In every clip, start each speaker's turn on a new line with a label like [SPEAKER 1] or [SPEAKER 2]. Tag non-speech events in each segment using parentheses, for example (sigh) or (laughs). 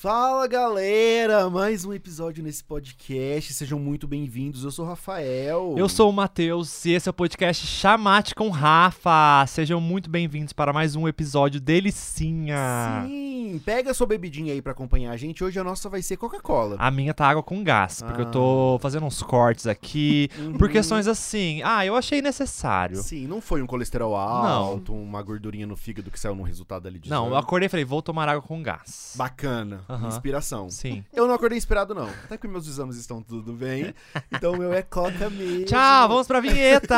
[SPEAKER 1] Fala galera, mais um episódio nesse podcast. Sejam muito bem-vindos. Eu sou o Rafael.
[SPEAKER 2] Eu sou o Matheus e esse é o podcast Chamate com Rafa. Sejam muito bem-vindos para mais um episódio delicinha.
[SPEAKER 1] Sim, pega sua bebidinha aí pra acompanhar a gente. Hoje a nossa vai ser Coca-Cola.
[SPEAKER 2] A minha tá água com gás, porque
[SPEAKER 1] Ah.
[SPEAKER 2] eu tô fazendo uns cortes aqui por questões assim. Ah, eu achei necessário.
[SPEAKER 1] Uhum. Sim, não foi um colesterol alto, uma gordurinha no fígado que saiu no resultado ali de
[SPEAKER 2] Não, eu
[SPEAKER 1] exame.
[SPEAKER 2] acordei e falei, vou tomar água com gás.
[SPEAKER 1] Bacana,
[SPEAKER 2] Aham.
[SPEAKER 1] inspiração.
[SPEAKER 2] Sim.
[SPEAKER 1] Eu não acordei inspirado, não. Até que meus exames estão tudo
[SPEAKER 2] (laughs)
[SPEAKER 1] bem. Então o meu é Coca mesmo.
[SPEAKER 2] Tchau, vamos pra vinheta!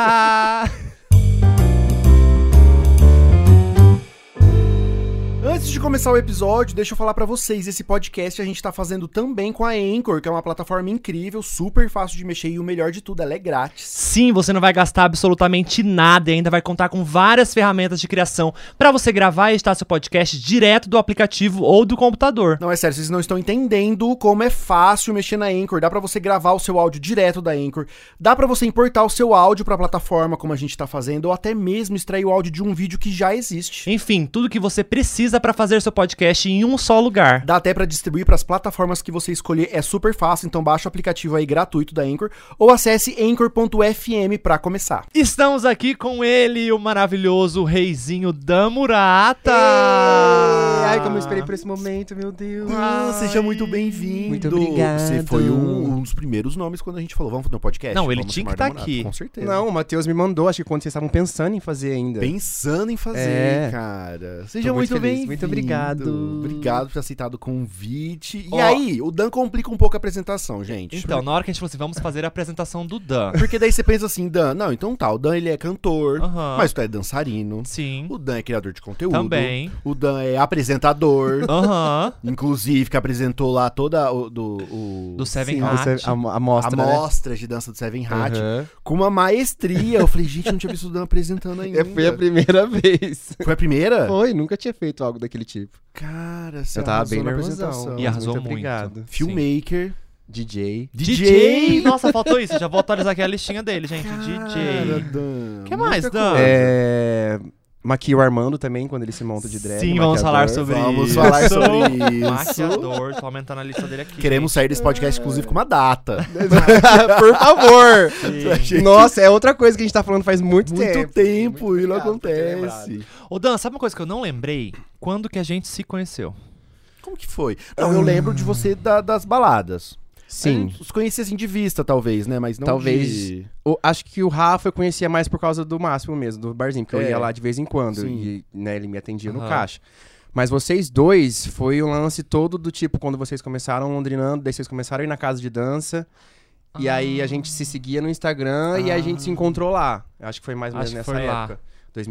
[SPEAKER 1] Antes de começar o episódio, deixa eu falar pra vocês, esse podcast a gente tá fazendo também com a Anchor, que é uma plataforma incrível, super fácil de mexer e o melhor de tudo, ela é grátis.
[SPEAKER 2] (laughs) Sim, você não vai gastar absolutamente nada e ainda vai contar com várias ferramentas de criação para você gravar e editar seu podcast direto do aplicativo ou do computador.
[SPEAKER 1] Não é sério, vocês não estão entendendo como é fácil mexer na Anchor. Dá pra você gravar o seu áudio direto da Anchor, dá pra você importar o seu áudio pra plataforma como a gente tá fazendo ou até mesmo extrair o áudio de um vídeo que já existe.
[SPEAKER 2] Enfim, tudo que você precisa para fazer seu podcast em um só lugar.
[SPEAKER 1] Dá até pra distribuir pras plataformas que você escolher, é super fácil, então baixa o aplicativo aí gratuito da Anchor ou acesse anchor.fm pra começar.
[SPEAKER 2] Estamos aqui com ele, o maravilhoso reizinho da Murata.
[SPEAKER 3] Ei, Ai, como eu
[SPEAKER 2] Ah.
[SPEAKER 3] esperei por esse momento, meu Deus.
[SPEAKER 1] Ah,
[SPEAKER 2] Ai.
[SPEAKER 1] seja muito bem-vindo.
[SPEAKER 3] Muito obrigado.
[SPEAKER 1] Você foi um, um dos primeiros nomes quando a gente falou, vamos fazer um podcast?
[SPEAKER 2] Não, ele
[SPEAKER 1] Vamos
[SPEAKER 2] tinha que
[SPEAKER 1] chamar
[SPEAKER 2] tá
[SPEAKER 1] Demonato,
[SPEAKER 2] aqui.
[SPEAKER 1] Com certeza.
[SPEAKER 3] Não, o Matheus me mandou, acho que quando vocês estavam pensando em fazer ainda.
[SPEAKER 1] Pensando em fazer,
[SPEAKER 3] É.
[SPEAKER 1] cara. Seja
[SPEAKER 3] Tô muito
[SPEAKER 1] muito,
[SPEAKER 3] feliz,
[SPEAKER 1] bem-vindo.
[SPEAKER 3] muito obrigado.
[SPEAKER 1] Obrigado por ter aceitado o convite. E
[SPEAKER 2] Ó.
[SPEAKER 1] aí, o Dan complica um pouco a apresentação, gente.
[SPEAKER 2] Então, na hora que a gente falou assim, vamos fazer a apresentação do
[SPEAKER 3] (laughs)
[SPEAKER 2] Dan.
[SPEAKER 1] Porque daí você pensa assim, Dan, não, então tá, o Dan ele é cantor,
[SPEAKER 2] Aham.
[SPEAKER 1] mas o Dan é dançarino,
[SPEAKER 2] Sim.
[SPEAKER 1] o Dan é criador de conteúdo,
[SPEAKER 2] Também.
[SPEAKER 1] o Dan é
[SPEAKER 2] (laughs)
[SPEAKER 1] apresentador,
[SPEAKER 2] Aham.
[SPEAKER 1] inclusive que apresentou lá toda o... Do, o-
[SPEAKER 2] Do Seven
[SPEAKER 3] Sim,
[SPEAKER 2] Art.
[SPEAKER 3] você- a, a mostra, né?
[SPEAKER 1] amostras de dança do Seven Hat,
[SPEAKER 3] Aham.
[SPEAKER 1] com uma maestria. Eu falei, gente, (laughs) eu não tinha visto o Dan apresentando ainda.
[SPEAKER 3] É, Foi a primeira (laughs) vez.
[SPEAKER 1] Foi a primeira?
[SPEAKER 3] Foi, nunca tinha feito algo daquele tipo.
[SPEAKER 1] Cara, É. você
[SPEAKER 3] eu tava
[SPEAKER 1] arrasou
[SPEAKER 3] bem
[SPEAKER 1] na
[SPEAKER 3] nervosão.
[SPEAKER 1] apresentação.
[SPEAKER 2] E arrasou
[SPEAKER 3] muito
[SPEAKER 2] muito.
[SPEAKER 3] obrigado.
[SPEAKER 1] Filmmaker,
[SPEAKER 3] DJ.
[SPEAKER 1] DJ,
[SPEAKER 2] Nossa, faltou isso. Já vou atualizar aqui a listinha dele, gente.
[SPEAKER 1] Cara,
[SPEAKER 2] DJ.
[SPEAKER 1] Dan,
[SPEAKER 2] Que mais,
[SPEAKER 1] muita
[SPEAKER 2] Dan?
[SPEAKER 1] coisa.
[SPEAKER 3] É... Maquia o Armando também, quando ele se monta de drag.
[SPEAKER 2] Sim, vamos
[SPEAKER 3] maquiador.
[SPEAKER 2] falar sobre
[SPEAKER 1] Vamos
[SPEAKER 2] isso.
[SPEAKER 1] falar sobre isso.
[SPEAKER 2] Maquiador, tô aumentando a lista dele aqui.
[SPEAKER 1] Queremos sair desse podcast, inclusive, com uma data.
[SPEAKER 3] Por favor!
[SPEAKER 1] Gente,
[SPEAKER 3] Nossa, é outra coisa que a gente tá falando faz muito,
[SPEAKER 1] muito tempo,
[SPEAKER 3] tempo.
[SPEAKER 1] e não
[SPEAKER 3] obrigado por ter
[SPEAKER 1] acontece.
[SPEAKER 2] Ô Dan, sabe uma coisa que eu não lembrei? Quando que a gente se conheceu?
[SPEAKER 1] Como que foi? Não, eu lembro de você da- das baladas. A
[SPEAKER 3] Sim.
[SPEAKER 1] gente Os conhecia assim de vista, talvez, né? Mas não
[SPEAKER 3] Talvez.
[SPEAKER 1] de-
[SPEAKER 3] O- acho que o Rafa eu conhecia mais por causa do Máximo mesmo, do barzinho, porque eu
[SPEAKER 1] É.
[SPEAKER 3] ia lá de vez em quando
[SPEAKER 1] Sim.
[SPEAKER 3] e né, ele me atendia no
[SPEAKER 2] Aham.
[SPEAKER 3] caixa. Mas vocês dois foi o lance todo do tipo quando vocês começaram Londrinando, daí vocês começaram a ir na casa de dança. E aí a gente
[SPEAKER 2] Ah.
[SPEAKER 3] se seguia no Instagram e a gente se encontrou lá. Eu Acho que foi mais ou
[SPEAKER 2] Acho
[SPEAKER 3] menos
[SPEAKER 2] que
[SPEAKER 3] nessa
[SPEAKER 2] foi lá.
[SPEAKER 3] época.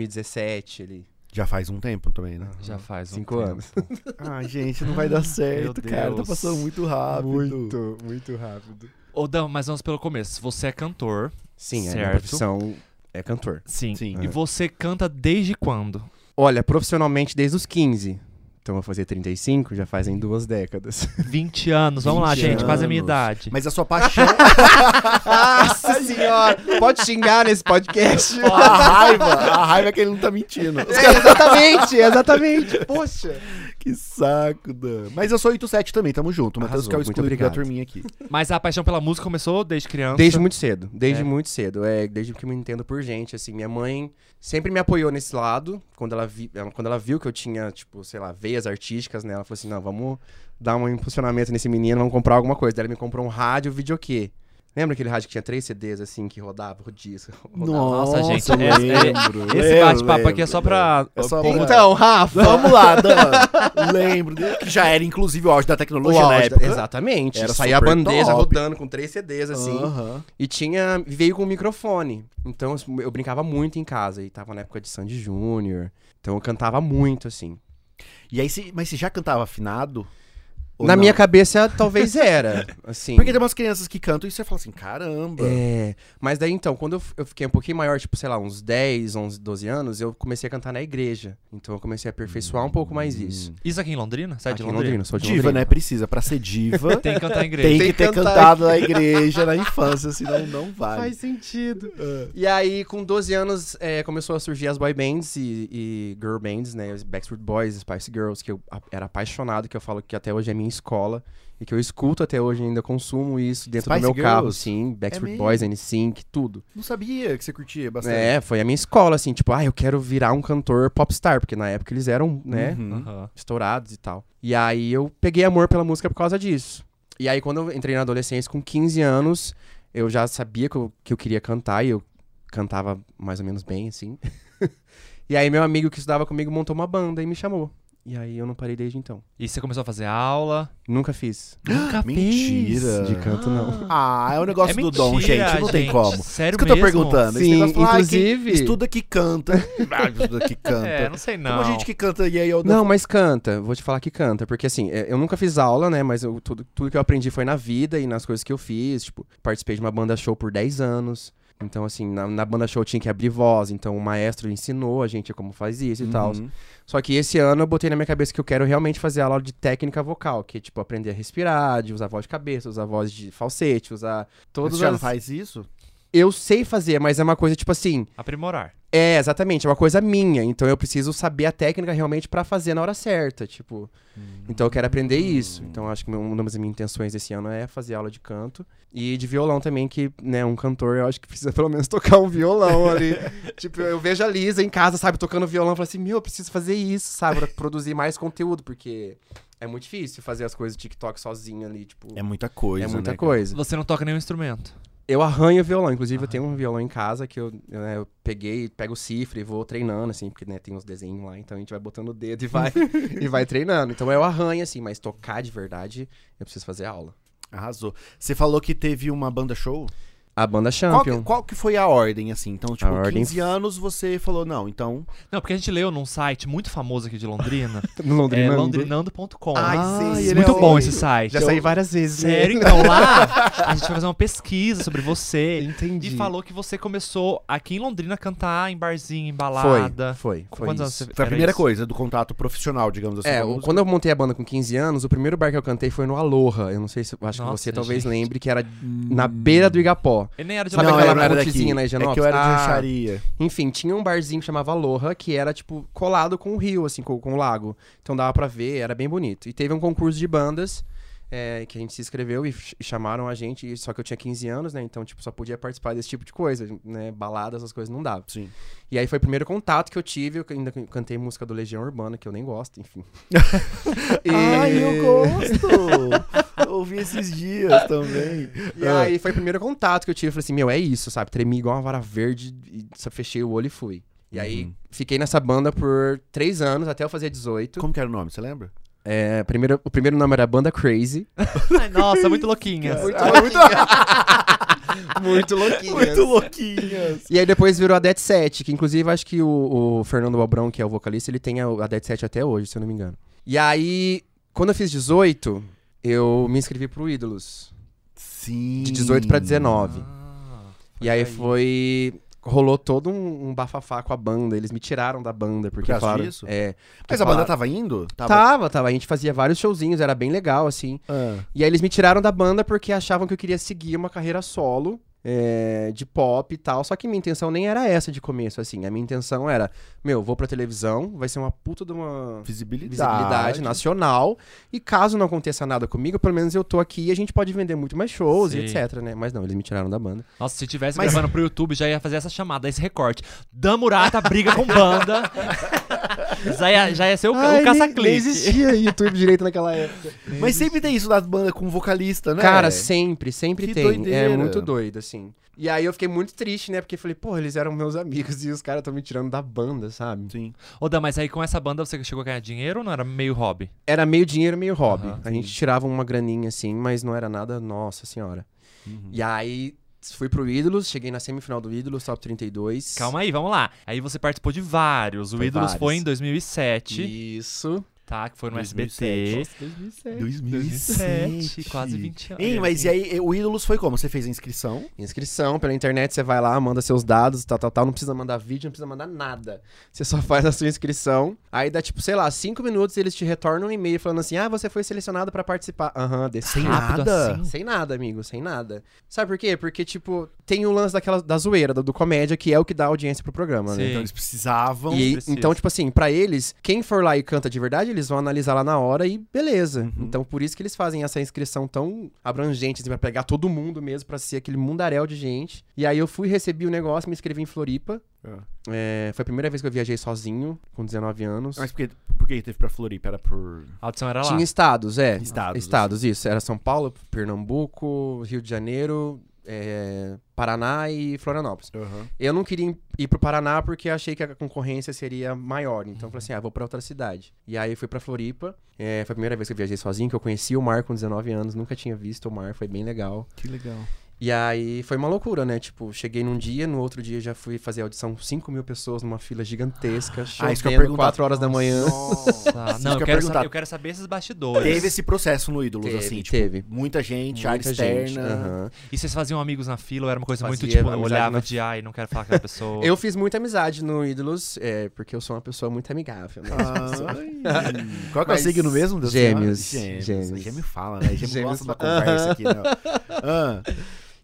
[SPEAKER 3] 2017 ali.
[SPEAKER 1] Já faz um tempo também, né?
[SPEAKER 2] Já faz um
[SPEAKER 3] Uhum. Cinco
[SPEAKER 2] tempo.
[SPEAKER 3] (laughs) anos.
[SPEAKER 1] Ah, gente, não vai dar certo,
[SPEAKER 2] Meu
[SPEAKER 1] cara. Tá
[SPEAKER 2] Deus.
[SPEAKER 1] passando muito rápido.
[SPEAKER 3] muito rápido.
[SPEAKER 2] Ô Dan, mas vamos pelo começo. Você é cantor,
[SPEAKER 3] Sim, é
[SPEAKER 2] Certo.
[SPEAKER 3] minha profissão é cantor.
[SPEAKER 2] sim.
[SPEAKER 1] Sim.
[SPEAKER 2] E você canta desde quando?
[SPEAKER 3] Olha, profissionalmente desde os 15. Então eu vou fazer 35, já fazem duas décadas.
[SPEAKER 2] 20 anos, vamos lá,
[SPEAKER 1] 20
[SPEAKER 2] gente, quase a minha
[SPEAKER 1] anos.
[SPEAKER 2] idade.
[SPEAKER 1] Mas a sua paixão,
[SPEAKER 3] (laughs) Nossa senhora! Pode xingar nesse podcast.
[SPEAKER 1] a raiva, a raiva é que ele não tá mentindo.
[SPEAKER 3] (laughs) É, exatamente, exatamente. Poxa.
[SPEAKER 1] (laughs) Que saco, Dan. Mas eu sou 87 também, tamo junto. O Matheus
[SPEAKER 3] Arrasou,
[SPEAKER 1] que é o
[SPEAKER 3] muito
[SPEAKER 1] excluído da
[SPEAKER 3] obrigado.
[SPEAKER 1] turminha aqui.
[SPEAKER 2] Mas a paixão pela música começou desde criança?
[SPEAKER 3] Desde muito cedo, desde
[SPEAKER 2] É.
[SPEAKER 3] muito cedo. É, desde que eu me entendo por gente, assim, minha mãe sempre me apoiou nesse lado. Quando ela, vi- ela- quando ela viu que eu tinha, tipo, sei lá, veias artísticas, né? Ela falou assim, não, vamos dar um impulsionamento nesse menino, vamos comprar alguma coisa. Daí ela me comprou um rádio videokê. Lembra aquele rádio que tinha três CDs, assim, que rodava, rodisco, rodava?
[SPEAKER 2] Nossa, gente,
[SPEAKER 1] eu
[SPEAKER 2] esse-
[SPEAKER 1] lembro,
[SPEAKER 2] Esse
[SPEAKER 1] lembro,
[SPEAKER 2] bate-papo aqui é só
[SPEAKER 1] lembro.
[SPEAKER 2] pra...
[SPEAKER 1] É só pra-
[SPEAKER 3] Então, Rafa,
[SPEAKER 1] Vamos lá, Dan. (laughs) lembro. dele, Que já era, inclusive, o auge da tecnologia
[SPEAKER 3] Uau,
[SPEAKER 1] na época.
[SPEAKER 3] Exatamente.
[SPEAKER 1] Era
[SPEAKER 3] saía a
[SPEAKER 1] super
[SPEAKER 3] bandeja
[SPEAKER 1] top.
[SPEAKER 3] rodando com três CDs, assim.
[SPEAKER 1] Aham.
[SPEAKER 3] E tinha. Veio com microfone. Então eu- eu brincava muito em casa. E tava na época de Sandy Júnior. Então eu cantava muito, assim.
[SPEAKER 1] E aí, você- mas você já cantava afinado? Ou
[SPEAKER 3] na
[SPEAKER 1] não?
[SPEAKER 3] minha cabeça,
[SPEAKER 1] (laughs)
[SPEAKER 3] talvez era. Assim.
[SPEAKER 1] Porque tem umas crianças que cantam e você fala assim, caramba.
[SPEAKER 3] É. Mas daí então, quando eu f- eu fiquei um pouquinho maior, tipo, sei lá, uns 10, 11, 12 anos, eu comecei a cantar na igreja. Então eu comecei a aperfeiçoar um pouco mais isso.
[SPEAKER 2] Isso Hum. aqui em Londrina? Sai de
[SPEAKER 3] Aqui em
[SPEAKER 2] Londrina?
[SPEAKER 3] sou de
[SPEAKER 1] diva,
[SPEAKER 3] Londrina.
[SPEAKER 1] né? Precisa. Pra ser
[SPEAKER 3] (laughs)
[SPEAKER 1] diva,
[SPEAKER 2] Tem que cantar em
[SPEAKER 1] tem
[SPEAKER 2] inglês.
[SPEAKER 1] que
[SPEAKER 3] que
[SPEAKER 1] ter
[SPEAKER 3] cantar
[SPEAKER 1] cantado na igreja na infância, senão não vai. É.
[SPEAKER 3] Faz sentido. E aí, com 12 anos, é, começou a surgir as boy bands e, e girl bands, né? Os Backstreet Boys, Spice Girls, que eu a- era apaixonado, que eu falo que até hoje é minha em escola e que eu escuto até hoje ainda consumo isso dentro
[SPEAKER 1] Spice
[SPEAKER 3] do meu carro,
[SPEAKER 1] Girls? É
[SPEAKER 3] sim, Backstreet
[SPEAKER 1] mesmo?
[SPEAKER 3] Boys, NSYNC, tudo.
[SPEAKER 1] Não sabia que você curtia bastante.
[SPEAKER 3] É, foi a minha escola assim, tipo, ah, eu quero virar um cantor popstar, porque na época eles eram, né,
[SPEAKER 1] Uhum.
[SPEAKER 2] Aham.
[SPEAKER 3] estourados e tal. E aí eu peguei amor pela música por causa disso. E aí quando eu entrei na adolescência com 15 anos, eu já sabia que eu, que eu queria cantar e eu cantava mais ou menos bem, assim. (laughs) e aí meu amigo que estudava comigo montou uma banda e me chamou. E aí eu não parei desde então.
[SPEAKER 2] E você começou a fazer aula?
[SPEAKER 3] Nunca fiz.
[SPEAKER 2] Nunca
[SPEAKER 1] Ah, Mentira.
[SPEAKER 2] fez.
[SPEAKER 3] De canto, não.
[SPEAKER 1] Ah, é um negócio do dom, gente.
[SPEAKER 2] mentira,
[SPEAKER 1] Não tem
[SPEAKER 2] gente.
[SPEAKER 1] como.
[SPEAKER 2] Sério
[SPEAKER 1] Isso que eu tô
[SPEAKER 2] mesmo?
[SPEAKER 1] perguntando.
[SPEAKER 3] Sim,
[SPEAKER 1] Esse negócio de falar, ah, quem
[SPEAKER 3] inclusive-
[SPEAKER 1] estuda que
[SPEAKER 2] (laughs)
[SPEAKER 1] canta. Ah, estuda que canta.
[SPEAKER 2] É, não sei não.
[SPEAKER 1] Como gente que canta e aí eu
[SPEAKER 3] Não, mas canta. Vou te falar que canta. Porque assim, é, eu nunca fiz aula, né? Mas eu- tudo, tudo que eu aprendi foi na vida e nas coisas que eu fiz. Tipo, participei de uma banda show por 10 anos. Então, assim, na, na banda show tinha que abrir voz. Então, o maestro ensinou a gente como faz isso e
[SPEAKER 1] Uhum.
[SPEAKER 3] tal. Só que esse ano eu botei na minha cabeça que eu quero realmente fazer aula de técnica vocal. Que é, tipo, aprender a respirar, de usar voz de cabeça, usar voz de falsete, usar todas
[SPEAKER 1] Você já
[SPEAKER 3] as...
[SPEAKER 1] faz isso?
[SPEAKER 3] Eu sei fazer, mas é uma coisa, tipo assim...
[SPEAKER 2] Aprimorar.
[SPEAKER 3] É, exatamente, é uma coisa minha, então eu preciso saber a técnica realmente pra fazer na hora certa, tipo.
[SPEAKER 1] Hum.
[SPEAKER 3] Então eu quero aprender isso. Então acho que meu- uma das minhas intenções desse ano é fazer aula de canto e de violão também, que, né, um cantor eu acho que precisa (laughs) pelo menos tocar um
[SPEAKER 1] (laughs)
[SPEAKER 3] violão ali. tipo, eu vejo a Lisa em casa, sabe, tocando violão, eu falo assim: "Meu, eu preciso fazer isso", sabe, pra produzir mais conteúdo, porque é muito difícil fazer as coisas do TikTok sozinho ali, tipo.
[SPEAKER 1] É muita coisa.
[SPEAKER 3] é muita
[SPEAKER 1] né, cara?
[SPEAKER 3] coisa.
[SPEAKER 2] Você não toca nenhum instrumento.
[SPEAKER 3] Eu arranho violão, inclusive eu tenho um violão em casa que eu, eu, né, eu peguei, pego o cifre e vou treinando, assim, porque né, tem uns desenhos lá, então a gente vai botando o dedo
[SPEAKER 2] (laughs)
[SPEAKER 3] e vai, e vai treinando. Então eu arranho, assim, mas tocar de verdade, eu preciso fazer aula.
[SPEAKER 1] Arrasou. Você falou que teve uma banda show?
[SPEAKER 3] A banda
[SPEAKER 1] Qual que,
[SPEAKER 3] Champion.
[SPEAKER 1] qual que foi a ordem, assim? Então, tipo,
[SPEAKER 3] ordem-
[SPEAKER 1] 15 anos você falou, não, então.
[SPEAKER 2] Não, porque a gente leu num site muito famoso aqui de Londrina.
[SPEAKER 3] No
[SPEAKER 2] é
[SPEAKER 3] Londrinando.
[SPEAKER 2] londrinando.com.
[SPEAKER 3] Ai, sim, ele
[SPEAKER 2] muito
[SPEAKER 3] é
[SPEAKER 2] bom
[SPEAKER 3] ótimo.
[SPEAKER 2] esse site.
[SPEAKER 3] Já saí várias vezes. né?
[SPEAKER 2] Sério, então lá a gente vai fazer uma pesquisa sobre você.
[SPEAKER 3] Entendi.
[SPEAKER 2] E falou que você começou aqui em Londrina a cantar em barzinho, em
[SPEAKER 3] Foi,
[SPEAKER 2] balada.
[SPEAKER 3] foi,
[SPEAKER 2] Com
[SPEAKER 3] foi
[SPEAKER 2] quantos anos
[SPEAKER 3] isso.
[SPEAKER 2] você
[SPEAKER 1] Foi a
[SPEAKER 2] era
[SPEAKER 1] primeira
[SPEAKER 2] isso?
[SPEAKER 1] coisa do contato profissional, digamos assim.
[SPEAKER 3] É,
[SPEAKER 1] da
[SPEAKER 3] o-
[SPEAKER 1] música.
[SPEAKER 3] quando eu montei a banda com 15 anos, o primeiro bar que eu cantei foi no Aloha. Eu não sei se eu acho
[SPEAKER 2] Nossa,
[SPEAKER 3] que você talvez
[SPEAKER 2] gente. Hum.
[SPEAKER 3] lembre, que era na beira do Igapó.
[SPEAKER 2] Ele nem era de
[SPEAKER 3] Sabe
[SPEAKER 1] não,
[SPEAKER 2] Londrina.
[SPEAKER 3] aquela
[SPEAKER 1] eu não era daqui.
[SPEAKER 3] pontezinha na
[SPEAKER 1] é que
[SPEAKER 3] Higienópolis?
[SPEAKER 1] eu era de
[SPEAKER 3] Ah.
[SPEAKER 1] rancharia.
[SPEAKER 3] Enfim, tinha um barzinho que chamava Aloha, que era, tipo, colado com o rio, assim, com, com o lago. Então dava pra ver, era bem bonito. E teve um concurso de bandas é, que a gente se inscreveu e ch- chamaram a gente, e- só que eu tinha 15 anos, né? Então, tipo, só podia participar desse tipo de coisa, né? Baladas, essas coisas não dava.
[SPEAKER 1] Sim.
[SPEAKER 3] E aí foi o primeiro contato que eu tive, eu ainda can- cantei música do Legião Urbana, que eu nem gosto, enfim. E-
[SPEAKER 1] Ai, eu gosto! Ouvi esses dias também.
[SPEAKER 3] (laughs) E aí foi o primeiro contato que eu tive. Eu Falei assim, meu, é isso, sabe? Tremi igual uma vara verde e só fechei o olho e fui. E aí fiquei nessa banda por três anos, até eu fazer 18.
[SPEAKER 1] Como que era o nome, você lembra?
[SPEAKER 3] É, primeiro, o primeiro nome era Banda Crazy.
[SPEAKER 2] Ai, nossa, muito louquinhas.
[SPEAKER 3] Muito louquinha. (laughs) muito louquinha.
[SPEAKER 1] louquinhas!
[SPEAKER 3] E aí depois virou a Dead Set, que inclusive acho que o, o Fernando Albrão, que é o vocalista, ele tem a, a Dead Set até hoje, se eu não me engano. E aí, quando eu fiz 18, eu me inscrevi pro Ídolos.
[SPEAKER 1] Sim.
[SPEAKER 3] De 18 pra 19.
[SPEAKER 1] Hum,
[SPEAKER 2] Ah,
[SPEAKER 3] E aí foi. Rolou todo um, um bafafá com a banda. Eles me tiraram da banda, porque
[SPEAKER 1] Por causa
[SPEAKER 3] falaram.
[SPEAKER 1] disso?
[SPEAKER 3] É.
[SPEAKER 1] Mas a banda tava indo?
[SPEAKER 3] Tava, tava. A gente fazia vários showzinhos, era bem legal, assim.
[SPEAKER 1] Ah.
[SPEAKER 3] E aí eles me tiraram da banda porque achavam que eu queria seguir uma carreira solo. é, de pop e tal, só que minha intenção nem era essa de começo, assim. A minha intenção era, meu, vou pra televisão, vai ser uma puta de uma
[SPEAKER 1] Visibilidade.
[SPEAKER 3] visibilidade nacional. E caso não aconteça nada comigo, pelo menos eu tô aqui e a gente pode vender muito mais shows e
[SPEAKER 2] Sim.
[SPEAKER 3] etc, né? Mas não, eles me tiraram da banda.
[SPEAKER 2] Nossa, se tivesse
[SPEAKER 1] Mas-
[SPEAKER 2] gravando pro YouTube, já ia fazer essa chamada, esse recorte. Damurata briga com banda.
[SPEAKER 3] (laughs)
[SPEAKER 2] (laughs) já, ia, já ia ser o, o
[SPEAKER 3] nem
[SPEAKER 2] caça-clique.
[SPEAKER 3] existia YouTube direito naquela época.
[SPEAKER 1] Mas sempre tem isso da banda com vocalista, né?
[SPEAKER 2] é?
[SPEAKER 3] Cara, sempre, sempre
[SPEAKER 1] Que
[SPEAKER 3] tem.
[SPEAKER 1] doideira.
[SPEAKER 3] É muito doido, assim. E aí eu fiquei muito triste, né? Porque falei, porra, eles eram meus amigos e os caras estão me tirando da banda, sabe?
[SPEAKER 1] Sim.
[SPEAKER 2] Ô, Dan, mas aí com essa banda você chegou a ganhar dinheiro ou não era meio hobby?
[SPEAKER 3] Era meio dinheiro, meio hobby.
[SPEAKER 2] Aham,
[SPEAKER 3] a gente tirava uma graninha, assim, mas não era nada, nossa senhora. E aí fui pro Ídolos, cheguei na semifinal do Ídolos, top 32.
[SPEAKER 2] Calma aí, vamos lá. Aí você participou de vários. O
[SPEAKER 3] Foi
[SPEAKER 2] Ídolos
[SPEAKER 3] vários.
[SPEAKER 2] foi em 2007,
[SPEAKER 3] Isso.
[SPEAKER 2] tá? Que foi no
[SPEAKER 1] 2007.
[SPEAKER 2] SBT.
[SPEAKER 3] 2007.
[SPEAKER 2] 2007, quase 20 anos.
[SPEAKER 1] Ei, mas e aí, o Ídolos foi como? Você fez a inscrição?
[SPEAKER 3] Inscrição pela internet, você vai lá, manda seus dados, tal, tal, tal. Não precisa mandar vídeo, não precisa mandar nada. Você só (laughs) faz a sua inscrição. Aí dá, tipo, sei lá, cinco minutos eles te retornam um e-mail falando assim: ah, você foi selecionado pra participar. Aham, desci.
[SPEAKER 1] Sem
[SPEAKER 2] Rápido
[SPEAKER 1] nada?
[SPEAKER 2] assim?
[SPEAKER 3] Sem nada, amigo, sem nada. Sabe por quê? Porque, tipo, tem o lance daquela, da zoeira, do, do comédia, que é o que dá audiência pro programa, né?
[SPEAKER 2] Sim.
[SPEAKER 1] Então eles precisavam.
[SPEAKER 3] E,
[SPEAKER 2] Precisa.
[SPEAKER 3] então, tipo assim, pra eles, quem for lá e canta de verdade, eles eles vão analisar lá na hora e beleza. Então por isso que eles fazem essa inscrição tão abrangente, assim, pra pegar todo mundo mesmo, pra ser aquele mundaréu de gente. E aí eu fui, recebi o negócio, me inscrevi em Floripa.
[SPEAKER 4] Ah.
[SPEAKER 3] É, foi a primeira vez que eu viajei sozinho, com 19 anos.
[SPEAKER 4] Mas por que, por que teve pra Floripa? Era por.
[SPEAKER 2] A audição era lá.
[SPEAKER 3] Tinha estados, é.
[SPEAKER 4] Estados.
[SPEAKER 3] Estados, isso. Era São Paulo, Pernambuco, Rio de Janeiro, é, Paraná e Florianópolis. Eu não queria ir pro Paraná porque achei que a concorrência seria maior. Então
[SPEAKER 1] Uhum.
[SPEAKER 3] eu falei assim, ah, vou pra outra cidade. E aí eu fui pra Floripa. É, foi a primeira vez que eu viajei sozinho, que eu conheci o mar com 19 anos, nunca tinha visto o mar, foi bem legal.
[SPEAKER 1] Que legal.
[SPEAKER 3] E aí foi uma loucura, né? Tipo, cheguei num dia, no outro dia já fui fazer audição 5 mil pessoas numa fila gigantesca,
[SPEAKER 1] Ah, isso que eu ia
[SPEAKER 3] chovendo
[SPEAKER 1] perguntar.
[SPEAKER 3] 4 horas da manhã.
[SPEAKER 2] Nossa. Não,
[SPEAKER 1] que
[SPEAKER 2] eu
[SPEAKER 1] eu
[SPEAKER 2] quero,
[SPEAKER 1] perguntar.
[SPEAKER 2] saber, eu quero saber esses bastidores.
[SPEAKER 1] Teve esse processo no Ídolos,
[SPEAKER 3] Teve,
[SPEAKER 1] assim, tipo,
[SPEAKER 3] teve.
[SPEAKER 1] muita gente, área
[SPEAKER 3] Muita gente,
[SPEAKER 1] externa.
[SPEAKER 3] aham.
[SPEAKER 2] E vocês faziam amigos na fila ou era uma coisa muito
[SPEAKER 3] Fazia
[SPEAKER 2] tipo,
[SPEAKER 3] amizade
[SPEAKER 2] olhava
[SPEAKER 3] na-
[SPEAKER 2] de ai, não quero falar com aquela pessoa.
[SPEAKER 3] Eu fiz muita amizade no Ídolos, é, porque eu sou uma pessoa muito amigável. Né?
[SPEAKER 1] Ai, (laughs) Qual que é o
[SPEAKER 3] Mas-
[SPEAKER 1] signo mesmo? Deus
[SPEAKER 3] Gêmeos,
[SPEAKER 1] Senhora? Gêmeos.
[SPEAKER 3] gêmeos.
[SPEAKER 1] Gêmeo fala, né? Gêmeo
[SPEAKER 3] Gêmeos
[SPEAKER 1] gosta da
[SPEAKER 3] fala.
[SPEAKER 1] conversa aqui, não.
[SPEAKER 3] (laughs)
[SPEAKER 1] Ah,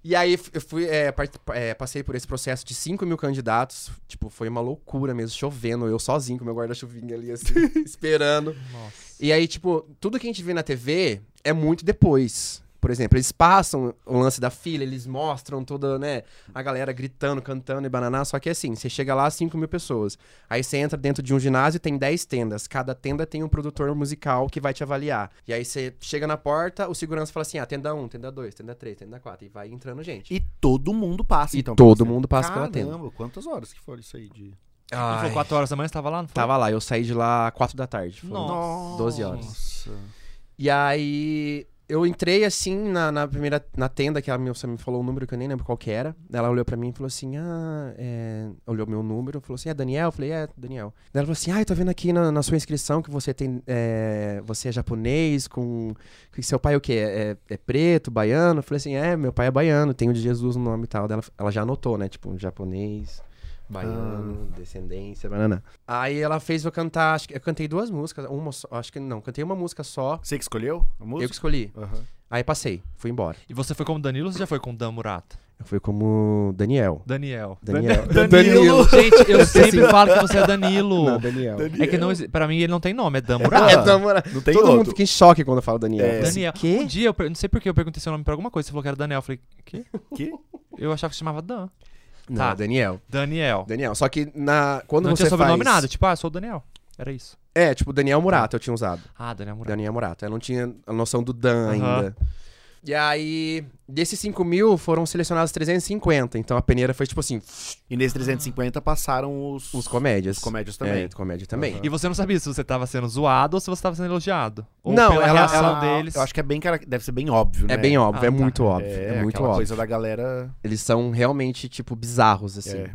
[SPEAKER 3] E aí f- eu fui, é, part- é, passei por esse processo de 5 mil candidatos. Tipo, foi uma loucura mesmo, chovendo, eu sozinho com meu guarda-chuvinha ali, assim, esperando.
[SPEAKER 2] Nossa.
[SPEAKER 3] E aí, tipo, tudo que a gente vê na TV é muito depois. Por exemplo, eles passam o lance da fila, eles mostram toda, né, a galera gritando, cantando e bananá. Só que assim, você chega lá, 5 mil pessoas. Aí você entra dentro de um ginásio e tem 10 tendas. Cada tenda tem um produtor musical que vai te avaliar. E aí você chega na porta, o segurança fala assim: ah, tenda 1, tenda 2, tenda 3, tenda 4. E vai entrando gente.
[SPEAKER 1] e todo mundo passa,
[SPEAKER 3] E
[SPEAKER 1] então.
[SPEAKER 3] todo
[SPEAKER 1] pela
[SPEAKER 3] mundo
[SPEAKER 1] tela.
[SPEAKER 3] passa pela tela.
[SPEAKER 1] Caramba, quantas horas que foram isso aí de...
[SPEAKER 2] E foi 4 horas da manhã, você tava lá? Não foi?
[SPEAKER 3] Tava lá, eu saí de lá 4 da tarde. Foi
[SPEAKER 2] Nossa.
[SPEAKER 3] 12 horas.
[SPEAKER 1] Nossa.
[SPEAKER 3] E aí eu entrei assim na, na primeira na tenda que ela me, você me falou um número que eu nem lembro qual que era. Ela olhou pra mim e falou assim: "Ah, é... olhou meu número, falou assim: "É Daniel?" Eu falei: "É, Daniel". Daí Ela falou assim: "Ah, eu tô vendo aqui na, na sua inscrição que você tem é... você é japonês com que seu pai é o quê? É, é preto, baiano?" Eu falei assim: "É, meu pai é baiano, tem o de Jesus no nome e tal". Daí Ela, ela já anotou, né? Tipo, um japonês, baiano, descendência, banana. Aí ela fez eu cantar, acho que eu cantei duas músicas, uma só, acho que não, cantei uma música só.
[SPEAKER 1] Você que escolheu a
[SPEAKER 3] Eu que
[SPEAKER 1] música?
[SPEAKER 3] escolhi.
[SPEAKER 1] Aham.
[SPEAKER 3] Aí passei, fui embora.
[SPEAKER 2] E você foi com o Danilo ou você já foi com o Dan Murata?
[SPEAKER 3] Eu fui como Daniel.
[SPEAKER 2] Daniel.
[SPEAKER 1] (laughs)
[SPEAKER 3] Daniel.
[SPEAKER 1] Danilo.
[SPEAKER 2] Gente, eu sempre falo que você é Danilo.
[SPEAKER 3] Não, Daniel.
[SPEAKER 2] É que não, exi- pra mim ele não tem nome, é Dan
[SPEAKER 1] Ah,
[SPEAKER 2] Murata.
[SPEAKER 3] é, tá, mano.
[SPEAKER 1] Não tem
[SPEAKER 3] Todo
[SPEAKER 1] outro.
[SPEAKER 3] mundo fica em choque quando eu falo Daniel.
[SPEAKER 1] É.
[SPEAKER 3] Assim,
[SPEAKER 2] Daniel. Um
[SPEAKER 3] Quê?
[SPEAKER 2] dia, eu per- não sei por que eu perguntei seu nome pra alguma coisa, você falou que era Daniel. Eu falei, que?
[SPEAKER 1] Que?
[SPEAKER 2] Eu achava que se chamava Dan.
[SPEAKER 3] Não,
[SPEAKER 2] Tá.
[SPEAKER 3] Daniel.
[SPEAKER 2] Daniel.
[SPEAKER 3] Daniel. Só que na, quando
[SPEAKER 2] não
[SPEAKER 3] você
[SPEAKER 2] tinha sobrenome
[SPEAKER 3] faz...
[SPEAKER 2] nada, tipo, ah, eu sou o Daniel. Era isso.
[SPEAKER 3] É, tipo Daniel Murata eu tinha usado.
[SPEAKER 2] Ah, Daniel Murata.
[SPEAKER 3] Daniel Murata. Eu não tinha a noção do Dan
[SPEAKER 2] Aham.
[SPEAKER 3] ainda. E aí, desses 5 mil, foram selecionados 350. Então a peneira foi tipo assim,
[SPEAKER 1] E nesse 350 passaram os...
[SPEAKER 3] os comédias.
[SPEAKER 1] os comédias também.
[SPEAKER 3] É, comédia também.
[SPEAKER 2] E você não sabia se você tava sendo zoado ou se você tava sendo elogiado. Ou
[SPEAKER 3] Não,
[SPEAKER 2] pela
[SPEAKER 3] ela-
[SPEAKER 2] reação
[SPEAKER 3] ela-
[SPEAKER 2] deles.
[SPEAKER 1] Eu acho que é bem... cara- Deve ser bem óbvio, né?
[SPEAKER 3] É bem óbvio,
[SPEAKER 2] Ah,
[SPEAKER 3] é
[SPEAKER 2] tá.
[SPEAKER 3] muito óbvio.
[SPEAKER 1] É,
[SPEAKER 3] É, muito
[SPEAKER 1] aquela
[SPEAKER 3] óbvio.
[SPEAKER 1] coisa da galera...
[SPEAKER 3] Eles são realmente, tipo, bizarros, assim.
[SPEAKER 1] É.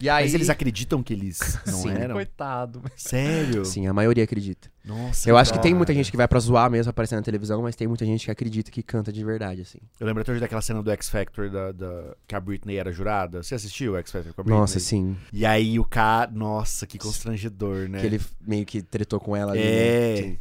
[SPEAKER 3] E aí...
[SPEAKER 1] Mas eles acreditam que eles não
[SPEAKER 3] Sim.
[SPEAKER 1] eram?
[SPEAKER 2] Coitado.
[SPEAKER 1] Sério?
[SPEAKER 3] Sim, assim, a maioria acredita.
[SPEAKER 1] Nossa,
[SPEAKER 3] Eu acho que tem
[SPEAKER 1] cara.
[SPEAKER 3] muita gente que vai pra zoar mesmo aparecendo na televisão, mas tem muita gente que acredita que canta de verdade, assim.
[SPEAKER 1] Eu lembro até hoje daquela cena do X Factor da, da- que a Britney era jurada. Você assistiu o X Factor com a Britney?
[SPEAKER 3] Nossa, sim.
[SPEAKER 1] E aí o cara. Nossa, que constrangedor, né?
[SPEAKER 3] Que ele meio que tretou com ela ali.
[SPEAKER 1] É.
[SPEAKER 3] né? Sim.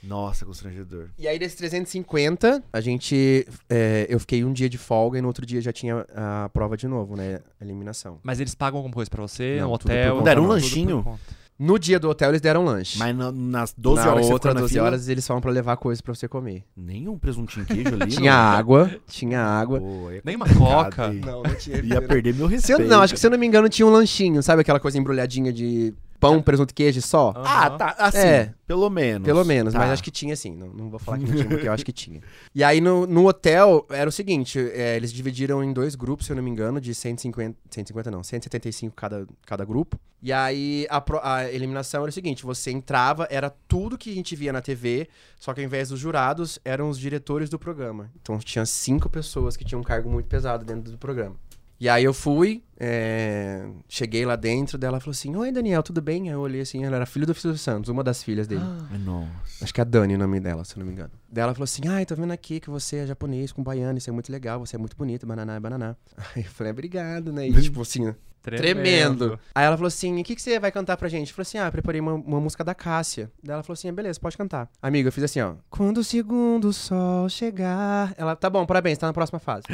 [SPEAKER 1] Nossa, constrangedor.
[SPEAKER 3] E aí, desses 350, a gente. é, eu fiquei um dia de folga e no outro dia já tinha a prova de novo, né? A eliminação.
[SPEAKER 2] Mas eles pagam alguma coisa pra você,
[SPEAKER 3] Não,
[SPEAKER 2] um
[SPEAKER 3] tudo por
[SPEAKER 2] hotel.
[SPEAKER 3] conta,
[SPEAKER 1] Deram um
[SPEAKER 2] tudo por
[SPEAKER 1] lanchinho?
[SPEAKER 2] conta.
[SPEAKER 3] No dia do hotel, eles deram lanche.
[SPEAKER 1] Mas na- nas 12
[SPEAKER 3] na
[SPEAKER 1] horas que você
[SPEAKER 3] outra,
[SPEAKER 1] ficou na
[SPEAKER 3] 12
[SPEAKER 1] fila,
[SPEAKER 3] horas, eles falam pra levar coisa pra você comer.
[SPEAKER 1] nem um presuntinho queijo
[SPEAKER 3] (laughs)
[SPEAKER 1] ali.
[SPEAKER 3] Tinha
[SPEAKER 1] não.
[SPEAKER 3] água, tinha água.
[SPEAKER 1] Pô, aí é
[SPEAKER 2] Nem uma
[SPEAKER 1] complicado,
[SPEAKER 2] coca.
[SPEAKER 1] hein?
[SPEAKER 3] Não, não tinha.
[SPEAKER 1] Ia perder meu
[SPEAKER 3] Se eu-
[SPEAKER 1] respeito.
[SPEAKER 3] não, acho que se eu não me engano, tinha um lanchinho, sabe? Aquela coisa embrulhadinha de pão, presunto e queijo só.
[SPEAKER 1] Ah,
[SPEAKER 2] Aham.
[SPEAKER 1] tá. Assim,
[SPEAKER 3] É.
[SPEAKER 1] pelo menos.
[SPEAKER 3] Pelo menos,
[SPEAKER 1] Tá.
[SPEAKER 3] mas acho que tinha sim. Não, não vou falar que não tinha, porque eu acho
[SPEAKER 1] (laughs)
[SPEAKER 3] que tinha. E aí no, no hotel era o seguinte: é, eles dividiram em dois grupos, se eu não me engano, de 150. 150 não, 175 cada, cada grupo. E aí a, pro- a eliminação era o seguinte: você entrava, era tudo que a gente via na TV, só que ao invés dos jurados, eram os diretores do programa. Então tinha cinco pessoas que tinham um cargo muito pesado dentro do programa. E aí eu fui, é, cheguei lá dentro dela falou assim: Oi, Daniel, tudo bem? Aí eu olhei assim, ela era filha do Silvio Santos, uma das filhas dele.
[SPEAKER 1] Nossa.
[SPEAKER 3] Acho que é a Dani o nome dela, se eu não me engano. Daí ela falou assim: Ai, tô vendo aqui que você é (laughs) japonês com baiano, isso é muito legal, você é muito bonito, bananá, é bananá. Aí eu falei, obrigado, né? E tipo assim, Tremendo. Aí ela falou assim: o que, que você vai cantar pra gente? Eu falei assim: ah, preparei uma, uma música da Cássia. Daí ela falou assim: ah, beleza, pode cantar. Amigo, eu fiz assim, ó. Quando o segundo sol chegar. Ela, tá bom, parabéns, tá na próxima fase.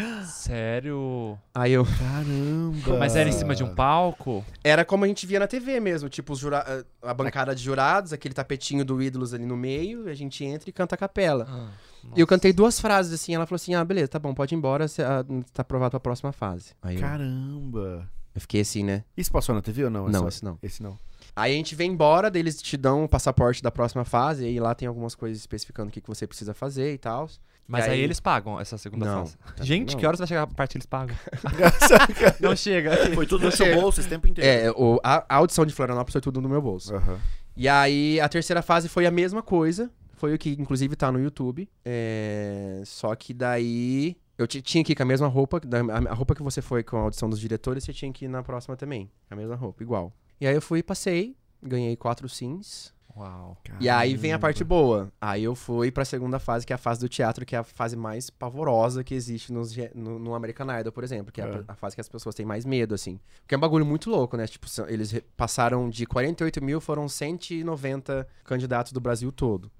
[SPEAKER 2] Sério?
[SPEAKER 3] Aí eu.
[SPEAKER 1] Caramba.
[SPEAKER 2] Mas era em cima de um palco?
[SPEAKER 3] Era como a gente via na TV mesmo, tipo, os jura- a- a bancada de jurados, aquele tapetinho do ídolos ali no meio, e a gente entra e canta a capela. E eu cantei duas frases assim, ela falou assim: ah, beleza, tá bom, pode ir embora, cê, ah, tá aprovado pra próxima fase. Aí eu-
[SPEAKER 1] Caramba.
[SPEAKER 3] eu fiquei assim, né?
[SPEAKER 1] Isso passou na TV ou não? É
[SPEAKER 3] Não,
[SPEAKER 1] só-
[SPEAKER 3] esse não.
[SPEAKER 1] Esse não.
[SPEAKER 3] Aí a gente vem embora, daí eles te dão o passaporte da próxima fase, e aí lá tem algumas coisas especificando o que, que você precisa fazer e tal.
[SPEAKER 2] Mas
[SPEAKER 3] E
[SPEAKER 2] aí...
[SPEAKER 3] aí-
[SPEAKER 2] eles pagam essa segunda
[SPEAKER 3] Não.
[SPEAKER 2] fase. Gente,
[SPEAKER 3] Não.
[SPEAKER 2] que horas vai chegar a parte que eles pagam? (laughs) Não chega.
[SPEAKER 4] Foi tudo no
[SPEAKER 3] (laughs)
[SPEAKER 4] seu bolso esse tempo inteiro.
[SPEAKER 3] É, o- a, a audição de Florianópolis foi tudo no meu bolso.
[SPEAKER 1] Aham.
[SPEAKER 3] E aí a terceira fase foi a mesma coisa, foi o que inclusive tá no YouTube, é, só que daí eu ti- tinha que ir com a mesma roupa, da- a a roupa que você foi com a audição dos diretores, você tinha que ir na próxima também, com a mesma roupa, igual. E aí eu fui, passei, ganhei quatro sims,
[SPEAKER 2] Uau.
[SPEAKER 3] E aí
[SPEAKER 1] Ah.
[SPEAKER 3] vem a parte boa. Aí eu fui pra segunda fase, que é a fase do teatro, que é a fase mais pavorosa que existe nos ge- no, no American Idol, por exemplo. Que é,
[SPEAKER 1] É.
[SPEAKER 3] A, a fase que as pessoas têm mais medo, assim. Porque é um bagulho muito louco, né? Tipo, são- eles re- passaram de 48 mil, foram 190 candidatos do Brasil todo.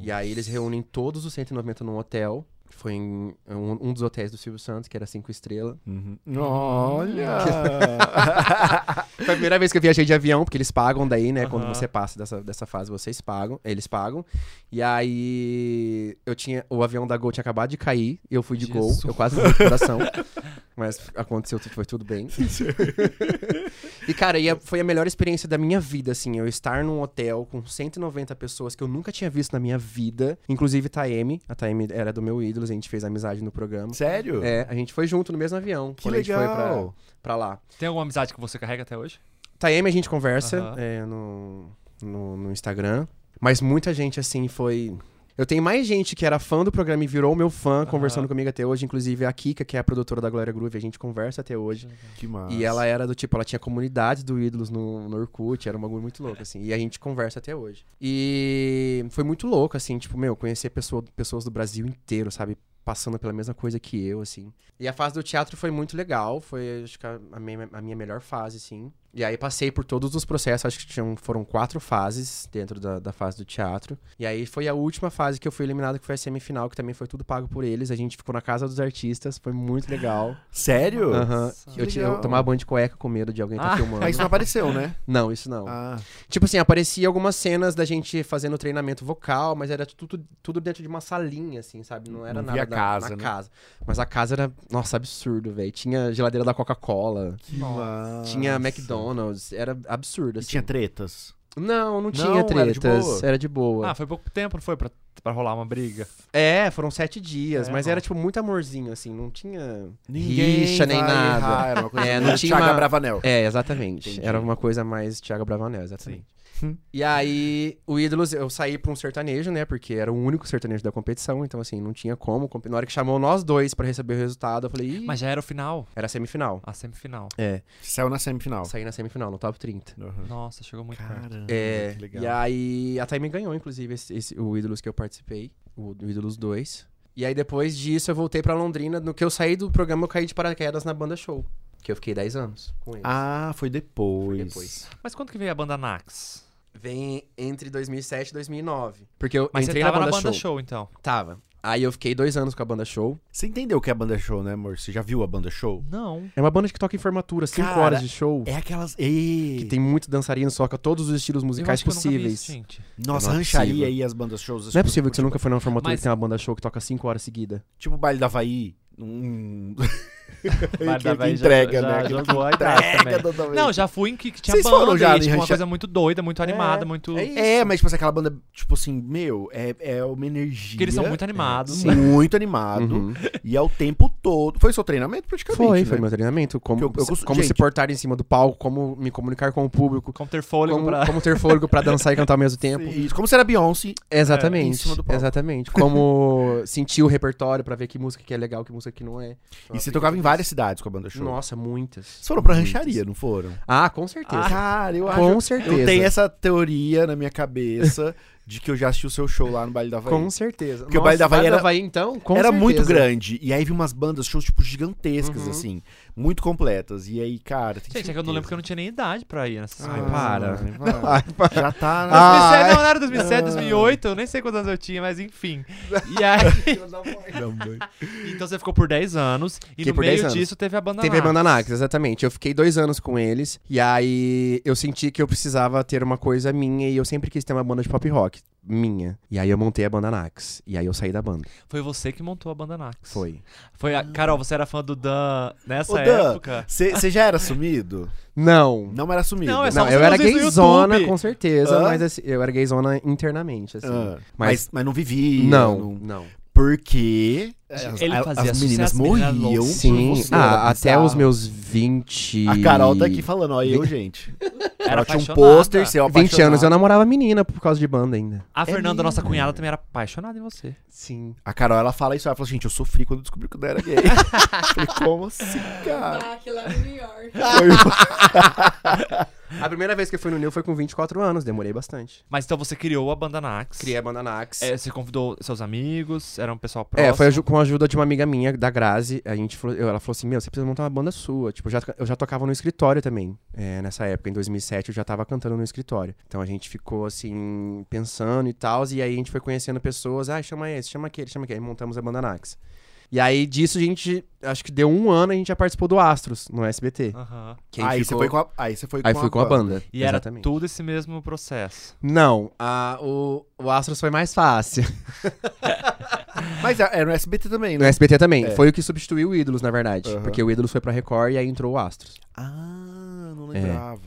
[SPEAKER 3] E aí eles reúnem todos os 190 num hotel. Foi em um, um dos hotéis do Silvio Santos, que era cinco estrelas.
[SPEAKER 1] Uhum. Olha.
[SPEAKER 3] Foi a primeira vez que eu viajei de avião, porque eles pagam daí, né? Quando
[SPEAKER 2] Aham.
[SPEAKER 3] você passa dessa, dessa fase, vocês pagam, eles pagam. E aí eu tinha. O avião da Gol tinha acabado de cair, eu fui de
[SPEAKER 2] Jesus.
[SPEAKER 3] Gol, eu quase morri do coração. mas aconteceu, tudo- foi tudo bem. (laughs) e, cara, e a- foi a melhor experiência da minha vida, assim, eu estar num hotel com 190 pessoas que eu nunca tinha visto na minha vida. Inclusive Taeme. A Taeme era do meu ídolo, a gente fez amizade no
[SPEAKER 1] (laughs)
[SPEAKER 3] programa.
[SPEAKER 1] Sério?
[SPEAKER 3] É, a gente foi junto no mesmo avião.
[SPEAKER 1] Que
[SPEAKER 3] quando a gente foi
[SPEAKER 1] legal.
[SPEAKER 3] pra, pra lá.
[SPEAKER 2] Tem alguma amizade que você carrega até hoje?
[SPEAKER 3] Taeme a gente conversa
[SPEAKER 2] Aham.
[SPEAKER 3] é, no, no, no Instagram. Mas muita gente, assim, foi. Eu tenho mais gente que era fã do programa e virou meu fã, conversando comigo até hoje. Inclusive a Kika, que é a produtora da Glória Groove, a gente conversa até hoje.
[SPEAKER 1] Que massa.
[SPEAKER 3] E ela era do tipo, ela tinha comunidade do Ídolos no, no Orkut, era um bagulho muito louco, assim. E a gente conversa até hoje. E foi muito louco, assim, tipo, meu, conhecer pessoa, pessoas do Brasil inteiro, sabe? Passando pela mesma coisa que eu, assim. E a fase do teatro foi muito legal, foi, acho que, a, a minha, a minha melhor fase, assim. E aí passei por todos os processos, acho que tinham, foram quatro fases dentro da, da fase do teatro. E aí foi a última fase que eu fui eliminado, que foi a semifinal, que também foi tudo pago por eles. A gente ficou na casa dos artistas, foi muito legal.
[SPEAKER 1] Sério?
[SPEAKER 3] Aham.
[SPEAKER 1] Que
[SPEAKER 3] Eu, tinha,
[SPEAKER 1] legal.
[SPEAKER 3] eu tomava banho de cueca com medo de alguém tá
[SPEAKER 2] Ah,
[SPEAKER 3] filmando.
[SPEAKER 1] Ah, isso não apareceu, né?
[SPEAKER 3] Não, isso não.
[SPEAKER 1] Ah.
[SPEAKER 3] Tipo assim, aparecia algumas cenas da gente fazendo treinamento vocal, mas era tudo, tudo dentro de uma salinha, assim, sabe? Não
[SPEAKER 1] Não
[SPEAKER 3] era nada
[SPEAKER 1] via
[SPEAKER 3] na,
[SPEAKER 1] casa,
[SPEAKER 3] na
[SPEAKER 1] né?
[SPEAKER 3] casa. Mas a casa era, nossa, absurdo, velho. Tinha geladeira da Coca-Cola,
[SPEAKER 1] Que massa.
[SPEAKER 3] tinha McDonald's, era
[SPEAKER 4] E
[SPEAKER 3] absurdo, assim.
[SPEAKER 4] tinha tretas.
[SPEAKER 3] Não, não tinha
[SPEAKER 1] Não, era de
[SPEAKER 3] tretas.
[SPEAKER 1] boa?
[SPEAKER 3] Era de boa.
[SPEAKER 2] Ah, foi pouco tempo, não foi? Pra, pra rolar uma briga.
[SPEAKER 3] É, foram sete dias,
[SPEAKER 2] É,
[SPEAKER 3] mas
[SPEAKER 2] ó.
[SPEAKER 3] era, tipo, muito amorzinho, assim. Não tinha
[SPEAKER 1] Ninguém
[SPEAKER 3] rixa nem
[SPEAKER 1] vai
[SPEAKER 3] nada.
[SPEAKER 1] errar, era uma coisa
[SPEAKER 3] É,
[SPEAKER 1] meio
[SPEAKER 3] não tinha
[SPEAKER 1] Thiago
[SPEAKER 3] uma-
[SPEAKER 1] Bravanel.
[SPEAKER 3] É, exatamente.
[SPEAKER 1] Entendi.
[SPEAKER 3] Era uma coisa mais Thiago Bravanel, exatamente. (laughs) E aí, o Ídolos, eu saí pra um sertanejo, né? Porque era o único sertanejo da competição, então assim, não tinha como. comp- Na hora que chamou nós dois pra receber o resultado, eu falei, Ih,
[SPEAKER 2] Mas já era o final,
[SPEAKER 3] era semifinal.
[SPEAKER 2] a semifinal.
[SPEAKER 3] É,
[SPEAKER 1] Saiu na semifinal.
[SPEAKER 3] saí na semifinal, no top 30.
[SPEAKER 1] Aham.
[SPEAKER 2] Nossa, chegou muito perto.
[SPEAKER 1] Caramba,
[SPEAKER 3] É,
[SPEAKER 1] Ah, que legal.
[SPEAKER 3] e aí a Time ganhou, inclusive, esse, esse- o Ídolos que eu participei, o do Ídolos 2. E aí depois disso eu voltei pra Londrina, no que eu saí do programa eu caí de paraquedas na banda show, que eu fiquei 10 anos com eles.
[SPEAKER 1] Ah, foi depois.
[SPEAKER 3] depois.
[SPEAKER 2] Mas quando que veio a banda Nax?
[SPEAKER 3] Vem entre 2007 e 2009. Porque eu
[SPEAKER 2] Mas
[SPEAKER 3] entrei
[SPEAKER 2] você tava
[SPEAKER 3] na banda, show.
[SPEAKER 2] então.
[SPEAKER 3] Tava. Aí eu fiquei dois anos com a banda show.
[SPEAKER 1] Você entendeu o que é banda show, né, amor? Você já viu a banda show?
[SPEAKER 2] Não.
[SPEAKER 3] É uma banda que toca em formatura, cinco
[SPEAKER 1] Cara,
[SPEAKER 3] horas de show.
[SPEAKER 1] É aquelas. Ei,
[SPEAKER 3] Que tem muito dançarino, toca todos os estilos
[SPEAKER 2] Eu
[SPEAKER 3] musicais
[SPEAKER 2] acho que eu nunca vi
[SPEAKER 3] possíveis.
[SPEAKER 2] isso, gente.
[SPEAKER 1] Nossa,
[SPEAKER 3] Não é
[SPEAKER 1] rancharia
[SPEAKER 3] possível.
[SPEAKER 1] aí as bandas shows.
[SPEAKER 3] Não é possível que você nunca foi numa formatura
[SPEAKER 2] Mas-
[SPEAKER 3] que tem uma banda show que toca cinco horas seguida.
[SPEAKER 1] Tipo o baile da Havaí.
[SPEAKER 2] (laughs)
[SPEAKER 1] Um.
[SPEAKER 2] Vai dar,
[SPEAKER 1] que
[SPEAKER 2] vai, já-
[SPEAKER 1] entrega,
[SPEAKER 2] já-
[SPEAKER 1] né?
[SPEAKER 2] já
[SPEAKER 1] Aquele que
[SPEAKER 2] jogou a idade também.
[SPEAKER 1] entrega totalmente.
[SPEAKER 2] Não, já fui em que, que tinha
[SPEAKER 1] Vocês
[SPEAKER 2] banda,
[SPEAKER 1] foram já
[SPEAKER 2] e,
[SPEAKER 1] em
[SPEAKER 2] tipo, uma
[SPEAKER 1] rancha-
[SPEAKER 2] coisa muito doida, muito animada, muito...
[SPEAKER 3] é isso.
[SPEAKER 1] É, mas tipo, assim, aquela banda, tipo assim, meu, é, é uma energia.
[SPEAKER 2] Porque eles são muito animados. né?
[SPEAKER 1] Sim. Muito animado.
[SPEAKER 3] Uhum.
[SPEAKER 1] E é o tempo todo. Foi seu treinamento praticamente.
[SPEAKER 3] Foi,
[SPEAKER 1] né?
[SPEAKER 3] foi meu treinamento. Como,
[SPEAKER 1] Que eu- eu gosto-
[SPEAKER 3] como se
[SPEAKER 1] gente.
[SPEAKER 3] portar em cima do palco, como me comunicar com o público,
[SPEAKER 2] Com ter fôlego
[SPEAKER 3] como,
[SPEAKER 2] um
[SPEAKER 3] (laughs)
[SPEAKER 2] pra...
[SPEAKER 3] como ter fôlego pra dançar e cantar ao mesmo
[SPEAKER 1] (laughs)
[SPEAKER 3] tempo. É,
[SPEAKER 1] Isso, como será Beyoncé?
[SPEAKER 3] Exatamente.
[SPEAKER 1] em cima do palco.
[SPEAKER 3] Exatamente. Como sentir o repertório pra ver que música que é legal, que música que não é.
[SPEAKER 1] E você tocava em várias cidades com a banda show.
[SPEAKER 3] Nossa, muitas.
[SPEAKER 1] Vocês foram pra
[SPEAKER 3] Muitas.
[SPEAKER 1] rancharia, não foram?
[SPEAKER 3] Ah, com certeza.
[SPEAKER 1] Cara, eu
[SPEAKER 3] com
[SPEAKER 1] acho.
[SPEAKER 3] certeza.
[SPEAKER 1] Eu tenho essa teoria na minha cabeça de que eu já assisti o seu show lá no Baile da Havaí.
[SPEAKER 3] Com certeza.
[SPEAKER 1] Porque o Baile da Havaí era-
[SPEAKER 3] então, com
[SPEAKER 1] era
[SPEAKER 3] certeza.
[SPEAKER 1] muito grande. E aí vi umas bandas, shows, tipo, gigantescas,
[SPEAKER 3] Uhum.
[SPEAKER 1] assim. Muito completas. E aí, cara... tem
[SPEAKER 2] Gente, é que eu não lembro que eu não tinha nem idade pra ir nessas
[SPEAKER 1] certeza.
[SPEAKER 3] Ai,
[SPEAKER 2] coisas.
[SPEAKER 3] para.
[SPEAKER 1] vai. Já tá...
[SPEAKER 3] Ah,
[SPEAKER 2] Ah,
[SPEAKER 3] é?
[SPEAKER 2] não, não era 2007, 2008, eu nem sei quantos anos eu tinha, mas enfim. E aí, é- então você ficou por 10 anos, e
[SPEAKER 3] Fiquei
[SPEAKER 2] no
[SPEAKER 3] por 10
[SPEAKER 2] meio
[SPEAKER 3] anos.
[SPEAKER 2] disso teve a banda
[SPEAKER 3] Teve a
[SPEAKER 2] Narcos.
[SPEAKER 3] banda Narcos, exatamente. Eu fiquei dois anos com eles. E aí eu senti que eu precisava ter uma coisa minha. E eu sempre quis ter uma banda de pop rock minha. E aí eu montei a banda Narcos. E aí eu saí da banda.
[SPEAKER 2] Foi você que montou a banda Narcos.
[SPEAKER 3] Foi.
[SPEAKER 2] Foi a- Carol, você era fã do Dan nessa
[SPEAKER 1] Ô, Dan,
[SPEAKER 2] época?
[SPEAKER 1] Você já era sumido?
[SPEAKER 3] Não.
[SPEAKER 1] Não era sumido.
[SPEAKER 2] Não, é só
[SPEAKER 3] Não,
[SPEAKER 2] você
[SPEAKER 3] eu era
[SPEAKER 2] fazer isso no
[SPEAKER 3] gayzona,
[SPEAKER 2] YouTube.
[SPEAKER 3] com certeza.
[SPEAKER 1] Hã?
[SPEAKER 3] Mas assim, eu era gayzona internamente, assim.
[SPEAKER 1] Ah, mas,
[SPEAKER 3] mas-
[SPEAKER 1] mas, não vivia.
[SPEAKER 3] Não, não.
[SPEAKER 1] Porque as,
[SPEAKER 2] É, Ele
[SPEAKER 1] a-
[SPEAKER 2] fazia
[SPEAKER 1] as meninas
[SPEAKER 2] sucesso, as meninas
[SPEAKER 1] morriam.
[SPEAKER 2] loucas.
[SPEAKER 1] por
[SPEAKER 3] Sim.
[SPEAKER 1] você,
[SPEAKER 3] Ah,
[SPEAKER 1] era
[SPEAKER 3] até os
[SPEAKER 1] bizarro.
[SPEAKER 3] meus 20.
[SPEAKER 1] A Carol tá aqui falando, ó, eu, gente.
[SPEAKER 2] Era
[SPEAKER 1] Ela tinha um
[SPEAKER 2] apaixonada.
[SPEAKER 1] pôster, seu
[SPEAKER 3] 20 anos eu namorava menina por causa de banda ainda.
[SPEAKER 2] A Fernanda, nossa
[SPEAKER 1] mesmo.
[SPEAKER 2] cunhada, também era apaixonada em você.
[SPEAKER 3] Sim.
[SPEAKER 1] A Carol, ela fala isso, ela fala, gente, eu sofri quando eu descobri que eu não era gay. (laughs) Falei, como assim, cara?
[SPEAKER 5] Ah, que lá no New York.
[SPEAKER 1] Foi uma-
[SPEAKER 3] A primeira vez que eu fui no Nil foi com 24 anos, demorei bastante.
[SPEAKER 2] Mas então você criou a banda Narcos.
[SPEAKER 3] Criei a banda Nax.
[SPEAKER 2] É, você convidou seus amigos, era um pessoal próximo.
[SPEAKER 3] É, foi aju- com a ajuda de uma amiga minha, da Grazi. A gente falou- eu- ela falou assim: Meu, você precisa montar uma banda sua. Tipo, eu já, eu já tocava no escritório também. é, nessa época, em 2007, eu já tava cantando no escritório. Então a gente ficou assim, pensando e tal. E aí a gente foi conhecendo pessoas. Ah, chama esse, chama aquele, chama aquele. Aí montamos a banda Nax. E aí disso a gente, acho que deu um ano, a gente já participou do Astros no SBT.
[SPEAKER 2] Aham.
[SPEAKER 3] que a gente
[SPEAKER 1] Aí você
[SPEAKER 3] ficou-
[SPEAKER 1] foi com a, aí você foi
[SPEAKER 3] Aí fui com a banda.
[SPEAKER 2] E era tudo esse mesmo processo.
[SPEAKER 3] Não, a- o, o Astros foi mais fácil.
[SPEAKER 1] Mas a- era no SBT também,
[SPEAKER 3] No
[SPEAKER 1] né?
[SPEAKER 3] SBT também.
[SPEAKER 1] É.
[SPEAKER 3] Foi o que substituiu o Ídolos, na verdade.
[SPEAKER 1] Aham.
[SPEAKER 3] Porque o Ídolos foi pra Record e aí entrou o Astros.
[SPEAKER 1] Ah, não
[SPEAKER 3] É.
[SPEAKER 1] lembrava.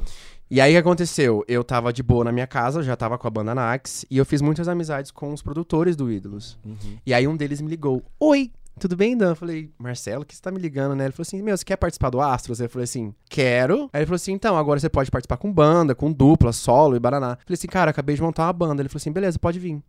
[SPEAKER 3] E aí o que aconteceu? Eu tava de boa na minha casa, já tava com a banda Nax, e eu fiz muitas amizades com os produtores do Ídolos.
[SPEAKER 1] Uhum.
[SPEAKER 3] E aí um deles me ligou: Oi! Tudo bem, Dan? Eu falei, Marcelo, que você tá me ligando, né? Ele falou assim: Meu, você quer participar do Astros? Eu falei assim: Quero. Aí ele falou assim: Então, agora você pode participar com banda, com dupla, solo e baraná. Eu falei assim: Cara, acabei de montar uma banda. Ele falou assim: Beleza, pode vir.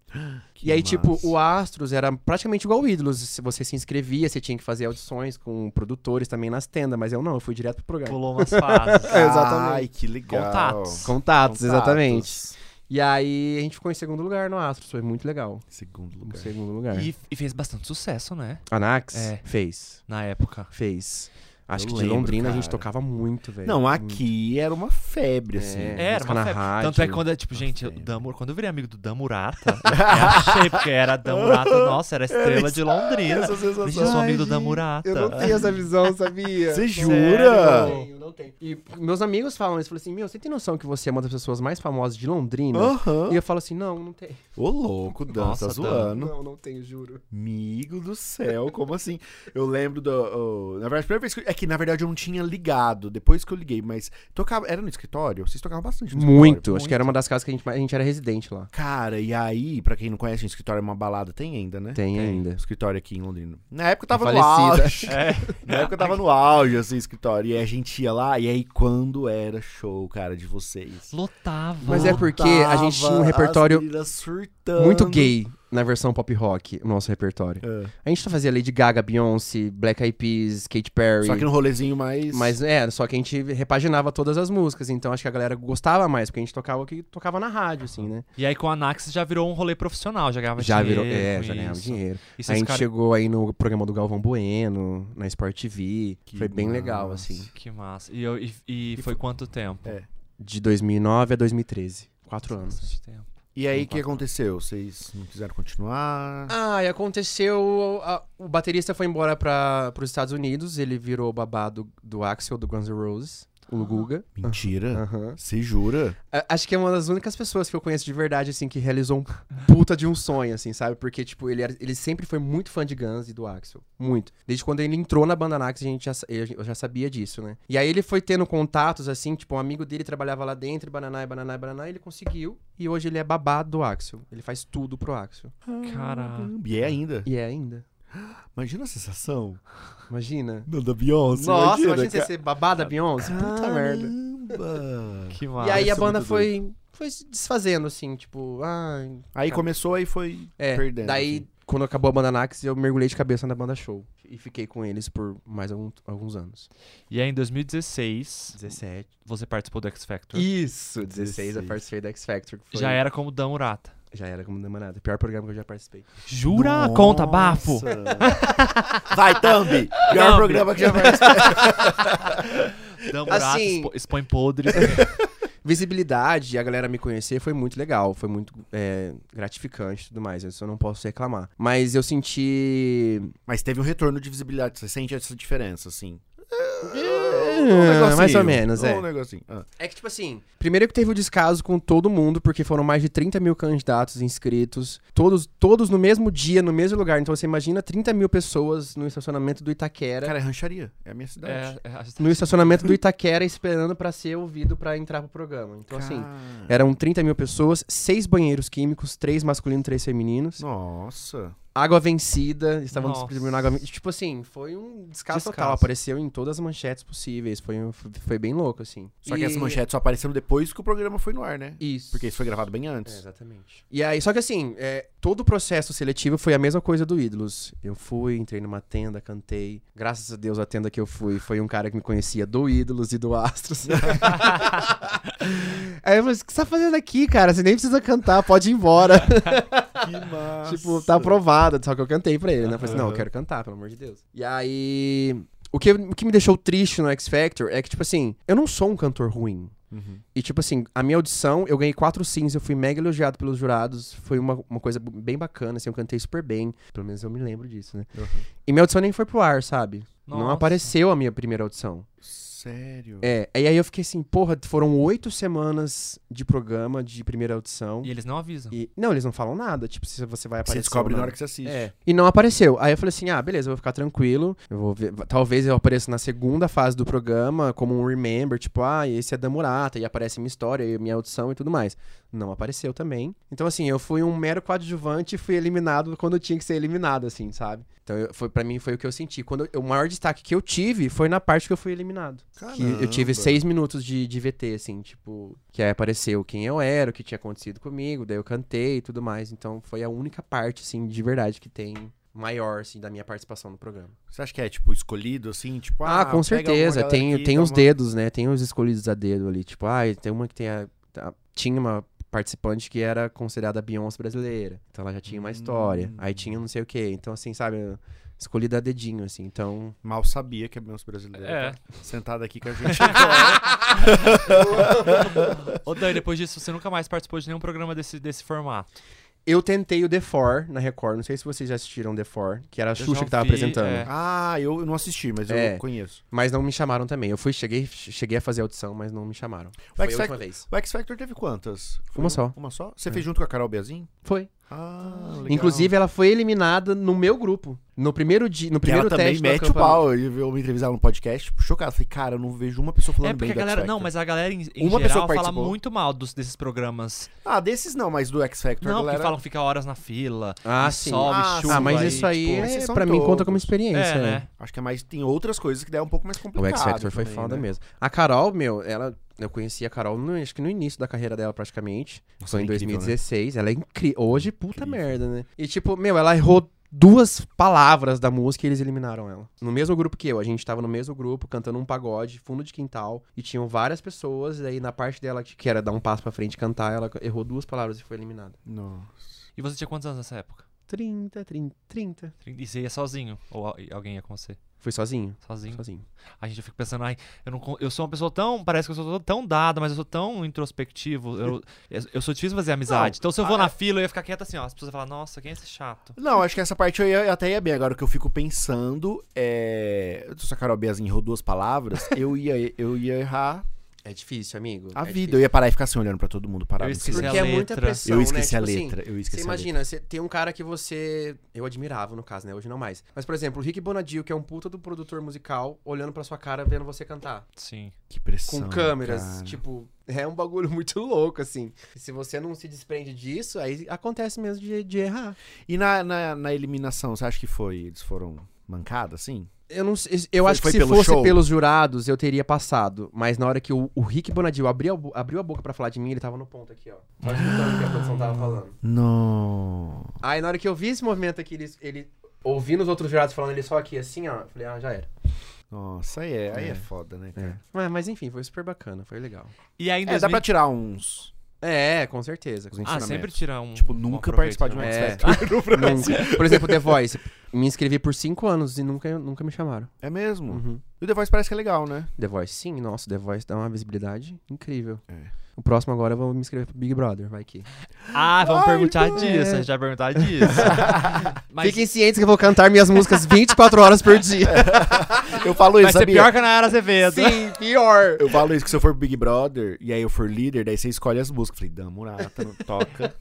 [SPEAKER 1] Que
[SPEAKER 3] E aí, tipo,
[SPEAKER 1] massa.
[SPEAKER 3] o Astros era praticamente igual o Ídolos. Se Você se inscrevia, você tinha que fazer audições com produtores também nas tendas, mas eu não, eu fui direto pro programa.
[SPEAKER 2] Pulou umas fases.
[SPEAKER 3] É. (laughs) Exatamente.
[SPEAKER 1] Ai, que legal.
[SPEAKER 2] Contatos.
[SPEAKER 3] Contatos,
[SPEAKER 1] É, Contatos.
[SPEAKER 3] exatamente. E aí a gente ficou em segundo lugar no Astros, foi muito legal.
[SPEAKER 1] Segundo
[SPEAKER 3] Em
[SPEAKER 1] lugar.
[SPEAKER 3] segundo lugar.
[SPEAKER 2] e, e fez bastante sucesso, né?
[SPEAKER 3] Anax?
[SPEAKER 2] É.
[SPEAKER 3] Fez.
[SPEAKER 2] Na época.
[SPEAKER 3] Fez. Acho
[SPEAKER 1] Eu
[SPEAKER 3] que de
[SPEAKER 1] lembro,
[SPEAKER 3] Londrina a gente
[SPEAKER 1] cara.
[SPEAKER 3] tocava muito, velho.
[SPEAKER 1] Não, aqui era uma febre, assim.
[SPEAKER 3] É.
[SPEAKER 2] Era
[SPEAKER 3] música
[SPEAKER 2] uma
[SPEAKER 3] na
[SPEAKER 2] febre.
[SPEAKER 3] rádio.
[SPEAKER 2] Tanto é que quando, tipo, gente, eu,
[SPEAKER 1] febre.
[SPEAKER 2] Damur, quando eu virei amigo do Damurata, (laughs) eu até achei, porque era Damurata, nossa, era estrela de Londrina.
[SPEAKER 1] Essa sensação.
[SPEAKER 2] Deixa eu sou amigo do
[SPEAKER 3] Ai, gente,
[SPEAKER 2] Damurata.
[SPEAKER 3] Eu não
[SPEAKER 2] (laughs)
[SPEAKER 3] tenho essa visão, sabia?
[SPEAKER 1] Você
[SPEAKER 3] Não
[SPEAKER 1] jura?
[SPEAKER 3] tenho, não tenho. E meus amigos falam isso, falam assim, meu, você tem noção que você é uma das pessoas mais famosas de Londrina?
[SPEAKER 1] Aham.
[SPEAKER 3] E eu falo assim, não, não tem.
[SPEAKER 1] Ô, louco, Dan, tá
[SPEAKER 2] Nossa, Dan.
[SPEAKER 1] zoando.
[SPEAKER 3] Não, não tenho, juro.
[SPEAKER 1] Amigo do céu, como assim? Eu lembro do. o- na verdade, a primeira vez que. eu- É que, na verdade, eu não tinha ligado. Depois que eu liguei, mas. Tocava. Era no escritório? Vocês tocavam bastante no escritório.
[SPEAKER 3] Muito, acho que era uma das casas que a gente, a gente era residente lá.
[SPEAKER 1] Cara, e aí, pra quem não conhece, o escritório é uma balada. Tem ainda, né?
[SPEAKER 3] Tem,
[SPEAKER 1] O
[SPEAKER 3] ainda.
[SPEAKER 1] escritório aqui em Londrina. Na época eu tava no
[SPEAKER 3] Falecida.
[SPEAKER 1] auge. Na época eu tava no auge, assim, escritório. E aí a gente ia lá, e aí quando era show, cara, de vocês.
[SPEAKER 2] Lotava.
[SPEAKER 3] Mas é porque a gente tinha um
[SPEAKER 1] Lotava,
[SPEAKER 3] repertório
[SPEAKER 1] as meninas surtando.
[SPEAKER 3] (laughs) Muito gay na versão pop rock, o nosso repertório.
[SPEAKER 1] É.
[SPEAKER 3] A gente só fazia Lady Gaga, Beyoncé, Black Eyed Peas, Katy Perry.
[SPEAKER 1] Só que num rolezinho mais.
[SPEAKER 3] Mas é, só que a gente repaginava todas as músicas, então acho que a galera gostava mais, porque a gente tocava o que tocava na rádio, assim, né?
[SPEAKER 2] E aí com a Nax já virou um rolê profissional, já ganhava
[SPEAKER 3] já
[SPEAKER 2] dinheiro.
[SPEAKER 3] virou. É,
[SPEAKER 2] com
[SPEAKER 3] já ganhava
[SPEAKER 2] isso.
[SPEAKER 3] dinheiro.
[SPEAKER 2] E
[SPEAKER 3] a
[SPEAKER 2] vocês
[SPEAKER 3] gente
[SPEAKER 2] ficaram-
[SPEAKER 3] chegou aí no programa do Galvão Bueno, na Sport TV.
[SPEAKER 1] Que
[SPEAKER 3] foi bem
[SPEAKER 1] massa.
[SPEAKER 3] legal, assim.
[SPEAKER 2] (laughs) Que massa. E, eu- e- e foi quanto tempo?
[SPEAKER 1] É,
[SPEAKER 3] De 2009 a 2013. Quatro anos.
[SPEAKER 2] Bastante tempo.
[SPEAKER 1] E aí, o que aconteceu? Vocês não quiseram continuar?
[SPEAKER 3] Ah, e aconteceu. a- o baterista foi embora para os Estados Unidos, ele virou o babado do Axel do Guns N' Roses, o Guga.
[SPEAKER 1] Mentira.
[SPEAKER 3] Aham.
[SPEAKER 1] Você jura?
[SPEAKER 3] A- Acho que é uma das únicas pessoas que eu conheço de verdade, assim, que realizou um puta de um sonho, assim, sabe? Porque, tipo, ele, era- ele sempre foi muito fã de Guns e do Axel. Muito. Desde quando ele entrou na banda Nax, a gente já, sa- eu já sabia disso, né? E aí ele foi tendo contatos, assim, tipo, um amigo dele trabalhava lá dentro, e bananá, e bananá, e bananá, e ele conseguiu. E hoje ele é babado do Axel. Ele faz tudo pro Axel.
[SPEAKER 2] Caraca.
[SPEAKER 1] E é ainda.
[SPEAKER 3] E é ainda.
[SPEAKER 1] Imagina a sensação.
[SPEAKER 3] Imagina.
[SPEAKER 1] Não, da Beyoncé.
[SPEAKER 3] Nossa, imagina, você
[SPEAKER 1] cara.
[SPEAKER 3] ser babada Beyoncé. Puta merda.
[SPEAKER 1] Caramba.
[SPEAKER 2] Que massa.
[SPEAKER 3] e aí a
[SPEAKER 1] isso é
[SPEAKER 3] banda
[SPEAKER 1] muito
[SPEAKER 3] foi, foi se desfazendo, assim, tipo, ah.
[SPEAKER 1] Aí
[SPEAKER 3] Tá.
[SPEAKER 1] começou e foi
[SPEAKER 3] É,
[SPEAKER 1] perdendo.
[SPEAKER 3] daí,
[SPEAKER 1] assim.
[SPEAKER 3] quando acabou a banda Nax, eu mergulhei de cabeça na banda Show. E fiquei com eles por mais algum- alguns anos.
[SPEAKER 2] E aí em 2016,
[SPEAKER 3] 17.
[SPEAKER 2] você participou do X Factor.
[SPEAKER 1] então.
[SPEAKER 3] Isso, 16, eu
[SPEAKER 1] 16.
[SPEAKER 3] participei da X Factor. que foi-
[SPEAKER 2] Já era como Dan Urata.
[SPEAKER 3] Já era como demorada. Pior programa que eu já participei.
[SPEAKER 2] Jura? Conta, bafo.
[SPEAKER 1] (laughs) Vai, Thumb! Pior programa
[SPEAKER 3] (laughs)
[SPEAKER 1] que já vai.
[SPEAKER 2] Damurato,
[SPEAKER 3] Assim-
[SPEAKER 2] expo- expõe
[SPEAKER 3] (laughs)
[SPEAKER 2] podre.
[SPEAKER 3] Visibilidade, a galera me conhecer foi muito legal, foi muito é, gratificante e tudo mais. Isso eu não posso reclamar. Mas eu senti.
[SPEAKER 1] Mas teve um retorno de visibilidade. Você sente essa diferença, assim.
[SPEAKER 3] É, mais ou menos, é.
[SPEAKER 1] Um negocinho. Ah.
[SPEAKER 3] É que, tipo assim, primeiro que teve o descaso com todo mundo, porque foram mais de 30 mil candidatos inscritos, todos, todos no mesmo dia, no mesmo lugar. Então você imagina 30 mil pessoas no estacionamento do Itaquera.
[SPEAKER 1] Cara, é rancharia. É a minha cidade.
[SPEAKER 2] tá
[SPEAKER 3] no estacionamento do Itaquera esperando pra ser ouvido pra entrar pro programa. Então, assim,
[SPEAKER 1] Cara.
[SPEAKER 3] eram 30 mil pessoas, seis banheiros químicos, três masculinos, três femininos.
[SPEAKER 1] Nossa.
[SPEAKER 3] Água vencida, estavam
[SPEAKER 2] Nossa.
[SPEAKER 3] distribuindo água vencida. Tipo assim, foi um descaso,
[SPEAKER 2] Descaso.
[SPEAKER 3] total. Apareceu em todas as manchetes possíveis. Foi, um- foi bem louco, assim.
[SPEAKER 1] Só que
[SPEAKER 3] E-
[SPEAKER 1] essa manchete só apareceram depois que o programa foi no ar, né?
[SPEAKER 3] Isso.
[SPEAKER 1] Porque isso foi gravado bem
[SPEAKER 3] É,
[SPEAKER 1] antes.
[SPEAKER 3] exatamente. E aí, só que assim, é, todo o processo seletivo foi a mesma coisa do Ídolos. Eu fui, entrei numa tenda, cantei. Graças a Deus, a tenda que eu fui foi um cara que me conhecia do Ídolos e do Astros.
[SPEAKER 1] (laughs)
[SPEAKER 3] aí eu falei, o que você tá fazendo aqui, cara? Você nem precisa cantar, pode ir embora.
[SPEAKER 1] (laughs) Que massa.
[SPEAKER 3] (laughs) tipo, tá aprovada, só que eu cantei pra ele, né? Eu falei assim, não, eu quero cantar, pelo amor de Deus. E aí... O que, o que me deixou triste no X Factor é que, tipo assim, eu não sou um cantor ruim.
[SPEAKER 1] Uhum.
[SPEAKER 3] E, tipo assim, a minha audição, eu ganhei quatro sims, eu fui mega elogiado pelos jurados. Foi uma, uma coisa b- bem bacana, assim, eu cantei super bem. Pelo menos eu me lembro disso, né? E minha audição nem foi pro ar, sabe? Não
[SPEAKER 2] Nossa.
[SPEAKER 3] apareceu a minha primeira audição.
[SPEAKER 1] Sério.
[SPEAKER 3] É, e aí eu fiquei assim, porra, foram oito semanas de programa, de primeira audição.
[SPEAKER 2] E eles não avisam.
[SPEAKER 3] E, não, eles não falam nada, tipo, se você vai aparecer.
[SPEAKER 1] Você
[SPEAKER 3] ou
[SPEAKER 1] descobre
[SPEAKER 3] não.
[SPEAKER 1] na hora que você assiste.
[SPEAKER 3] É. E não apareceu. Aí eu falei assim: ah, beleza, eu vou ficar tranquilo. Eu vou ver. Talvez eu apareça na segunda fase do programa, como um remember, tipo, ah, esse é da Murata, e aparece minha história, e minha audição e tudo mais. Não apareceu também. Então, assim, eu fui um mero coadjuvante e fui eliminado quando eu tinha que ser eliminado, assim, sabe? Então, eu, foi para mim foi o que eu senti. Quando eu- o maior destaque que eu tive foi na parte que eu fui eliminado. Que eu tive
[SPEAKER 1] Caramba.
[SPEAKER 3] seis minutos de, de VT, assim, tipo, que aí apareceu quem eu era, o que tinha acontecido comigo, daí eu cantei e tudo mais. Então foi a única parte, assim, de verdade que tem maior, assim, da minha participação no programa.
[SPEAKER 1] Você acha que é, tipo, escolhido, assim? Tipo,
[SPEAKER 3] Ah,
[SPEAKER 1] pega
[SPEAKER 3] com
[SPEAKER 1] uma
[SPEAKER 3] certeza.
[SPEAKER 1] galera
[SPEAKER 3] Tem,
[SPEAKER 1] aqui,
[SPEAKER 3] tem
[SPEAKER 1] dá
[SPEAKER 3] os
[SPEAKER 1] uma-
[SPEAKER 3] dedos, né? Tem os escolhidos a dedo ali. Tipo, ah, tem uma que tem a, a- Tinha uma participante que era considerada a Beyoncé brasileira. Então ela já tinha uma história. Aí
[SPEAKER 1] Hum.
[SPEAKER 3] tinha não sei o quê. Então, assim, sabe, escolhida a dedinho, assim. Então.
[SPEAKER 1] Mal sabia que é Beyoncé brasileira.
[SPEAKER 2] É.
[SPEAKER 1] tá Sentada aqui com a gente (laughs) agora.
[SPEAKER 2] Ô, Dani, depois disso, você nunca mais participou de nenhum programa desse, desse formato.
[SPEAKER 3] Eu tentei o The Four na Record. Não sei se vocês já assistiram The Four, que era a
[SPEAKER 2] já
[SPEAKER 3] Xuxa que tava
[SPEAKER 2] ouvi,
[SPEAKER 3] apresentando.
[SPEAKER 2] é.
[SPEAKER 1] ah, eu não assisti, mas
[SPEAKER 3] É.
[SPEAKER 1] eu conheço.
[SPEAKER 3] Mas não me chamaram também. Eu fui, cheguei, cheguei a fazer audição, mas não me chamaram. Foi
[SPEAKER 1] X
[SPEAKER 3] a última
[SPEAKER 1] Factor-
[SPEAKER 3] vez.
[SPEAKER 1] O X Factor teve quantas? Foi
[SPEAKER 3] Uma só.
[SPEAKER 1] Uma só? Você fez junto com a Carol Beazin?
[SPEAKER 3] Foi.
[SPEAKER 1] Ah, legal.
[SPEAKER 3] Inclusive, ela foi eliminada no meu grupo. No primeiro dia, no
[SPEAKER 1] Que ela
[SPEAKER 3] primeiro
[SPEAKER 1] também
[SPEAKER 3] teste do
[SPEAKER 1] mete o
[SPEAKER 3] acampamento.
[SPEAKER 1] pau. Eu vi uma entrevista lá no podcast, tipo, chocado. Falei, cara, eu não vejo uma pessoa falando
[SPEAKER 2] é porque
[SPEAKER 1] bem
[SPEAKER 2] a
[SPEAKER 1] do X
[SPEAKER 2] galera. Não,
[SPEAKER 1] Factor.
[SPEAKER 2] mas a galera em, em
[SPEAKER 1] Uma pessoa
[SPEAKER 2] geral fala
[SPEAKER 1] participou.
[SPEAKER 2] muito mal dos- desses programas.
[SPEAKER 1] Ah, desses não, mas do X Factor, a
[SPEAKER 2] não,
[SPEAKER 1] galera...
[SPEAKER 2] porque falam que fica horas na fila.
[SPEAKER 3] Ah,
[SPEAKER 2] e
[SPEAKER 3] sim.
[SPEAKER 2] Sobe,
[SPEAKER 1] Ah,
[SPEAKER 2] chuva.
[SPEAKER 3] ah, mas
[SPEAKER 2] e,
[SPEAKER 3] isso aí,
[SPEAKER 1] tipo,
[SPEAKER 3] é,
[SPEAKER 1] esses são
[SPEAKER 3] pra mim, conta
[SPEAKER 1] todos.
[SPEAKER 3] como experiência.
[SPEAKER 2] É, né?
[SPEAKER 1] Acho que é mais... Tem outras coisas que daí é um pouco mais
[SPEAKER 3] O
[SPEAKER 1] complicado.
[SPEAKER 3] X Factor foi
[SPEAKER 1] também,
[SPEAKER 3] foda
[SPEAKER 1] né?
[SPEAKER 3] mesmo. A Carol, meu, ela. Eu conheci a Carol, no, acho que no início da carreira dela, praticamente.
[SPEAKER 1] Nossa,
[SPEAKER 3] foi em
[SPEAKER 1] ela é incrível,
[SPEAKER 3] 2016. Ela é incrível. Hoje, puta
[SPEAKER 1] Incrível.
[SPEAKER 3] merda, né? E, tipo, meu, ela errou duas palavras da música e eles eliminaram ela. No mesmo grupo que eu. A gente tava no mesmo grupo, cantando um pagode, fundo de quintal. E tinham várias pessoas. E aí, na parte dela, que era dar um passo pra frente e cantar, ela errou duas palavras e foi eliminada.
[SPEAKER 1] Nossa.
[SPEAKER 2] e você tinha quantos anos nessa época?
[SPEAKER 3] 30, 30, 30.
[SPEAKER 2] E você ia sozinho? Ou al- alguém ia com você?
[SPEAKER 3] Fui sozinho.
[SPEAKER 2] Sozinho?
[SPEAKER 3] Sozinho.
[SPEAKER 2] A gente eu fico pensando, ai, eu, não, con- eu sou uma pessoa tão. Parece que eu sou tão dada, mas eu sou tão introspectivo. Eu, eu sou difícil de fazer amizade. então, se eu vou na fila, eu ia ficar quieto assim, ó. As pessoas vão falar, nossa, quem é esse chato?
[SPEAKER 1] Não, acho que essa parte eu, ia, eu até ia bem. Agora, o que eu fico pensando é... Se a Carol Beazin errou duas palavras,
[SPEAKER 3] (laughs)
[SPEAKER 1] eu ia, eu ia errar
[SPEAKER 3] É difícil, amigo.
[SPEAKER 1] a
[SPEAKER 3] É
[SPEAKER 1] vida.
[SPEAKER 3] difícil.
[SPEAKER 1] Eu ia parar e ficar assim, olhando pra todo mundo parado.
[SPEAKER 2] Eu
[SPEAKER 1] no
[SPEAKER 2] esqueci
[SPEAKER 1] silêncio.
[SPEAKER 2] a
[SPEAKER 3] Porque é muita
[SPEAKER 2] letra.
[SPEAKER 3] pressão,
[SPEAKER 1] Eu
[SPEAKER 3] né?
[SPEAKER 1] esqueci a
[SPEAKER 3] Tipo assim,
[SPEAKER 1] letra. Eu esqueci
[SPEAKER 3] Você
[SPEAKER 1] a letra.
[SPEAKER 3] imagina, você tem um cara que você. Eu admirava, no caso, né? Hoje não mais. Mas, por exemplo, o Rick Bonadio, que é um puta do produtor musical, olhando pra sua cara, vendo você cantar.
[SPEAKER 2] Sim.
[SPEAKER 1] Que pressão,
[SPEAKER 3] Com câmeras.
[SPEAKER 1] cara.
[SPEAKER 3] Tipo, é um bagulho (laughs) muito louco, assim. E se você não se desprende disso, aí acontece mesmo de, de errar.
[SPEAKER 1] E na, na, na eliminação, você acha que foi... Eles foram mancada, assim?
[SPEAKER 3] Eu não sei- eu
[SPEAKER 1] Foi-
[SPEAKER 3] acho
[SPEAKER 1] foi
[SPEAKER 3] que se
[SPEAKER 1] pelo
[SPEAKER 3] fosse
[SPEAKER 1] show?
[SPEAKER 3] pelos jurados, eu teria passado. Mas na hora que o, o Rick Bonadio abriu, a bo- abriu a boca pra falar de mim, ele tava no ponto aqui, ó. Tava escutando o que a produção tava falando.
[SPEAKER 1] Não...
[SPEAKER 3] Aí na hora que eu vi esse movimento aqui, ele, ele ouvindo os outros jurados falando ele só aqui assim, ó, eu falei, ah, já era.
[SPEAKER 1] Nossa, aí é, aí é
[SPEAKER 3] É.
[SPEAKER 1] foda, né, cara?
[SPEAKER 3] Mas, mas enfim, foi super bacana, foi legal.
[SPEAKER 2] E aí, em
[SPEAKER 1] É, dá
[SPEAKER 2] 2000
[SPEAKER 1] pra tirar uns
[SPEAKER 3] É, com certeza.
[SPEAKER 1] Os
[SPEAKER 2] Ah,
[SPEAKER 1] ensinamentos.
[SPEAKER 2] sempre tirar um.
[SPEAKER 1] Tipo,
[SPEAKER 2] um
[SPEAKER 1] nunca
[SPEAKER 2] aproveito,
[SPEAKER 1] participar de
[SPEAKER 2] né?
[SPEAKER 1] uma
[SPEAKER 3] É.
[SPEAKER 1] X Factor (laughs) no Brasil.
[SPEAKER 3] (laughs) Nunca. Por exemplo, The Voice. Me inscrevi por cinco anos e nunca, nunca me chamaram.
[SPEAKER 1] É mesmo.
[SPEAKER 3] Uhum.
[SPEAKER 1] E o The Voice parece que é legal, né?
[SPEAKER 3] The Voice, sim. Nossa, The Voice dá uma visibilidade incrível.
[SPEAKER 1] É.
[SPEAKER 3] O próximo agora eu vou me inscrever pro Big Brother, vai que.
[SPEAKER 2] Ah, vamos
[SPEAKER 1] Ai,
[SPEAKER 2] perguntar
[SPEAKER 3] meu.
[SPEAKER 2] disso. A gente vai perguntar disso.
[SPEAKER 3] (laughs)
[SPEAKER 2] mas
[SPEAKER 3] Fiquem cientes que eu vou cantar minhas músicas 24 horas por
[SPEAKER 1] (laughs)
[SPEAKER 3] dia.
[SPEAKER 1] É. Eu falo isso,
[SPEAKER 2] vai ser
[SPEAKER 1] sabia?
[SPEAKER 2] pior que a Nayara Azevedo.
[SPEAKER 3] Sim, pior.
[SPEAKER 1] Eu falo isso que se eu for Big Brother e aí eu for líder, daí você escolhe as músicas. Falei, Dan Murata, não toca.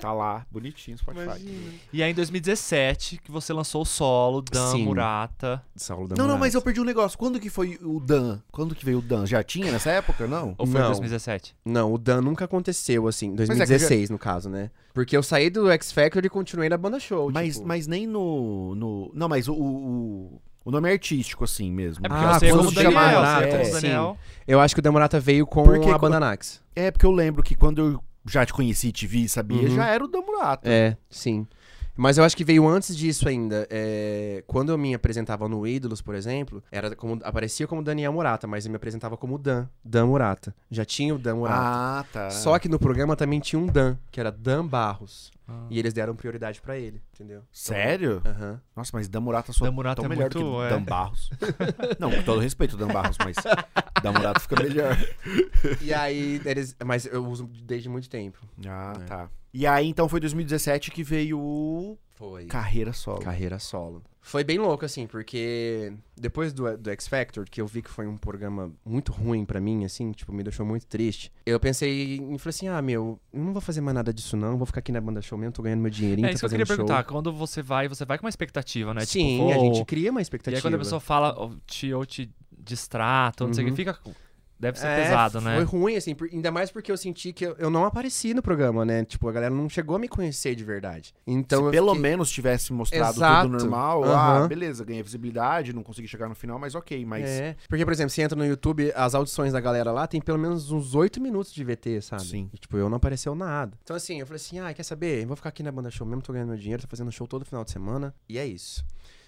[SPEAKER 1] Tá lá, bonitinho, Spotify.
[SPEAKER 2] E aí, em 2017, que você lançou o solo, Dan
[SPEAKER 3] Sim.
[SPEAKER 2] Murata.
[SPEAKER 3] Saulo
[SPEAKER 1] Não, não, mas eu perdi um negócio. Quando que foi o Dan? Quando que veio o Dan? Já tinha nessa época, não?
[SPEAKER 2] Ou foi em
[SPEAKER 3] Não.
[SPEAKER 2] 2017?
[SPEAKER 3] Não, o Dan nunca aconteceu, assim,
[SPEAKER 1] é que eu já-
[SPEAKER 3] 2016, no caso, né? Porque eu saí do X Factor e continuei na banda show.
[SPEAKER 1] Mas,
[SPEAKER 3] tipo.
[SPEAKER 1] mas nem no, no... Não, mas o, o, o nome é artístico, assim mesmo.
[SPEAKER 2] É porque
[SPEAKER 3] Ah,
[SPEAKER 2] eu sei
[SPEAKER 3] quando
[SPEAKER 2] como o
[SPEAKER 3] se
[SPEAKER 2] Daniel.
[SPEAKER 3] chama
[SPEAKER 2] eu sei
[SPEAKER 1] Murata,
[SPEAKER 2] como o
[SPEAKER 1] é,
[SPEAKER 2] Daniel.
[SPEAKER 3] Eu acho que o Demorata veio com
[SPEAKER 1] Porque
[SPEAKER 3] a
[SPEAKER 1] quando-
[SPEAKER 3] banda Nax.
[SPEAKER 1] É, porque eu lembro que quando eu já te conheci, te vi, sabia,
[SPEAKER 3] Uhum.
[SPEAKER 1] já era o Dan Murata.
[SPEAKER 3] É, sim. Mas eu acho que veio antes disso ainda. É, Quando eu me apresentava no Ídolos, por exemplo, era como... aparecia como Daniel Murata, mas eu me apresentava como Dan. Dan Murata. Já tinha o Dan Murata.
[SPEAKER 1] Ah, tá.
[SPEAKER 3] Só que no programa também tinha um Dan, que era Dan Barros.
[SPEAKER 2] Ah.
[SPEAKER 3] E eles deram prioridade pra ele, entendeu?
[SPEAKER 1] Sério?
[SPEAKER 3] Aham.
[SPEAKER 1] Nossa, mas Dan Murata só
[SPEAKER 2] Dan Murata
[SPEAKER 1] tão
[SPEAKER 2] é
[SPEAKER 1] melhor do
[SPEAKER 2] muito,
[SPEAKER 1] que
[SPEAKER 2] é.
[SPEAKER 1] Dan Barros. Não, com todo respeito Dan Barros, mas Dan Murata fica melhor.
[SPEAKER 3] E aí, eles... mas eu uso desde muito tempo.
[SPEAKER 1] (laughs) Ah,
[SPEAKER 3] É.
[SPEAKER 1] tá. E aí, então, foi 2017 que veio o
[SPEAKER 3] Foi.
[SPEAKER 1] Carreira Solo.
[SPEAKER 3] Carreira solo. Foi bem louco, assim, porque depois do, do X Factor, que eu vi que foi um programa muito ruim pra mim, assim, tipo, me deixou muito triste. Eu pensei e falei assim: ah, meu, eu não vou fazer mais nada disso, não. Vou ficar aqui na banda show mesmo, tô ganhando meu dinheirinho,
[SPEAKER 2] É
[SPEAKER 3] tô
[SPEAKER 2] isso que eu
[SPEAKER 3] fazendo
[SPEAKER 2] queria
[SPEAKER 3] show.
[SPEAKER 2] perguntar. Quando você vai, você vai com uma expectativa, né?
[SPEAKER 3] Sim,
[SPEAKER 2] tipo,
[SPEAKER 3] a
[SPEAKER 2] "Pô,
[SPEAKER 3] gente cria uma
[SPEAKER 2] E
[SPEAKER 3] expectativa.
[SPEAKER 2] aí quando a pessoa fala, ou te, ou te distrata, ou não sei o que,
[SPEAKER 3] Uhum.
[SPEAKER 2] fica. Deve ser
[SPEAKER 3] É,
[SPEAKER 2] pesado, né?
[SPEAKER 3] Foi ruim, assim, por- ainda mais porque eu senti que eu, eu não apareci no programa, né? Tipo, a galera não chegou a me conhecer de verdade. Então,
[SPEAKER 1] Se
[SPEAKER 3] eu
[SPEAKER 1] pelo
[SPEAKER 3] fiquei-
[SPEAKER 1] menos tivesse mostrado
[SPEAKER 3] Exato.
[SPEAKER 1] tudo normal,
[SPEAKER 3] Aham.
[SPEAKER 1] ah, beleza, ganhei visibilidade, não consegui chegar no final, mas ok, mas...
[SPEAKER 3] É. Porque, por exemplo, você entra no YouTube, as audições da galera lá tem pelo menos uns 8 minutos de VT, sabe?
[SPEAKER 1] Sim.
[SPEAKER 3] E, tipo, eu não apareceu nada. Então, assim, eu falei assim: ah, quer saber? Eu vou ficar aqui na banda show mesmo, tô ganhando meu dinheiro, tô fazendo show todo final de semana. E é isso.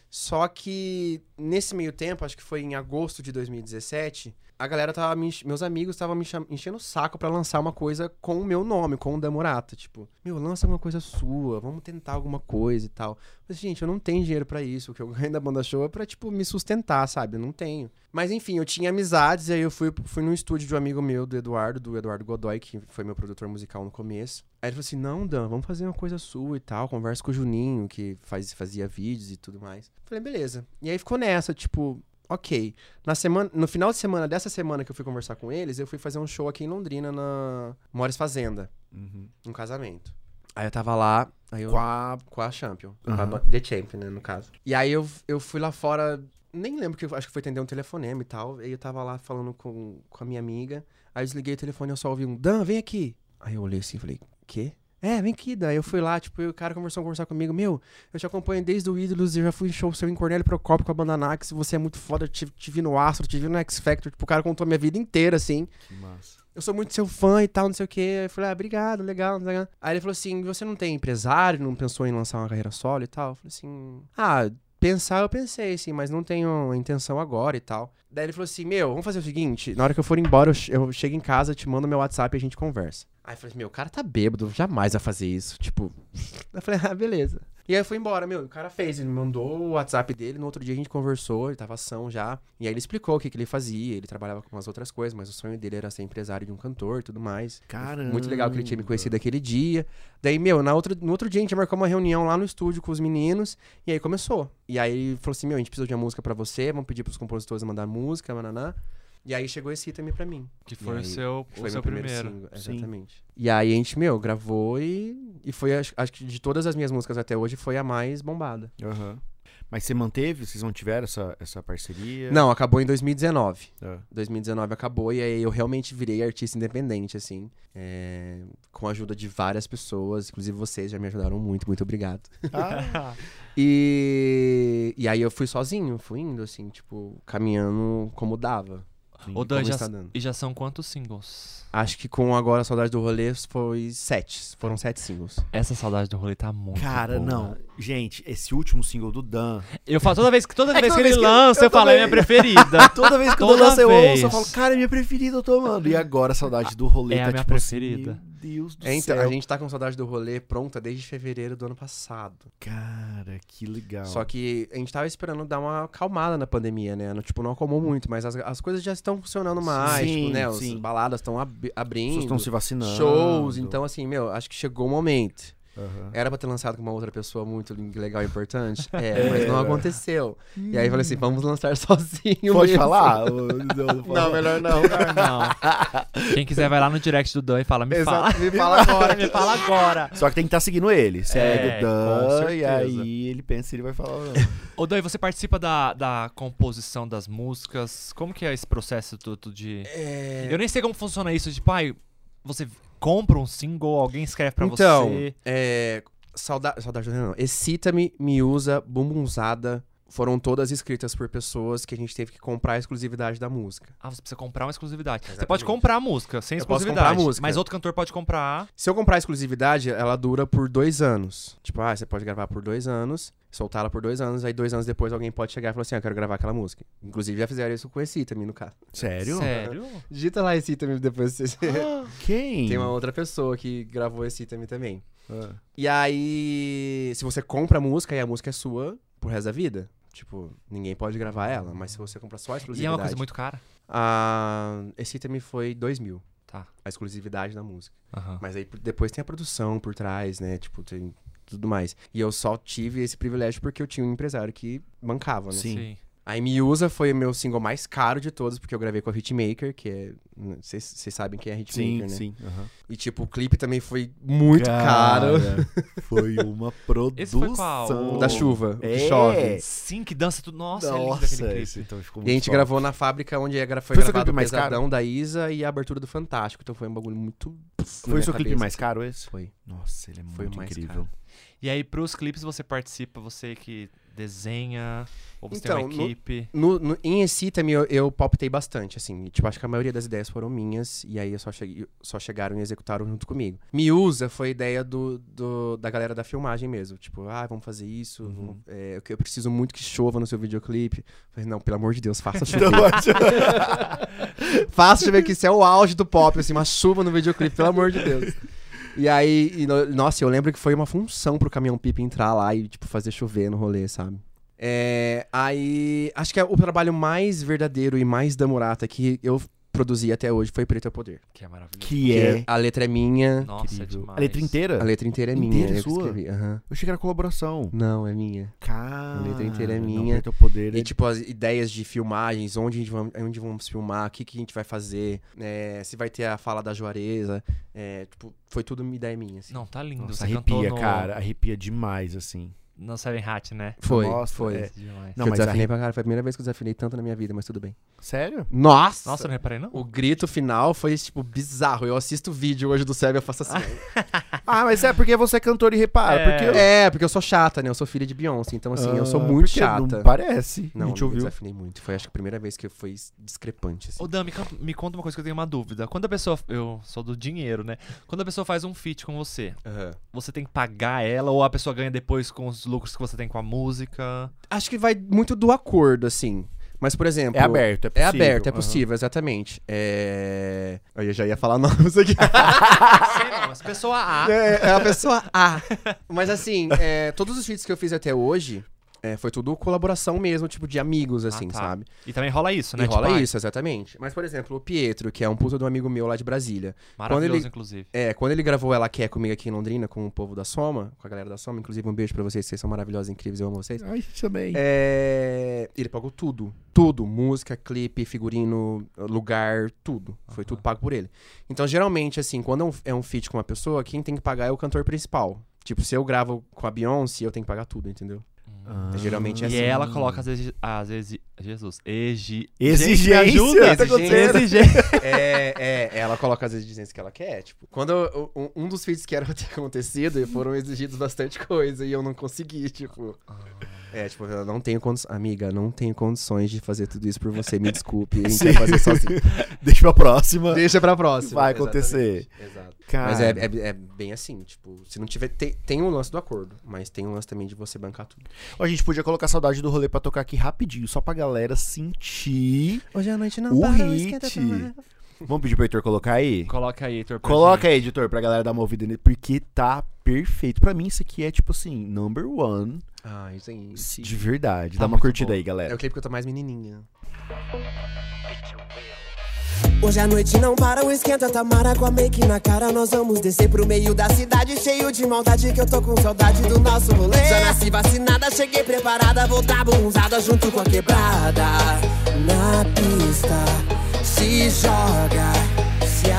[SPEAKER 3] Só que nesse meio tempo, acho que foi em agosto de 2017, a galera tava me, enche- meus amigos estavam me cham- enchendo o saco pra lançar uma coisa com o meu nome, com o Damurata, tipo, meu, lança alguma coisa sua, vamos tentar alguma coisa e tal. Mas gente, eu não tenho dinheiro pra isso, o que eu ganho da banda show é pra tipo me sustentar, sabe? Eu não tenho. Mas enfim, eu tinha amizades, aí eu fui, fui num estúdio de um amigo meu, do Eduardo, do Eduardo Godoy, que foi meu produtor musical no começo. Aí ele falou assim: não, Dan, vamos fazer uma coisa sua e tal. Conversa com o Juninho, que faz, fazia vídeos e tudo mais. Falei, beleza. E aí ficou nessa, tipo, ok. Na semana, no final de semana dessa semana que eu fui conversar com eles, eu fui fazer um show aqui em Londrina, na Mores Fazenda,
[SPEAKER 1] Uhum.
[SPEAKER 3] um casamento. Aí eu tava lá, aí eu
[SPEAKER 1] Com a...
[SPEAKER 3] com a Champion.
[SPEAKER 1] Aham.
[SPEAKER 3] Com a The Champion, né, no caso. E aí eu, eu fui lá fora, nem lembro que eu acho que foi atender um telefonema e tal. E eu tava lá falando com, com a minha amiga. Aí eu desliguei o telefone e eu só ouvi um Dan, vem aqui. Aí eu olhei assim e falei, quê? É, vem aqui, Dan. Aí Eu fui lá, tipo, e o cara começou a conversar comigo. Meu, eu te acompanho desde o Ídolos, eu já fui em show seu em Cornélio Procópio com a banda Nax. Você é muito foda, eu te, te vi no Astro, te vi no X Factor. Tipo, o cara contou a minha vida inteira, assim
[SPEAKER 1] Que massa.
[SPEAKER 3] eu sou muito seu fã e tal, não sei o quê. Aí eu falei, ah, obrigado, legal, não sei o quê. Aí ele falou assim, você não tem empresário, não pensou em lançar uma carreira solo e tal? Eu falei assim, ah, pensar eu pensei, sim, mas não tenho a intenção agora e tal. Daí ele falou assim, meu, vamos fazer o seguinte, na hora que eu for embora, eu, che- eu chego em casa, te mando meu WhatsApp e a gente conversa. Aí eu falei assim, meu, o cara tá bêbado, jamais vai fazer isso, tipo... Eu falei, ah, beleza. E aí eu fui embora, meu, o cara fez, ele me mandou o WhatsApp dele, no outro dia a gente conversou, ele tava ação já, e aí ele explicou o que, que ele fazia, ele trabalhava com umas outras coisas, mas o sonho dele era ser empresário de um cantor e tudo mais.
[SPEAKER 1] Caramba.
[SPEAKER 3] Muito legal que ele
[SPEAKER 2] Hum.
[SPEAKER 3] tinha me conhecido aquele dia. Daí, meu, na outra, no outro dia a gente marcou uma reunião lá no estúdio com os meninos, e aí começou. E aí ele falou assim, meu, a gente precisa de uma música pra você, vamos pedir pros compositores mandar música, mananá. E aí chegou esse item pra mim.
[SPEAKER 2] Que
[SPEAKER 3] E
[SPEAKER 2] foi o
[SPEAKER 3] aí,
[SPEAKER 2] seu, o
[SPEAKER 3] meu
[SPEAKER 2] seu primeiro.
[SPEAKER 3] single,
[SPEAKER 1] Sim.
[SPEAKER 3] exatamente. E aí a gente, meu, gravou e, e foi, acho, acho que de todas as minhas músicas até hoje, foi a mais bombada.
[SPEAKER 1] Aham. Mas você manteve? Vocês não tiveram essa, essa parceria?
[SPEAKER 3] Não, acabou em 2019.
[SPEAKER 1] Tá.
[SPEAKER 3] 2019 acabou e aí eu realmente virei artista independente, assim. é, com a ajuda de várias pessoas, inclusive vocês já me ajudaram muito, muito obrigado.
[SPEAKER 1] Ah,
[SPEAKER 3] (laughs) E, e aí eu fui sozinho, fui indo, assim, tipo, caminhando como dava. stream.
[SPEAKER 2] Ô, Dan,
[SPEAKER 3] como
[SPEAKER 2] já-
[SPEAKER 3] está dando.
[SPEAKER 2] e já são quantos singles?
[SPEAKER 3] Acho que com agora a saudade do rolê foi sete. Foram sete singles.
[SPEAKER 2] Essa saudade do rolê tá muito
[SPEAKER 4] Cara,
[SPEAKER 2] boa.
[SPEAKER 1] né?
[SPEAKER 4] não. Gente, esse último single do Dan.
[SPEAKER 2] Eu falo toda vez que, toda
[SPEAKER 4] que
[SPEAKER 2] vez que
[SPEAKER 4] toda
[SPEAKER 2] ele
[SPEAKER 4] vez que eu-
[SPEAKER 2] lança, eu,
[SPEAKER 4] eu
[SPEAKER 2] falo, é minha
[SPEAKER 4] também.
[SPEAKER 2] preferida.
[SPEAKER 4] Toda vez que o Dan
[SPEAKER 2] Toda
[SPEAKER 4] lança, eu
[SPEAKER 2] vez.
[SPEAKER 4] ouço, eu falo, cara, é minha preferida, eu tô amando. E agora a saudade do rolê
[SPEAKER 2] É a
[SPEAKER 4] tá
[SPEAKER 2] minha
[SPEAKER 4] tipo assim,
[SPEAKER 2] preferida.
[SPEAKER 4] meu Deus do
[SPEAKER 3] É, então,
[SPEAKER 4] céu.
[SPEAKER 3] a gente tá com saudade do rolê pronta desde fevereiro do ano passado.
[SPEAKER 4] Cara, que legal.
[SPEAKER 3] Só que a gente tava esperando dar uma acalmada na pandemia, né? No- Tipo, não acalmou muito, mas as, as coisas já estão funcionando mais,
[SPEAKER 4] Sim,
[SPEAKER 3] tipo, né?
[SPEAKER 4] sim.
[SPEAKER 3] As baladas estão ab-
[SPEAKER 4] As pessoas
[SPEAKER 3] abrindo.
[SPEAKER 4] estão se vacinando.
[SPEAKER 3] Shows, então assim, meu, acho que chegou o momento.
[SPEAKER 4] Aham.
[SPEAKER 3] Era pra ter lançado com uma outra pessoa muito legal
[SPEAKER 4] (laughs)
[SPEAKER 3] e importante. É, mas não aconteceu. E aí eu falei assim, vamos lançar (laughs)
[SPEAKER 4] Hum.
[SPEAKER 3] sozinho.
[SPEAKER 4] Pode
[SPEAKER 3] mesmo. (laughs)
[SPEAKER 4] falar? Ô, não, não pode.
[SPEAKER 3] Não, melhor não.
[SPEAKER 2] Tipo, "Ah, Não. Quem quiser vai lá no direct do Dan e fala, me fala.
[SPEAKER 3] Exato, me fala agora.
[SPEAKER 2] me (laughs) fala agora.
[SPEAKER 4] Só que tem que estar seguindo ele. Segue
[SPEAKER 2] É,
[SPEAKER 4] o
[SPEAKER 3] com
[SPEAKER 4] Dan, e
[SPEAKER 3] certeza.
[SPEAKER 4] aí ele pensa se ele vai falar ou não.
[SPEAKER 2] Ô, Dan, e você participa da, da composição das músicas? Como que é esse processo todo de... Eu nem sei como funciona isso, tipo, ai, você compra um single, alguém escreve pra
[SPEAKER 3] então,
[SPEAKER 2] você...
[SPEAKER 3] é, saudade, saudade não, não. Excita-me, Miúsa, Bumbunzada foram todas escritas por pessoas que a gente teve que comprar a exclusividade da música.
[SPEAKER 2] Ah, você precisa comprar uma exclusividade. Você
[SPEAKER 3] Exatamente.
[SPEAKER 2] pode comprar a música, sem
[SPEAKER 3] Eu posso
[SPEAKER 2] exclusividade.
[SPEAKER 3] comprar a música.
[SPEAKER 2] Mas outro cantor pode comprar.
[SPEAKER 3] Se eu comprar a exclusividade, ela dura por dois anos. Tipo, ah, você pode gravar por dois anos, soltá-la por dois anos, aí dois anos depois alguém pode chegar e falar assim, ah, eu quero gravar aquela música. Inclusive já fizeram isso com Excita-me, no caso.
[SPEAKER 4] Sério?
[SPEAKER 2] Sério?
[SPEAKER 3] Digita lá Excita-me (laughs) depois você...
[SPEAKER 4] Quem?
[SPEAKER 3] Tem uma outra pessoa que gravou Excita-me também.
[SPEAKER 4] Ah.
[SPEAKER 3] E aí, se você compra a música, aí a música é sua pro resto da vida. Tipo, ninguém pode gravar ela, mas se você comprar só
[SPEAKER 2] E
[SPEAKER 3] a
[SPEAKER 2] é
[SPEAKER 3] exclusividade...
[SPEAKER 2] uma coisa muito cara.
[SPEAKER 3] A Excita-me foi 2 mil.
[SPEAKER 2] Tá.
[SPEAKER 3] A exclusividade da música.
[SPEAKER 2] Aham.
[SPEAKER 3] Mas aí por- depois tem a produção por trás, né? Tipo, tem tudo mais. E eu só tive esse privilégio porque eu tinha um empresário que bancava, né?
[SPEAKER 4] Sim.
[SPEAKER 3] Aí Miúsa foi o meu single mais caro de todos, porque eu gravei com a Hitmaker, que é... Vocês vocês sabem quem é a
[SPEAKER 4] Sim,
[SPEAKER 3] Hitmaker, né?
[SPEAKER 4] sim. aham.
[SPEAKER 3] E tipo, o clipe também foi muito caro.
[SPEAKER 4] Cara, Foi
[SPEAKER 3] (laughs)
[SPEAKER 4] uma produção.
[SPEAKER 2] Esse foi qual? O
[SPEAKER 3] Da chuva, o que
[SPEAKER 4] É.
[SPEAKER 3] chove.
[SPEAKER 2] Sim, que dança tudo. Nossa, é lindo aquele
[SPEAKER 4] Nossa,
[SPEAKER 2] clipe.
[SPEAKER 4] esse então ficou
[SPEAKER 3] E
[SPEAKER 4] muito
[SPEAKER 3] a gente
[SPEAKER 4] foda.
[SPEAKER 3] gravou na fábrica onde ia gra- foi
[SPEAKER 4] Foi seu
[SPEAKER 3] gravado
[SPEAKER 4] clipe
[SPEAKER 3] o
[SPEAKER 4] mais caro?
[SPEAKER 3] Pesadão da Isa e a abertura do Fantástico. Então foi um bagulho muito.
[SPEAKER 4] Foi o seu clipe mais caro esse?
[SPEAKER 3] Foi.
[SPEAKER 4] Nossa, ele é
[SPEAKER 3] Foi
[SPEAKER 4] muito
[SPEAKER 3] o mais
[SPEAKER 4] (laughs) incrível.
[SPEAKER 2] E aí, pros clipes, você participa, você que desenha, ou você tem
[SPEAKER 3] Então,
[SPEAKER 2] uma
[SPEAKER 3] no-
[SPEAKER 2] equipe.
[SPEAKER 3] No, no, em Excita-me eu, eu palpitei bastante, assim. Tipo, acho que a maioria das ideias foram minhas. E aí eu só, cheguei, só chegaram e executaram junto comigo. Miúsa foi ideia do, do- da galera da filmagem mesmo. Tipo, ah, vamos fazer isso. vamos- é, eu- eu preciso muito que chova no seu videoclipe. Falei, não, pelo amor de Deus, faça
[SPEAKER 4] Então,
[SPEAKER 3] chover. (laughs) Fácil de ver que isso é o auge do pop, assim, uma chuva no videoclipe, pelo amor de Deus. E aí, e no- nossa, eu lembro que foi uma função pro caminhão pipa entrar lá e, tipo, fazer chover no rolê, sabe? É, aí, acho que é o trabalho mais verdadeiro e mais da Murata que eu produzi até hoje foi Preto é Poder.
[SPEAKER 2] Que é maravilhoso.
[SPEAKER 4] Que é.
[SPEAKER 3] A letra é minha,
[SPEAKER 2] Nossa,
[SPEAKER 4] incrível.
[SPEAKER 2] é demais.
[SPEAKER 4] A letra inteira?
[SPEAKER 3] a letra inteira é minha.
[SPEAKER 4] Inteira é
[SPEAKER 3] eu que
[SPEAKER 4] sua?
[SPEAKER 3] escrevi, aham.
[SPEAKER 4] Eu achei que era colaboração.
[SPEAKER 3] Não, é minha.
[SPEAKER 4] Cara.
[SPEAKER 3] letra inteira é
[SPEAKER 4] não,
[SPEAKER 3] minha.
[SPEAKER 4] Teu poder é
[SPEAKER 3] E, tipo, as ideias de filmagens, onde, a gente vamos, onde vamos filmar, o que, que a gente vai fazer, é, se vai ter a fala da Juareza. é, tipo, foi tudo uma ideia minha, assim.
[SPEAKER 2] Não, tá lindo.
[SPEAKER 4] Nossa,
[SPEAKER 2] você
[SPEAKER 4] arrepia,
[SPEAKER 2] cantou no,
[SPEAKER 4] cara. Arrepia demais, assim.
[SPEAKER 2] no Seven Hat, né?
[SPEAKER 3] Foi,
[SPEAKER 4] Nossa,
[SPEAKER 3] foi.
[SPEAKER 4] é.
[SPEAKER 2] Isso é demais.
[SPEAKER 4] Não,
[SPEAKER 3] que eu
[SPEAKER 4] mas
[SPEAKER 3] desafinei pra cara. Foi a primeira vez que eu desafinei tanto na minha vida, mas tudo bem. (laughs)
[SPEAKER 4] Sério?
[SPEAKER 3] Nossa!
[SPEAKER 2] Nossa, eu não reparei, não?
[SPEAKER 3] O grito final foi, tipo, bizarro. Eu assisto o vídeo hoje do Seb, eu faço assim.
[SPEAKER 4] Ah, mas é porque você é cantor e repara.
[SPEAKER 2] É.
[SPEAKER 4] Porque eu...
[SPEAKER 3] (laughs) é, porque eu sou chata, né? Eu sou filha de Beyoncé, então, assim, eu sou
[SPEAKER 4] Ah,
[SPEAKER 3] muito
[SPEAKER 4] porque
[SPEAKER 3] chata.
[SPEAKER 4] Não parece.
[SPEAKER 3] Não,
[SPEAKER 4] a gente
[SPEAKER 3] eu
[SPEAKER 4] ouviu.
[SPEAKER 3] desafinei muito. Foi, acho que a primeira vez que foi discrepante, assim.
[SPEAKER 2] Ô, Dan, me, can- me conta uma coisa que eu tenho uma dúvida. Quando a pessoa. Eu sou do dinheiro, né? Quando a pessoa faz um feat com você,
[SPEAKER 3] Aham.
[SPEAKER 2] você tem que pagar ela ou a pessoa ganha depois com os lucros que você tem com
[SPEAKER 4] (laughs)
[SPEAKER 2] a música?
[SPEAKER 3] Acho que vai muito do acordo, assim. Mas, por exemplo...
[SPEAKER 4] É aberto, é
[SPEAKER 3] É
[SPEAKER 4] possível.
[SPEAKER 3] aberto, é
[SPEAKER 4] Aham.
[SPEAKER 3] possível, exatamente. É... Eu já ia falar (laughs) nomes aqui.
[SPEAKER 2] Sei não, mas pessoa A.
[SPEAKER 3] É, é a pessoa A. Mas assim, é, todos os vídeos que eu fiz até hoje é, foi tudo colaboração mesmo, tipo, de amigos, assim,
[SPEAKER 2] tá.
[SPEAKER 3] sabe?
[SPEAKER 2] E também rola isso, né?
[SPEAKER 3] e rola
[SPEAKER 2] Tipo, ai,
[SPEAKER 3] isso, exatamente. Mas, por exemplo, o Pietro, que é um puta de um amigo meu lá de Brasília.
[SPEAKER 2] Maravilhoso,
[SPEAKER 3] ele-
[SPEAKER 2] inclusive.
[SPEAKER 3] É, quando ele gravou Ela Quer comigo aqui em Londrina, com o povo da Soma, com a galera da Soma, inclusive um beijo pra vocês, vocês são maravilhosos, incríveis, eu amo vocês.
[SPEAKER 4] Ai, também.
[SPEAKER 3] É, ele pagou tudo. Tudo. Música, clipe, figurino, lugar, tudo. Foi tudo pago por ele. Então, geralmente, assim, quando é um, é um feat com uma pessoa, quem tem que pagar é o cantor principal. Tipo, se eu gravo com a Beyoncé, eu tenho que pagar tudo, entendeu?
[SPEAKER 4] Ah.
[SPEAKER 3] Geralmente é
[SPEAKER 2] E
[SPEAKER 3] assim.
[SPEAKER 2] ela coloca, às vezes, às vezes, Jesus. Egi...
[SPEAKER 1] Exigência,
[SPEAKER 2] Gente, me ajuda.
[SPEAKER 1] tá acontecendo?
[SPEAKER 2] Exigência.
[SPEAKER 3] É, é, ela coloca as exigências que ela quer, tipo. Quando eu- um- um dos feats que era (laughs) pra ter acontecido, foram exigidos bastante coisa e eu não consegui, tipo. É, tipo, eu não tenho condições. Amiga, não tenho condições de fazer tudo isso por você, me desculpe. A gente vai fazer sozinho.
[SPEAKER 4] (laughs)
[SPEAKER 1] Deixa pra próxima.
[SPEAKER 3] Deixa pra próxima.
[SPEAKER 1] Vai acontecer.
[SPEAKER 3] Exatamente, Exato.
[SPEAKER 1] Cara,
[SPEAKER 3] Mas é, é- é bem assim, tipo, se não tiver. Tem, tem um lance do acordo, mas tem um lance também de você bancar tudo.
[SPEAKER 1] a gente podia colocar saudade do rolê pra tocar aqui rapidinho, só pra galera sentir
[SPEAKER 3] Hoje à noite
[SPEAKER 1] o hit. Vamos pedir pro Heitor colocar aí?
[SPEAKER 2] Coloca aí, Heitor. pra
[SPEAKER 1] Coloca
[SPEAKER 2] gente.
[SPEAKER 1] aí, editor, pra galera dar uma ouvida nele, porque tá perfeito. Pra mim, isso aqui é tipo assim, number one,
[SPEAKER 3] Ah, isso aí.
[SPEAKER 1] de verdade.
[SPEAKER 2] Tá
[SPEAKER 1] Dá uma
[SPEAKER 2] muito
[SPEAKER 1] curtida
[SPEAKER 2] bom.
[SPEAKER 1] aí, galera.
[SPEAKER 3] É o clipe que eu tô mais menininha.
[SPEAKER 5] Hoje a noite não para, o esquenta Tamara com a make na cara. Nós vamos descer pro meio da cidade, cheio de maldade. Que eu tô com saudade do nosso rolê. Já nasci vacinada, cheguei preparada, vou dar bonzada junto com a quebrada. Na pista, se joga, se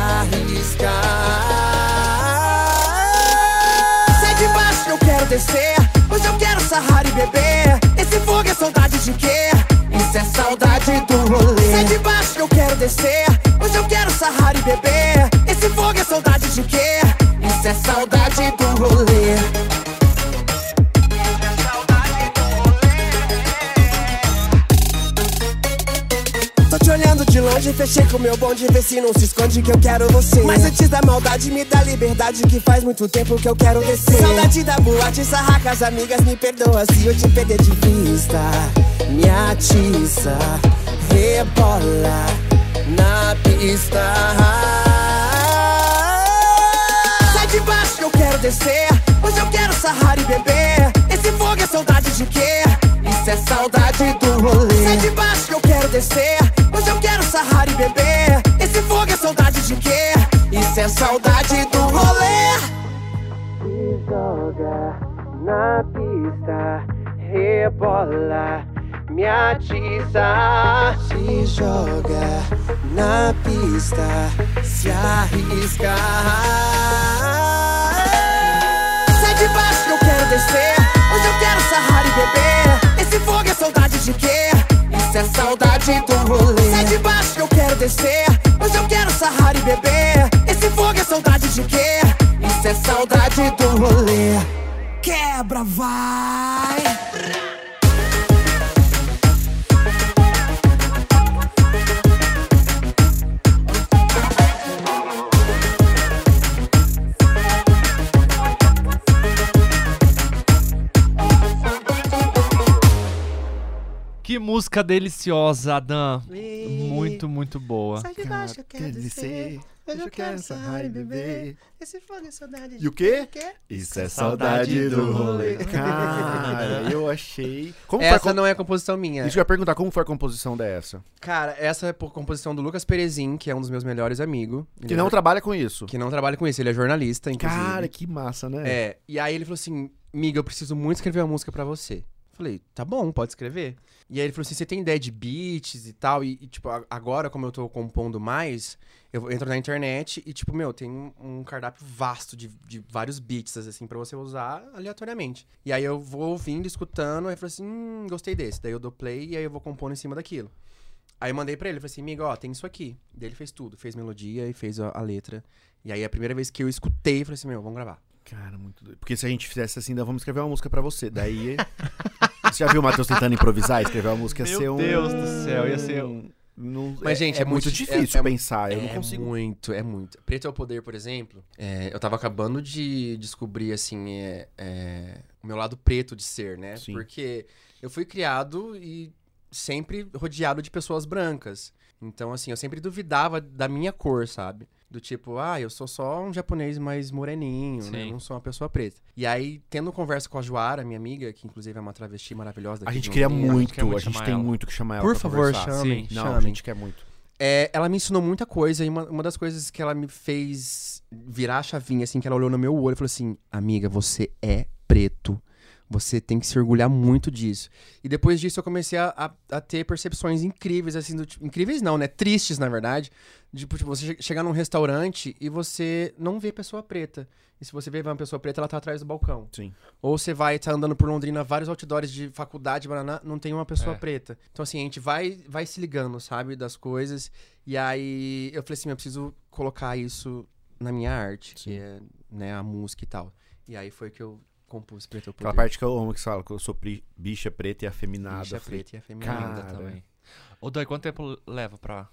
[SPEAKER 5] arrisca. Se é de baixo eu quero descer, hoje eu quero sarrar e beber. Esse fogo é saudade de quê? Isso é saudade do rolê. Se é de baixo eu quero descer, hoje eu quero sarrar e beber. Esse fogo é saudade de quê? Isso é saudade do rolê. Tô te olhando de longe, fechei com meu bonde, vê se não se esconde que eu quero você. Mas antes da maldade, me dá liberdade, que faz muito tempo que eu quero descer. Saudade da boate, sarrar com as amigas, me perdoa se eu te perder de vista. Me atiça, rebola na pista. Sai de baixo que eu quero descer, hoje eu quero sarrar e beber. Esse fogo é saudade de quê? Isso é saudade do rolê. Sai de baixo que eu quero descer, hoje eu quero sarrar e beber. Esse fogo é saudade de quê? Isso é saudade do rolê. joga na pista, rebola, me atiça. Se joga na pista, se arrisca. Sai de baixo que eu quero descer, hoje eu quero sarrar e beber. Esse fogo é saudade de quê? Isso é saudade do rolê. Sai de baixo que eu quero descer, hoje eu quero sarrar e beber. Esse fogo é saudade de quê? Isso é saudade do rolê. Quebra, vai!
[SPEAKER 2] Que música deliciosa, Adam. Muito, muito boa.
[SPEAKER 5] de baixo eu quero descer, hoje eu quero sarrar e beber. Esse fogo é saudade
[SPEAKER 1] E
[SPEAKER 5] de
[SPEAKER 1] o quê?
[SPEAKER 5] quê?
[SPEAKER 1] Isso é
[SPEAKER 2] Saudade
[SPEAKER 1] saudade
[SPEAKER 2] do
[SPEAKER 1] do rolê.
[SPEAKER 2] rolê.
[SPEAKER 1] (laughs) Cara, eu achei. Como foi a
[SPEAKER 3] Essa
[SPEAKER 1] com-
[SPEAKER 3] não é a composição minha.
[SPEAKER 1] Isso que eu ia perguntar, como foi a composição dessa?
[SPEAKER 3] Cara, essa é por composição do Lucas Perezin, que é um dos meus melhores amigos. Ele
[SPEAKER 1] Que
[SPEAKER 3] é
[SPEAKER 1] não
[SPEAKER 3] jor-
[SPEAKER 1] trabalha com isso.
[SPEAKER 3] que não trabalha com isso, ele é jornalista, inclusive.
[SPEAKER 1] Cara, que massa, né?
[SPEAKER 3] É, e aí ele falou assim, miga, eu preciso muito escrever uma música pra você. Falei, tá bom, pode escrever. E aí ele falou assim, você tem ideia de beats e tal? E, e, tipo, a- agora, como eu tô compondo mais, eu vou- entro na internet e, tipo, meu, tem um, um cardápio vasto de, de vários beats, assim, pra você usar aleatoriamente. E aí eu vou ouvindo, escutando, aí ele falou assim, hum, gostei desse. Daí eu dou play e aí eu vou compondo em cima daquilo. Aí eu mandei pra ele, falei assim, amigo, ó, tem isso aqui. Daí ele fez tudo, fez melodia e fez a, a letra. E aí a primeira vez que eu escutei, eu falei assim, meu, vamos gravar.
[SPEAKER 1] Cara, muito doido. Porque se a gente fizesse assim, ainda vamos escrever uma música pra você. Daí. (laughs) você já viu o Matheus tentando improvisar, escrever uma música
[SPEAKER 2] Meu
[SPEAKER 1] ser um.
[SPEAKER 2] Deus do céu, ia ser
[SPEAKER 1] um. não-
[SPEAKER 3] Mas, gente,
[SPEAKER 1] é,
[SPEAKER 3] é
[SPEAKER 1] muito
[SPEAKER 3] muito di-
[SPEAKER 1] difícil
[SPEAKER 3] é- é-
[SPEAKER 1] pensar. eu não
[SPEAKER 3] é
[SPEAKER 1] consigo.
[SPEAKER 3] muito, é muito. Preto é o Poder, por exemplo, é, eu tava acabando de descobrir, assim, é, é, o meu lado preto de ser, né?
[SPEAKER 1] Sim.
[SPEAKER 3] Porque eu fui criado e sempre rodeado de pessoas brancas. Então, assim, eu sempre duvidava da minha cor, sabe? Do tipo, ah, eu sou só um japonês mais moreninho, né?
[SPEAKER 2] Sim.
[SPEAKER 3] Eu não sou uma pessoa preta. E aí, tendo conversa com a Joara, minha amiga, que inclusive é uma travesti maravilhosa.
[SPEAKER 1] A
[SPEAKER 3] daqui de
[SPEAKER 1] gente
[SPEAKER 3] Joinville,
[SPEAKER 1] queria
[SPEAKER 2] quer
[SPEAKER 1] muito,
[SPEAKER 2] muito
[SPEAKER 1] a gente
[SPEAKER 2] chamar
[SPEAKER 1] tem
[SPEAKER 2] ela.
[SPEAKER 1] muito que chamar ela.
[SPEAKER 3] é Por
[SPEAKER 1] pra
[SPEAKER 3] favor,
[SPEAKER 1] conversar. assim.
[SPEAKER 3] chamem,
[SPEAKER 2] Sim.
[SPEAKER 1] Não, a
[SPEAKER 3] chamem.
[SPEAKER 1] gente quer muito.
[SPEAKER 3] É, ela me ensinou muita coisa e uma, uma das coisas que ela me fez virar a chavinha, assim, que ela olhou no meu olho e falou assim: Amiga, você é preto. Você tem que se orgulhar muito disso. E depois disso eu comecei a, a- a ter percepções incríveis, assim, do tipo- incríveis não, né? Tristes, na verdade. Tipo, tipo, você che- chegar num restaurante e você não vê pessoa preta. E se você vê uma pessoa preta, ela tá atrás do balcão.
[SPEAKER 4] Sim.
[SPEAKER 3] Ou você vai, tá andando por Londrina, vários outdoors de faculdade, Paraná, não tem uma pessoa
[SPEAKER 2] É.
[SPEAKER 3] preta. Então, assim, a gente vai, vai se ligando, sabe, das coisas. E aí eu falei assim, eu preciso colocar isso na minha arte, que é né, a música e tal. E aí foi que eu compus Preto
[SPEAKER 4] Aquela
[SPEAKER 3] Poder.
[SPEAKER 4] parte que eu amo que você fala que eu sou pri- bicha preta e afeminada.
[SPEAKER 3] Bicha
[SPEAKER 4] Eu
[SPEAKER 1] assim.
[SPEAKER 4] falei,
[SPEAKER 3] preta e afeminada.
[SPEAKER 2] Linda
[SPEAKER 4] Cara.
[SPEAKER 2] também. Ô, Dói, quanto tempo leva pra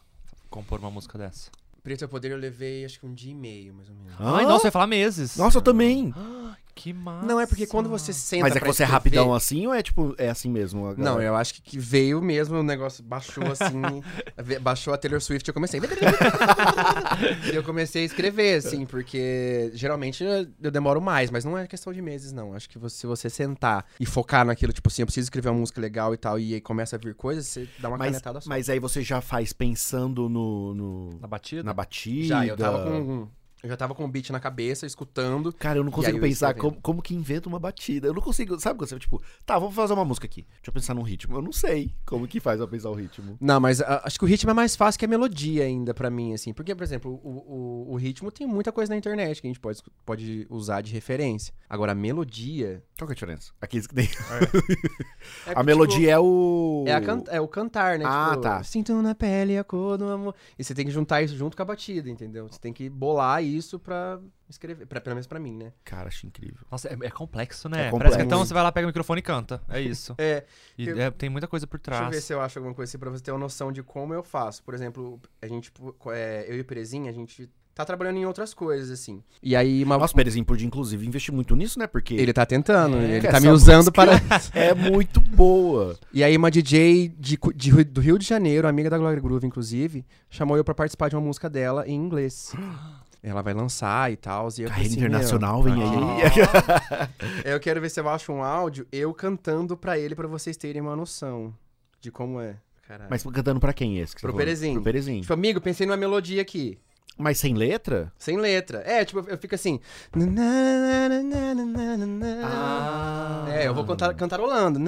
[SPEAKER 2] compor uma música dessa?
[SPEAKER 3] Preto é Poder eu levei acho que um dia e meio, mais ou menos.
[SPEAKER 4] Hã?
[SPEAKER 2] Ai, nossa, vai falar meses.
[SPEAKER 4] Nossa, eu também.
[SPEAKER 2] Ah, que massa.
[SPEAKER 3] Não, é porque quando você senta
[SPEAKER 4] Mas é que
[SPEAKER 3] pra
[SPEAKER 4] você é
[SPEAKER 3] escrever-
[SPEAKER 4] rapidão assim ou é tipo, é assim mesmo? a
[SPEAKER 3] Não,
[SPEAKER 4] galera?
[SPEAKER 3] eu acho que- que veio mesmo, o negócio baixou assim, (laughs) ve- baixou a Taylor Swift, eu (laughs) comecei. e eu comecei a escrever, assim, porque geralmente eu eu demoro mais, mas não é questão de meses, não. Acho que você- se você sentar e focar naquilo, tipo assim, eu preciso escrever uma música legal e tal, e aí começa a vir coisas, você dá uma
[SPEAKER 4] mas,
[SPEAKER 3] canetada só.
[SPEAKER 4] mas aí você já faz pensando no, no-
[SPEAKER 2] Na batida?
[SPEAKER 4] na batida.
[SPEAKER 3] Já, eu tava com. um, Eu já tava com o beat na cabeça, escutando.
[SPEAKER 4] Cara, eu não
[SPEAKER 3] E
[SPEAKER 4] consigo
[SPEAKER 3] aí eu
[SPEAKER 4] pensar
[SPEAKER 3] escrevendo.
[SPEAKER 4] como, como que inventa uma batida. Eu não consigo, sabe quando você, tipo, tá, vamos fazer uma música aqui. Deixa eu pensar num ritmo. Eu não sei como que faz pra pensar o ritmo.
[SPEAKER 3] Não, mas a- acho que o ritmo é mais fácil que a melodia ainda pra mim, assim. Porque, por exemplo, o, o- o ritmo tem muita coisa na internet que a gente pode, escu- pode usar de referência. Agora, a melodia...
[SPEAKER 4] Qual que é a diferença? Aqueles que tem.
[SPEAKER 3] é,
[SPEAKER 4] a
[SPEAKER 3] tipo,
[SPEAKER 4] melodia é o.
[SPEAKER 3] É, a can- é o cantar, né?
[SPEAKER 4] Ah,
[SPEAKER 3] Tipo,
[SPEAKER 4] tá.
[SPEAKER 3] Sinto na pele a cor do amor. E você tem que juntar isso junto com a batida, entendeu? Você tem que bolar isso pra escrever. Pra, pelo menos pra mim, né?
[SPEAKER 4] Cara, acho incrível.
[SPEAKER 2] Nossa, é, é complexo, né?
[SPEAKER 4] É
[SPEAKER 2] Parece
[SPEAKER 4] complexo.
[SPEAKER 2] que então você vai lá, pega o microfone e canta. É isso.
[SPEAKER 3] É,
[SPEAKER 2] E
[SPEAKER 3] eu-
[SPEAKER 2] é, tem muita coisa por
[SPEAKER 3] Deixa eu ver
[SPEAKER 2] trás.
[SPEAKER 3] se eu acho alguma coisa assim pra você ter uma noção de como eu faço. Por exemplo, a gente, tipo, co- é, eu e o Perezinha, a gente tá trabalhando em outras coisas, assim. E aí, uma...
[SPEAKER 4] Nossa, o Perezinho podia, inclusive, investir muito nisso, né? Porque
[SPEAKER 3] Ele tá tentando,
[SPEAKER 2] É.
[SPEAKER 3] ele
[SPEAKER 4] Essa
[SPEAKER 3] tá me usando
[SPEAKER 4] música-
[SPEAKER 2] (laughs)
[SPEAKER 3] para.
[SPEAKER 4] é muito boa.
[SPEAKER 3] E aí, uma DJ de, Cu- de Rio- do Rio de Janeiro, amiga da Glória Groove, inclusive, chamou eu pra participar de uma música dela em
[SPEAKER 2] (gasps)
[SPEAKER 3] inglês. Ela vai lançar e tal. E (laughs) eu ah. falei
[SPEAKER 4] Carreira
[SPEAKER 3] assim,
[SPEAKER 4] internacional vem aí.
[SPEAKER 3] "Meu, (laughs) Eu quero ver se eu acho um áudio eu cantando pra ele, pra vocês terem uma noção de como é.
[SPEAKER 4] (laughs)
[SPEAKER 3] Caralho.
[SPEAKER 4] Mas cantando pra quem esse? Que você
[SPEAKER 3] Pro
[SPEAKER 4] falou?
[SPEAKER 3] Perezinho.
[SPEAKER 4] Pro Perezinho.
[SPEAKER 3] Tipo, amigo, pensei numa melodia aqui.
[SPEAKER 4] Mas sem letra?
[SPEAKER 3] Sem letra. É, tipo, eu fico assim.
[SPEAKER 4] Ah,
[SPEAKER 3] É, eu vou cantar, cantarolando.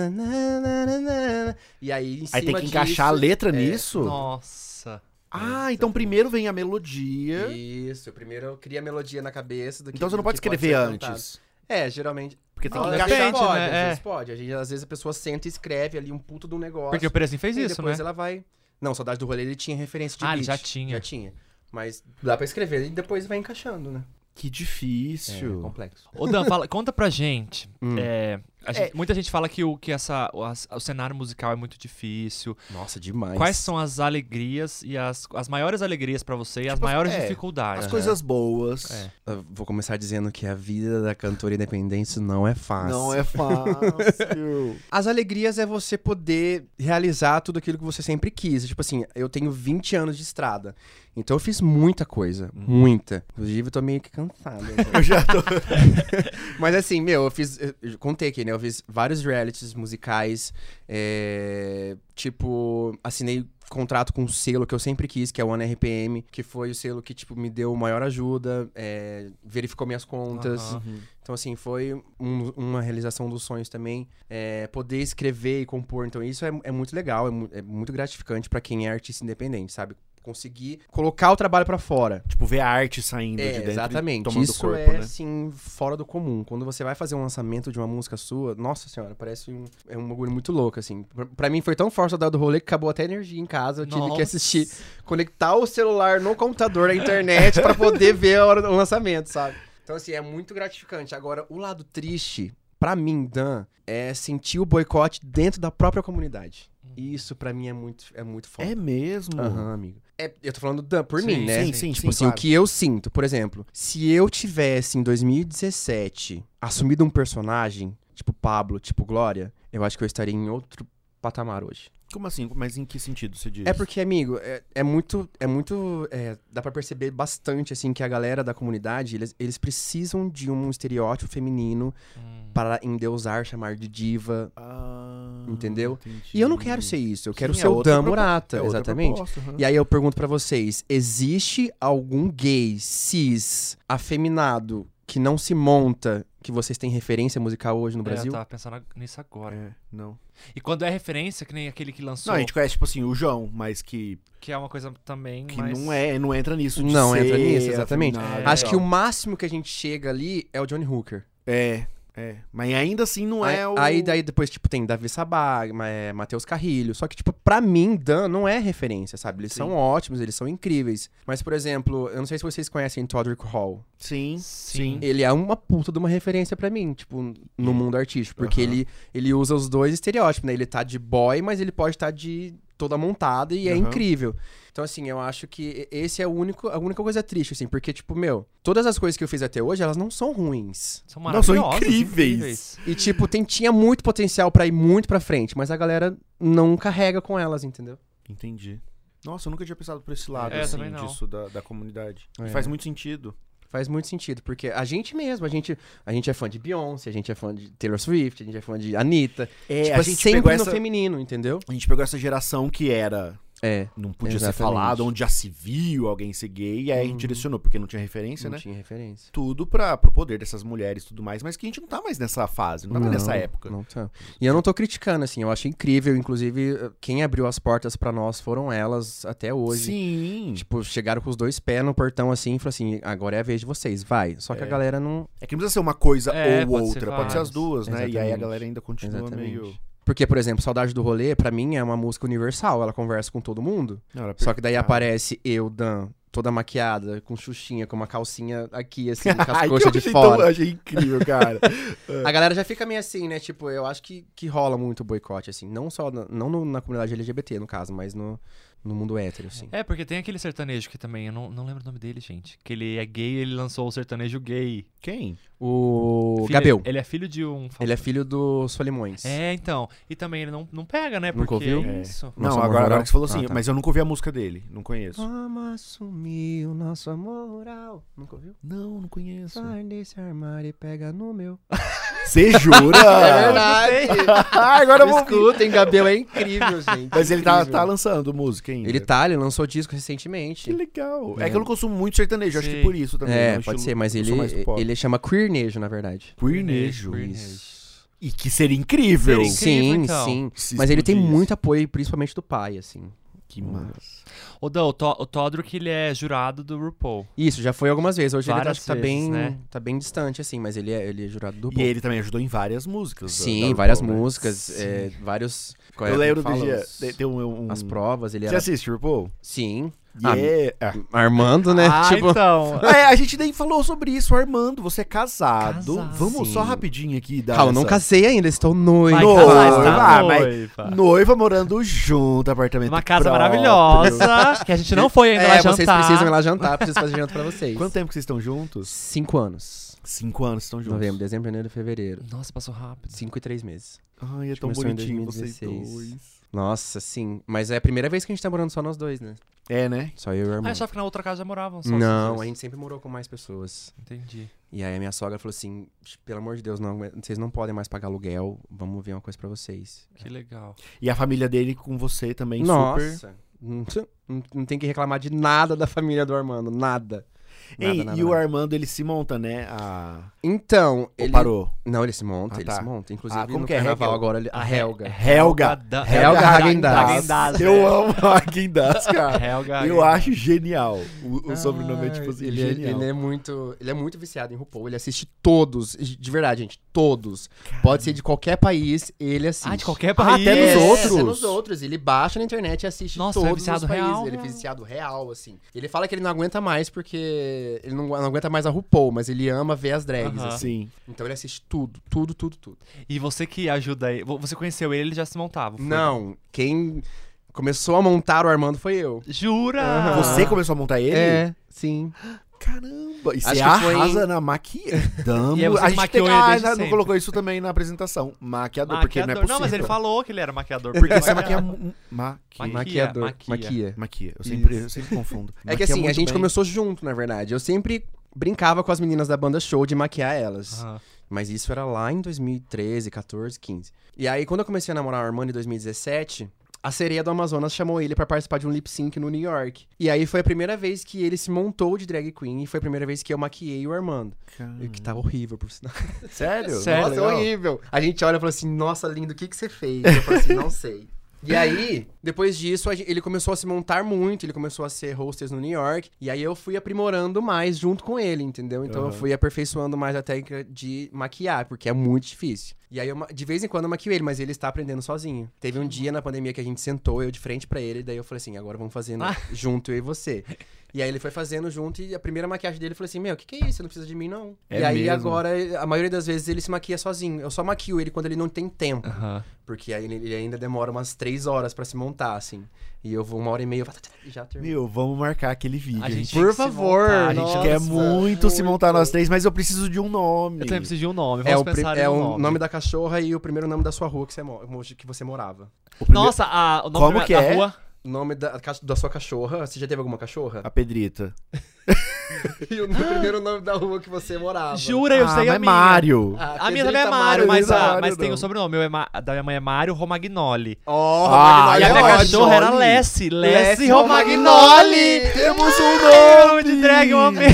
[SPEAKER 3] E aí, em cima
[SPEAKER 4] Aí tem que encaixar a
[SPEAKER 3] disso-
[SPEAKER 4] letra
[SPEAKER 3] é,
[SPEAKER 4] nisso?
[SPEAKER 2] Nossa.
[SPEAKER 4] Ah, então primeiro vem a melodia.
[SPEAKER 3] Isso, primeiro eu crio a melodia na cabeça do que
[SPEAKER 4] Então você
[SPEAKER 3] do
[SPEAKER 4] não pode
[SPEAKER 3] que
[SPEAKER 4] escrever
[SPEAKER 3] ser cantado.
[SPEAKER 4] antes.
[SPEAKER 3] É, geralmente.
[SPEAKER 4] Porque tem
[SPEAKER 3] Não,
[SPEAKER 4] que
[SPEAKER 3] às
[SPEAKER 4] encaixar.
[SPEAKER 3] vezes
[SPEAKER 2] Depende,
[SPEAKER 3] pode,
[SPEAKER 2] né?
[SPEAKER 3] às
[SPEAKER 2] É.
[SPEAKER 3] vezes pode. A gente- Às vezes a pessoa senta e escreve ali um puto do negócio.
[SPEAKER 2] Porque o Perezinho fez
[SPEAKER 3] e
[SPEAKER 2] isso, né?
[SPEAKER 3] depois ela vai. Não, Saudade do Rolê ele tinha referência de
[SPEAKER 2] Ah, ele
[SPEAKER 3] beat.
[SPEAKER 2] já tinha.
[SPEAKER 3] Já tinha. Mas dá pra escrever e depois vai encaixando, né?
[SPEAKER 4] Que
[SPEAKER 3] É,
[SPEAKER 4] difícil.
[SPEAKER 3] complexo.
[SPEAKER 2] Ô Dan, fala, conta pra gente.
[SPEAKER 3] Hum.
[SPEAKER 2] é, a gente- Muita gente fala que, o, que essa, o, as- o cenário musical é muito difícil.
[SPEAKER 3] Nossa, demais.
[SPEAKER 2] Quais são as alegrias e as, as maiores alegrias pra você e as
[SPEAKER 1] Tipo,
[SPEAKER 2] maiores
[SPEAKER 4] é,
[SPEAKER 2] dificuldades?
[SPEAKER 4] As coisas boas.
[SPEAKER 2] É.
[SPEAKER 3] Eu vou começar dizendo que a vida da cantora independente não é fácil.
[SPEAKER 4] Não é fácil.
[SPEAKER 3] (laughs)
[SPEAKER 4] (laughs)
[SPEAKER 3] As alegrias é você poder realizar tudo aquilo que você sempre quis. Tipo assim, eu tenho 20 anos de estrada. Então eu fiz muita coisa. Muita. Inclusive, eu tô meio que cansado. né?
[SPEAKER 4] eu já tô.
[SPEAKER 3] Mas assim, meu, eu fiz. eu- eu contei aqui, né? Eu fiz vários realities musicais. é, tipo, assinei contrato com um selo que eu sempre quis, que é o One RPM, que foi o selo que, tipo, me deu maior ajuda, é, verificou minhas contas.
[SPEAKER 2] Aham.
[SPEAKER 1] Uhum.
[SPEAKER 3] Então, assim, foi um- uma realização dos sonhos também. É, poder escrever e compor, então, isso é, é muito legal, é, mu- é muito gratificante pra quem é artista independente, sabe? Conseguir colocar o trabalho pra fora.
[SPEAKER 4] tipo, ver a arte saindo
[SPEAKER 3] É,
[SPEAKER 4] de dentro. e
[SPEAKER 3] exatamente.
[SPEAKER 4] Tomando
[SPEAKER 3] Isso
[SPEAKER 4] corpo,
[SPEAKER 3] é,
[SPEAKER 4] né?
[SPEAKER 3] assim, fora do comum. Quando você vai fazer um lançamento de uma música sua, nossa senhora, parece um, é um bagulho muito louco, assim. Pra, pra mim foi tão forte o dado rolê que acabou até a energia em casa. Eu tive que
[SPEAKER 2] Nossa.
[SPEAKER 3] assistir, conectar o celular no computador na internet pra poder ver a hora do lançamento, sabe? Então, assim, é muito gratificante. Agora, o lado triste, pra mim, Dan, é sentir o boicote dentro da própria comunidade. Isso, pra mim, é muito, é muito forte.
[SPEAKER 4] Uhum. É mesmo?
[SPEAKER 3] Aham, amigo. É, eu tô falando do Dan, por
[SPEAKER 2] Sim,
[SPEAKER 3] mim, né?
[SPEAKER 4] Sim, sim,
[SPEAKER 3] Tipo
[SPEAKER 4] sim,
[SPEAKER 3] assim,
[SPEAKER 4] claro.
[SPEAKER 3] o que eu sinto, por exemplo, se eu tivesse em 2017 assumido um personagem, tipo Pablo, tipo Glória, eu acho que eu estaria em outro patamar hoje.
[SPEAKER 4] Como assim? Mas em que sentido você diz?
[SPEAKER 3] É porque, amigo, é, é muito. É muito. é, dá pra perceber bastante, assim, que a galera da comunidade, eles, eles precisam de um estereótipo feminino
[SPEAKER 2] Hum.
[SPEAKER 3] para endeusar, chamar de diva.
[SPEAKER 4] Ah,
[SPEAKER 3] Entendeu?
[SPEAKER 4] entendi.
[SPEAKER 3] E eu não quero ser isso, eu quero
[SPEAKER 4] Sim, é
[SPEAKER 3] ser o
[SPEAKER 4] outra
[SPEAKER 3] Dan
[SPEAKER 4] propo-
[SPEAKER 3] Murata,
[SPEAKER 4] É outra
[SPEAKER 3] exatamente.
[SPEAKER 4] proposta, aham.
[SPEAKER 3] E aí eu pergunto pra vocês, existe algum gay cis afeminado que não se monta, que vocês têm referência musical hoje no
[SPEAKER 4] É,
[SPEAKER 3] Brasil?
[SPEAKER 2] É, Eu
[SPEAKER 4] tá.
[SPEAKER 2] tava pensando nisso agora.
[SPEAKER 1] É, não.
[SPEAKER 2] E quando é referência, que nem aquele que lançou,
[SPEAKER 1] Não, a gente conhece, tipo assim, o João, mas que,
[SPEAKER 2] que é uma coisa também
[SPEAKER 1] que
[SPEAKER 2] mais...
[SPEAKER 1] não é, não entra nisso. de
[SPEAKER 3] Não
[SPEAKER 1] ser
[SPEAKER 3] entra nisso, exatamente.
[SPEAKER 1] afeminado e
[SPEAKER 4] é,
[SPEAKER 3] Acho que
[SPEAKER 1] tal.
[SPEAKER 3] o máximo que a gente chega ali é o Johnny Hooker.
[SPEAKER 1] É, é. Mas ainda assim não
[SPEAKER 3] aí,
[SPEAKER 1] é o.
[SPEAKER 3] aí daí depois, tipo, tem Davi Sabá, ma- é, Matheus Carrilho. Só que, tipo, pra mim, Dan não é referência, sabe? Eles são ótimos, eles são incríveis. Mas, por exemplo, eu não sei se vocês conhecem Todrick Hall.
[SPEAKER 1] Sim,
[SPEAKER 2] Sim.
[SPEAKER 1] sim.
[SPEAKER 3] Ele é uma puta de uma referência pra mim, tipo, no mundo artístico. Porque ele, ele usa os dois estereótipos, né? Ele tá de boy, mas ele pode estar de toda montada e é
[SPEAKER 1] Aham.
[SPEAKER 3] incrível. Então, assim, eu acho que esse é o único, a única coisa triste, assim. Porque, tipo, meu, todas as coisas que eu fiz até hoje, elas não são ruins.
[SPEAKER 2] São
[SPEAKER 1] Não, são
[SPEAKER 2] maravilhosos,
[SPEAKER 1] incríveis.
[SPEAKER 3] E, tipo, tem, tinha muito potencial pra ir muito pra frente, mas a galera não carrega com elas, entendeu?
[SPEAKER 1] Entendi. Nossa, eu nunca tinha pensado por esse lado,
[SPEAKER 2] É, eu
[SPEAKER 1] assim,
[SPEAKER 2] também não.
[SPEAKER 1] disso da, da comunidade. E
[SPEAKER 3] É.
[SPEAKER 1] Faz muito sentido.
[SPEAKER 3] Faz muito sentido, porque a gente mesmo, a gente, a gente é fã de Beyoncé, a gente é fã de Taylor Swift, a gente é fã de Anitta.
[SPEAKER 1] É,
[SPEAKER 3] tipo,
[SPEAKER 1] a
[SPEAKER 3] é
[SPEAKER 1] gente pegou
[SPEAKER 3] sempre no
[SPEAKER 1] essa-
[SPEAKER 3] feminino, entendeu?
[SPEAKER 1] A gente pegou essa geração que era.
[SPEAKER 3] É.
[SPEAKER 1] Não podia ser
[SPEAKER 3] Exatamente. Uhum.
[SPEAKER 1] falado, onde já se viu alguém ser gay, e aí a gente direcionou, porque não tinha referência,
[SPEAKER 3] Não
[SPEAKER 1] né?
[SPEAKER 3] tinha referência.
[SPEAKER 1] Tudo pra, pro poder dessas mulheres e tudo mais, mas que a gente não tá mais nessa fase, não tá mais nessa época.
[SPEAKER 3] Não tá. E eu não tô criticando, assim, eu acho incrível. Inclusive, quem abriu as portas pra nós foram elas até hoje.
[SPEAKER 1] Sim.
[SPEAKER 3] Tipo, chegaram com os dois pés no portão assim e falaram assim: agora é a vez de vocês, vai. Só que a galera não.
[SPEAKER 1] É que não precisa ser uma coisa ou
[SPEAKER 2] É, pode ser
[SPEAKER 1] outra, pode ser as
[SPEAKER 2] várias.
[SPEAKER 1] duas, né? E aí a
[SPEAKER 3] Exatamente.
[SPEAKER 1] galera ainda continua
[SPEAKER 3] Exatamente.
[SPEAKER 1] meio.
[SPEAKER 3] Porque, por exemplo, Saudade do Rolê, pra mim, é uma música universal. Ela conversa com todo mundo.
[SPEAKER 1] Não, era
[SPEAKER 3] Só que daí
[SPEAKER 1] perfeito.
[SPEAKER 3] aparece eu, Dan, toda maquiada, com xuxinha, com uma calcinha aqui, assim,
[SPEAKER 1] (laughs)
[SPEAKER 3] com
[SPEAKER 1] Ai,
[SPEAKER 3] as
[SPEAKER 1] que
[SPEAKER 3] coxas
[SPEAKER 1] eu
[SPEAKER 3] de
[SPEAKER 1] achei
[SPEAKER 3] fora.
[SPEAKER 1] tão- achei incrível,
[SPEAKER 3] (laughs)
[SPEAKER 1] cara.
[SPEAKER 3] A galera já fica meio assim, né? Tipo, eu acho que, que rola muito boicote, assim. Não só na, não no- na comunidade LGBT, no caso, mas no, no mundo hétero, assim.
[SPEAKER 2] É, porque tem aquele sertanejo que também, eu não, não lembro o nome dele, gente. Que ele é gay, ele lançou o sertanejo gay.
[SPEAKER 1] Quem?
[SPEAKER 3] O
[SPEAKER 2] Filho-
[SPEAKER 3] Gabriel.
[SPEAKER 2] Ele é filho de um...
[SPEAKER 3] Ele é filho do Solimões.
[SPEAKER 2] É, então. E também ele não, não pega, né?
[SPEAKER 3] Nunca
[SPEAKER 2] Porque
[SPEAKER 3] ouviu?
[SPEAKER 2] é
[SPEAKER 1] É.
[SPEAKER 2] isso.
[SPEAKER 3] Nosso
[SPEAKER 1] não,
[SPEAKER 3] amor
[SPEAKER 1] agora, agora
[SPEAKER 3] rural?
[SPEAKER 1] que você falou assim,
[SPEAKER 3] Ah, tá. Ah,
[SPEAKER 1] mas eu nunca ouvi a música dele. Não conheço.
[SPEAKER 3] Vamos assumir o nosso amor. ao- Nunca ouviu?
[SPEAKER 1] Não, não conheço.
[SPEAKER 3] Sai desse armário e pega no meu.
[SPEAKER 1] Você jura?
[SPEAKER 3] É verdade.
[SPEAKER 1] Ah, agora eu vou ouvir.
[SPEAKER 3] Escutem, Gabriel, é
[SPEAKER 1] (laughs)
[SPEAKER 3] incrível, gente.
[SPEAKER 1] Mas ele tá,
[SPEAKER 3] Incrível.
[SPEAKER 1] tá lançando música ainda.
[SPEAKER 3] Ele tá, ele lançou disco recentemente.
[SPEAKER 1] Que legal. É.
[SPEAKER 3] É.
[SPEAKER 1] que eu não consumo muito sertanejo, acho que
[SPEAKER 2] Sim.
[SPEAKER 1] por isso também.
[SPEAKER 3] É,
[SPEAKER 1] né? Um
[SPEAKER 3] pode
[SPEAKER 1] estilo-
[SPEAKER 3] ser, mas
[SPEAKER 1] eu
[SPEAKER 3] ele,
[SPEAKER 1] sou mais pop.
[SPEAKER 3] ele é chama queernejo, na verdade.
[SPEAKER 1] Queernejo.
[SPEAKER 2] Isso.
[SPEAKER 1] E que seria incrível.
[SPEAKER 2] Seria incrível.
[SPEAKER 3] sim,
[SPEAKER 2] então.
[SPEAKER 3] sim.
[SPEAKER 1] Se
[SPEAKER 3] Mas ele tem
[SPEAKER 1] explodisse.
[SPEAKER 3] muito apoio, principalmente do pai, assim.
[SPEAKER 1] Que massa.
[SPEAKER 2] O, Dan, o, To- o Todrick, ele é jurado do RuPaul.
[SPEAKER 3] Isso, já foi algumas vezes. Hoje ele tá,
[SPEAKER 2] Várias
[SPEAKER 3] acho que tá
[SPEAKER 2] vezes,
[SPEAKER 3] bem,
[SPEAKER 2] né?
[SPEAKER 3] tá bem distante, assim, mas ele é, ele é jurado do
[SPEAKER 1] E
[SPEAKER 3] pai.
[SPEAKER 1] ele também ajudou em várias músicas. da-
[SPEAKER 3] Sim,
[SPEAKER 1] da
[SPEAKER 3] várias
[SPEAKER 1] RuPaul, né?
[SPEAKER 3] músicas, é, vários. qual é
[SPEAKER 1] Eu
[SPEAKER 3] que
[SPEAKER 1] lembro do
[SPEAKER 3] fala?
[SPEAKER 1] dia.
[SPEAKER 3] Os-
[SPEAKER 1] tem- Tem um. um-
[SPEAKER 3] As provas, ele
[SPEAKER 1] Você
[SPEAKER 3] era.
[SPEAKER 1] assiste, RuPaul?
[SPEAKER 3] Sim. Ah,
[SPEAKER 1] Yeah. Ah,
[SPEAKER 3] Armando, né?
[SPEAKER 2] Ah,
[SPEAKER 3] tipo.
[SPEAKER 2] então.
[SPEAKER 1] Ah, é, a gente nem falou sobre isso, Armando. Você é casado.
[SPEAKER 2] Casado.
[SPEAKER 1] Vamos só
[SPEAKER 3] Sim.
[SPEAKER 1] rapidinho aqui dar.
[SPEAKER 3] Calma, não
[SPEAKER 1] essa-
[SPEAKER 3] casei ainda, estou noivo.
[SPEAKER 2] Vai tá
[SPEAKER 1] Noiva,
[SPEAKER 2] casar, está
[SPEAKER 1] ah, mas-
[SPEAKER 2] noiva.
[SPEAKER 1] Noiva morando junto, apartamento.
[SPEAKER 2] Uma casa
[SPEAKER 1] próprio.
[SPEAKER 2] maravilhosa, que a gente não foi ainda lá
[SPEAKER 3] É,
[SPEAKER 2] jantar.
[SPEAKER 3] vocês precisam ir lá jantar, preciso fazer janta pra
[SPEAKER 1] (laughs)
[SPEAKER 3] vocês.
[SPEAKER 1] Quanto tempo que vocês estão juntos?
[SPEAKER 3] Cinco anos.
[SPEAKER 1] Cinco anos estão juntos.
[SPEAKER 3] Novembro, dezembro, janeiro, fevereiro.
[SPEAKER 2] Nossa, passou rápido.
[SPEAKER 3] Cinco e três meses.
[SPEAKER 1] Ai, é tão
[SPEAKER 3] começou em
[SPEAKER 1] bonitinho vocês
[SPEAKER 3] 2016.
[SPEAKER 1] dois.
[SPEAKER 3] Nossa, sim. Mas é a primeira vez que a gente tá morando só nós dois, né?
[SPEAKER 1] É, né?
[SPEAKER 3] Só eu e o
[SPEAKER 2] Ah, eu
[SPEAKER 3] irmão.
[SPEAKER 2] achava que na outra casa já moravam só.
[SPEAKER 3] Não,
[SPEAKER 2] vocês
[SPEAKER 3] a
[SPEAKER 2] dois.
[SPEAKER 3] gente sempre morou com mais pessoas.
[SPEAKER 2] Entendi.
[SPEAKER 3] E aí a minha sogra falou assim: pelo amor de Deus, não, vocês não podem mais pagar aluguel. Vamos ver uma coisa pra vocês.
[SPEAKER 2] Que legal.
[SPEAKER 1] E a família dele com você também super.
[SPEAKER 3] Nossa. Não, não- não tem que reclamar de nada da família do Armando. Nada. Nada,
[SPEAKER 1] Ei,
[SPEAKER 3] nada,
[SPEAKER 1] e o
[SPEAKER 3] nada.
[SPEAKER 1] Armando, ele se monta, né? A...
[SPEAKER 3] Então,
[SPEAKER 1] Ou
[SPEAKER 3] ele.
[SPEAKER 1] parou?
[SPEAKER 3] Não, ele se monta,
[SPEAKER 1] Ah,
[SPEAKER 3] ele
[SPEAKER 1] tá.
[SPEAKER 3] se monta. Inclusive,
[SPEAKER 1] Ah, como
[SPEAKER 3] no
[SPEAKER 1] que é,
[SPEAKER 3] carnaval
[SPEAKER 1] Hegel?
[SPEAKER 3] agora, ele- a Helga.
[SPEAKER 1] Helga.
[SPEAKER 2] Da-
[SPEAKER 3] é Helga Häagen-Dazs.
[SPEAKER 2] Häagen-Dazs,
[SPEAKER 1] Eu
[SPEAKER 2] né?
[SPEAKER 1] amo Hagendaz,
[SPEAKER 2] (laughs)
[SPEAKER 1] cara.
[SPEAKER 2] Helga.
[SPEAKER 1] Eu acho genial. O, o
[SPEAKER 3] Ah,
[SPEAKER 1] sobrenome é tipo assim,
[SPEAKER 3] ele, é-
[SPEAKER 1] genial.
[SPEAKER 3] ele é muito, ele é muito viciado em RuPaul. Ele assiste todos, de verdade, gente, todos. Pode ser de qualquer país, ele assiste.
[SPEAKER 2] Ah, de qualquer
[SPEAKER 1] Ah,
[SPEAKER 2] país.
[SPEAKER 1] até nos
[SPEAKER 3] É,
[SPEAKER 1] outros?
[SPEAKER 3] até nos outros. Ele baixa na internet e assiste
[SPEAKER 2] Nossa,
[SPEAKER 3] todos
[SPEAKER 2] é viciado
[SPEAKER 3] os países.
[SPEAKER 2] real,
[SPEAKER 3] ele é
[SPEAKER 2] real.
[SPEAKER 3] viciado real, assim. Ele fala que ele não aguenta mais porque ele não, não aguenta mais a RuPaul, mas ele ama ver as drags,
[SPEAKER 2] Aham.
[SPEAKER 3] assim.
[SPEAKER 1] Sim.
[SPEAKER 3] Então ele assiste tudo, tudo, tudo, tudo.
[SPEAKER 2] E você que ajuda ele. vo- Você conheceu ele, ele já se montava. foi?
[SPEAKER 3] Não, quem começou a montar o Armando foi eu.
[SPEAKER 2] Jura?
[SPEAKER 3] Aham.
[SPEAKER 1] Você começou a montar ele?
[SPEAKER 3] É, sim.
[SPEAKER 1] Caramba, e
[SPEAKER 3] Acho
[SPEAKER 1] você
[SPEAKER 3] que foi-
[SPEAKER 1] arrasa na maquiadama.
[SPEAKER 2] (laughs) E é você que
[SPEAKER 1] a gente tem...
[SPEAKER 2] maquiou ele
[SPEAKER 1] ah,
[SPEAKER 2] desde
[SPEAKER 1] não
[SPEAKER 2] sempre.
[SPEAKER 1] colocou isso também na apresentação. Maquiador, porque não é
[SPEAKER 2] Maquiador.
[SPEAKER 1] possível.
[SPEAKER 2] mas ele falou que ele era maquiador.
[SPEAKER 1] Porque você maquia...
[SPEAKER 2] maquiava-
[SPEAKER 1] é mu- Maqui...
[SPEAKER 2] Maquia,
[SPEAKER 3] Maquiador.
[SPEAKER 2] maquia.
[SPEAKER 3] maquia.
[SPEAKER 1] Maquia. Eu sempre, eu sempre confundo.
[SPEAKER 3] É que
[SPEAKER 1] Maquia
[SPEAKER 3] assim, a
[SPEAKER 1] muito
[SPEAKER 3] gente
[SPEAKER 1] bem.
[SPEAKER 3] começou junto, na verdade. Eu sempre brincava com as meninas da banda show de maquiar elas.
[SPEAKER 2] Aham.
[SPEAKER 3] Mas isso era lá em 2013, 14, 15. E aí, quando eu comecei a namorar o Armando em 2017, a sereia do Amazonas chamou ele pra participar de um lip sync no New York. E aí foi a primeira vez que ele se montou de drag queen e foi a primeira vez que eu maquiei o Armando. O que tava horrível, por sinal. (laughs)
[SPEAKER 1] Sério?
[SPEAKER 2] Sério?
[SPEAKER 3] Nossa, é horrível. A gente olha e fala assim, nossa, lindo, o que, que você fez? Eu falo assim, não sei. E aí, (gasps) depois disso, a gen- ele começou a se montar muito, ele começou a ser hostess no New York, e aí eu fui aprimorando mais junto com ele, entendeu? Então eu fui aperfeiçoando mais a técnica de maquiar, porque é muito difícil. E aí, eu ma- de vez em quando eu maquio ele, mas ele está aprendendo sozinho. Teve um dia na pandemia que a gente sentou, eu de frente pra ele, daí eu falei assim, agora vamos fazendo junto, eu e você. E aí ele foi fazendo junto, e a primeira maquiagem dele, eu falei assim, meu, o que, que é isso? Você não precisa de mim, não.
[SPEAKER 1] É
[SPEAKER 3] e aí
[SPEAKER 1] mesmo?
[SPEAKER 3] agora, a maioria das vezes, ele se maquia sozinho. Eu só maquio ele quando ele não tem tempo.
[SPEAKER 2] Aham.
[SPEAKER 3] Porque aí ele ele ainda demora umas três horas pra se montar, assim. E eu vou uma hora e meia e já termino.
[SPEAKER 1] Meu, vamos marcar aquele vídeo.
[SPEAKER 2] A gente tá,
[SPEAKER 1] Por
[SPEAKER 2] tem que se
[SPEAKER 1] favor,
[SPEAKER 2] montar,
[SPEAKER 1] a gente
[SPEAKER 2] nossa,
[SPEAKER 1] quer muito se
[SPEAKER 3] muito.
[SPEAKER 1] montar nós três, mas eu preciso de um nome.
[SPEAKER 2] Eu também preciso de um nome.
[SPEAKER 3] É,
[SPEAKER 2] Vamos
[SPEAKER 3] o, pri-
[SPEAKER 2] pensar
[SPEAKER 3] é
[SPEAKER 2] em um
[SPEAKER 3] o
[SPEAKER 2] nome.
[SPEAKER 3] nome. da cachorra e o primeiro nome da sua rua que você, mo- que você morava.
[SPEAKER 1] O primeiro-
[SPEAKER 2] Nossa, a- o nome
[SPEAKER 1] Como
[SPEAKER 2] da-
[SPEAKER 1] que
[SPEAKER 2] da
[SPEAKER 1] é?
[SPEAKER 2] rua.
[SPEAKER 3] O nome da, ca- da sua cachorra, você já teve alguma cachorra?
[SPEAKER 1] é A Pedrita.
[SPEAKER 3] (laughs) e o primeiro nome da rua que você morava. Ah,
[SPEAKER 2] Jura, eu
[SPEAKER 1] ah,
[SPEAKER 2] sei
[SPEAKER 1] mas
[SPEAKER 2] a minha.
[SPEAKER 1] Mário.
[SPEAKER 2] A minha também é
[SPEAKER 1] Mário,
[SPEAKER 2] Mário, mas,
[SPEAKER 1] Mário,
[SPEAKER 2] a-
[SPEAKER 1] Mário
[SPEAKER 2] mas tem
[SPEAKER 1] não.
[SPEAKER 2] o sobrenome. Meu é Ma- a da minha mãe é Mário Romagnoli.
[SPEAKER 3] Oh,
[SPEAKER 1] Ah,
[SPEAKER 2] e
[SPEAKER 1] é
[SPEAKER 2] a minha
[SPEAKER 1] ótimo.
[SPEAKER 2] cachorra era Lessie. Lessie
[SPEAKER 3] Lessie
[SPEAKER 2] Romagnoli.
[SPEAKER 3] Romagnoli.
[SPEAKER 1] Temos um
[SPEAKER 2] Ai,
[SPEAKER 1] nome!
[SPEAKER 2] nome de drag, eu amei.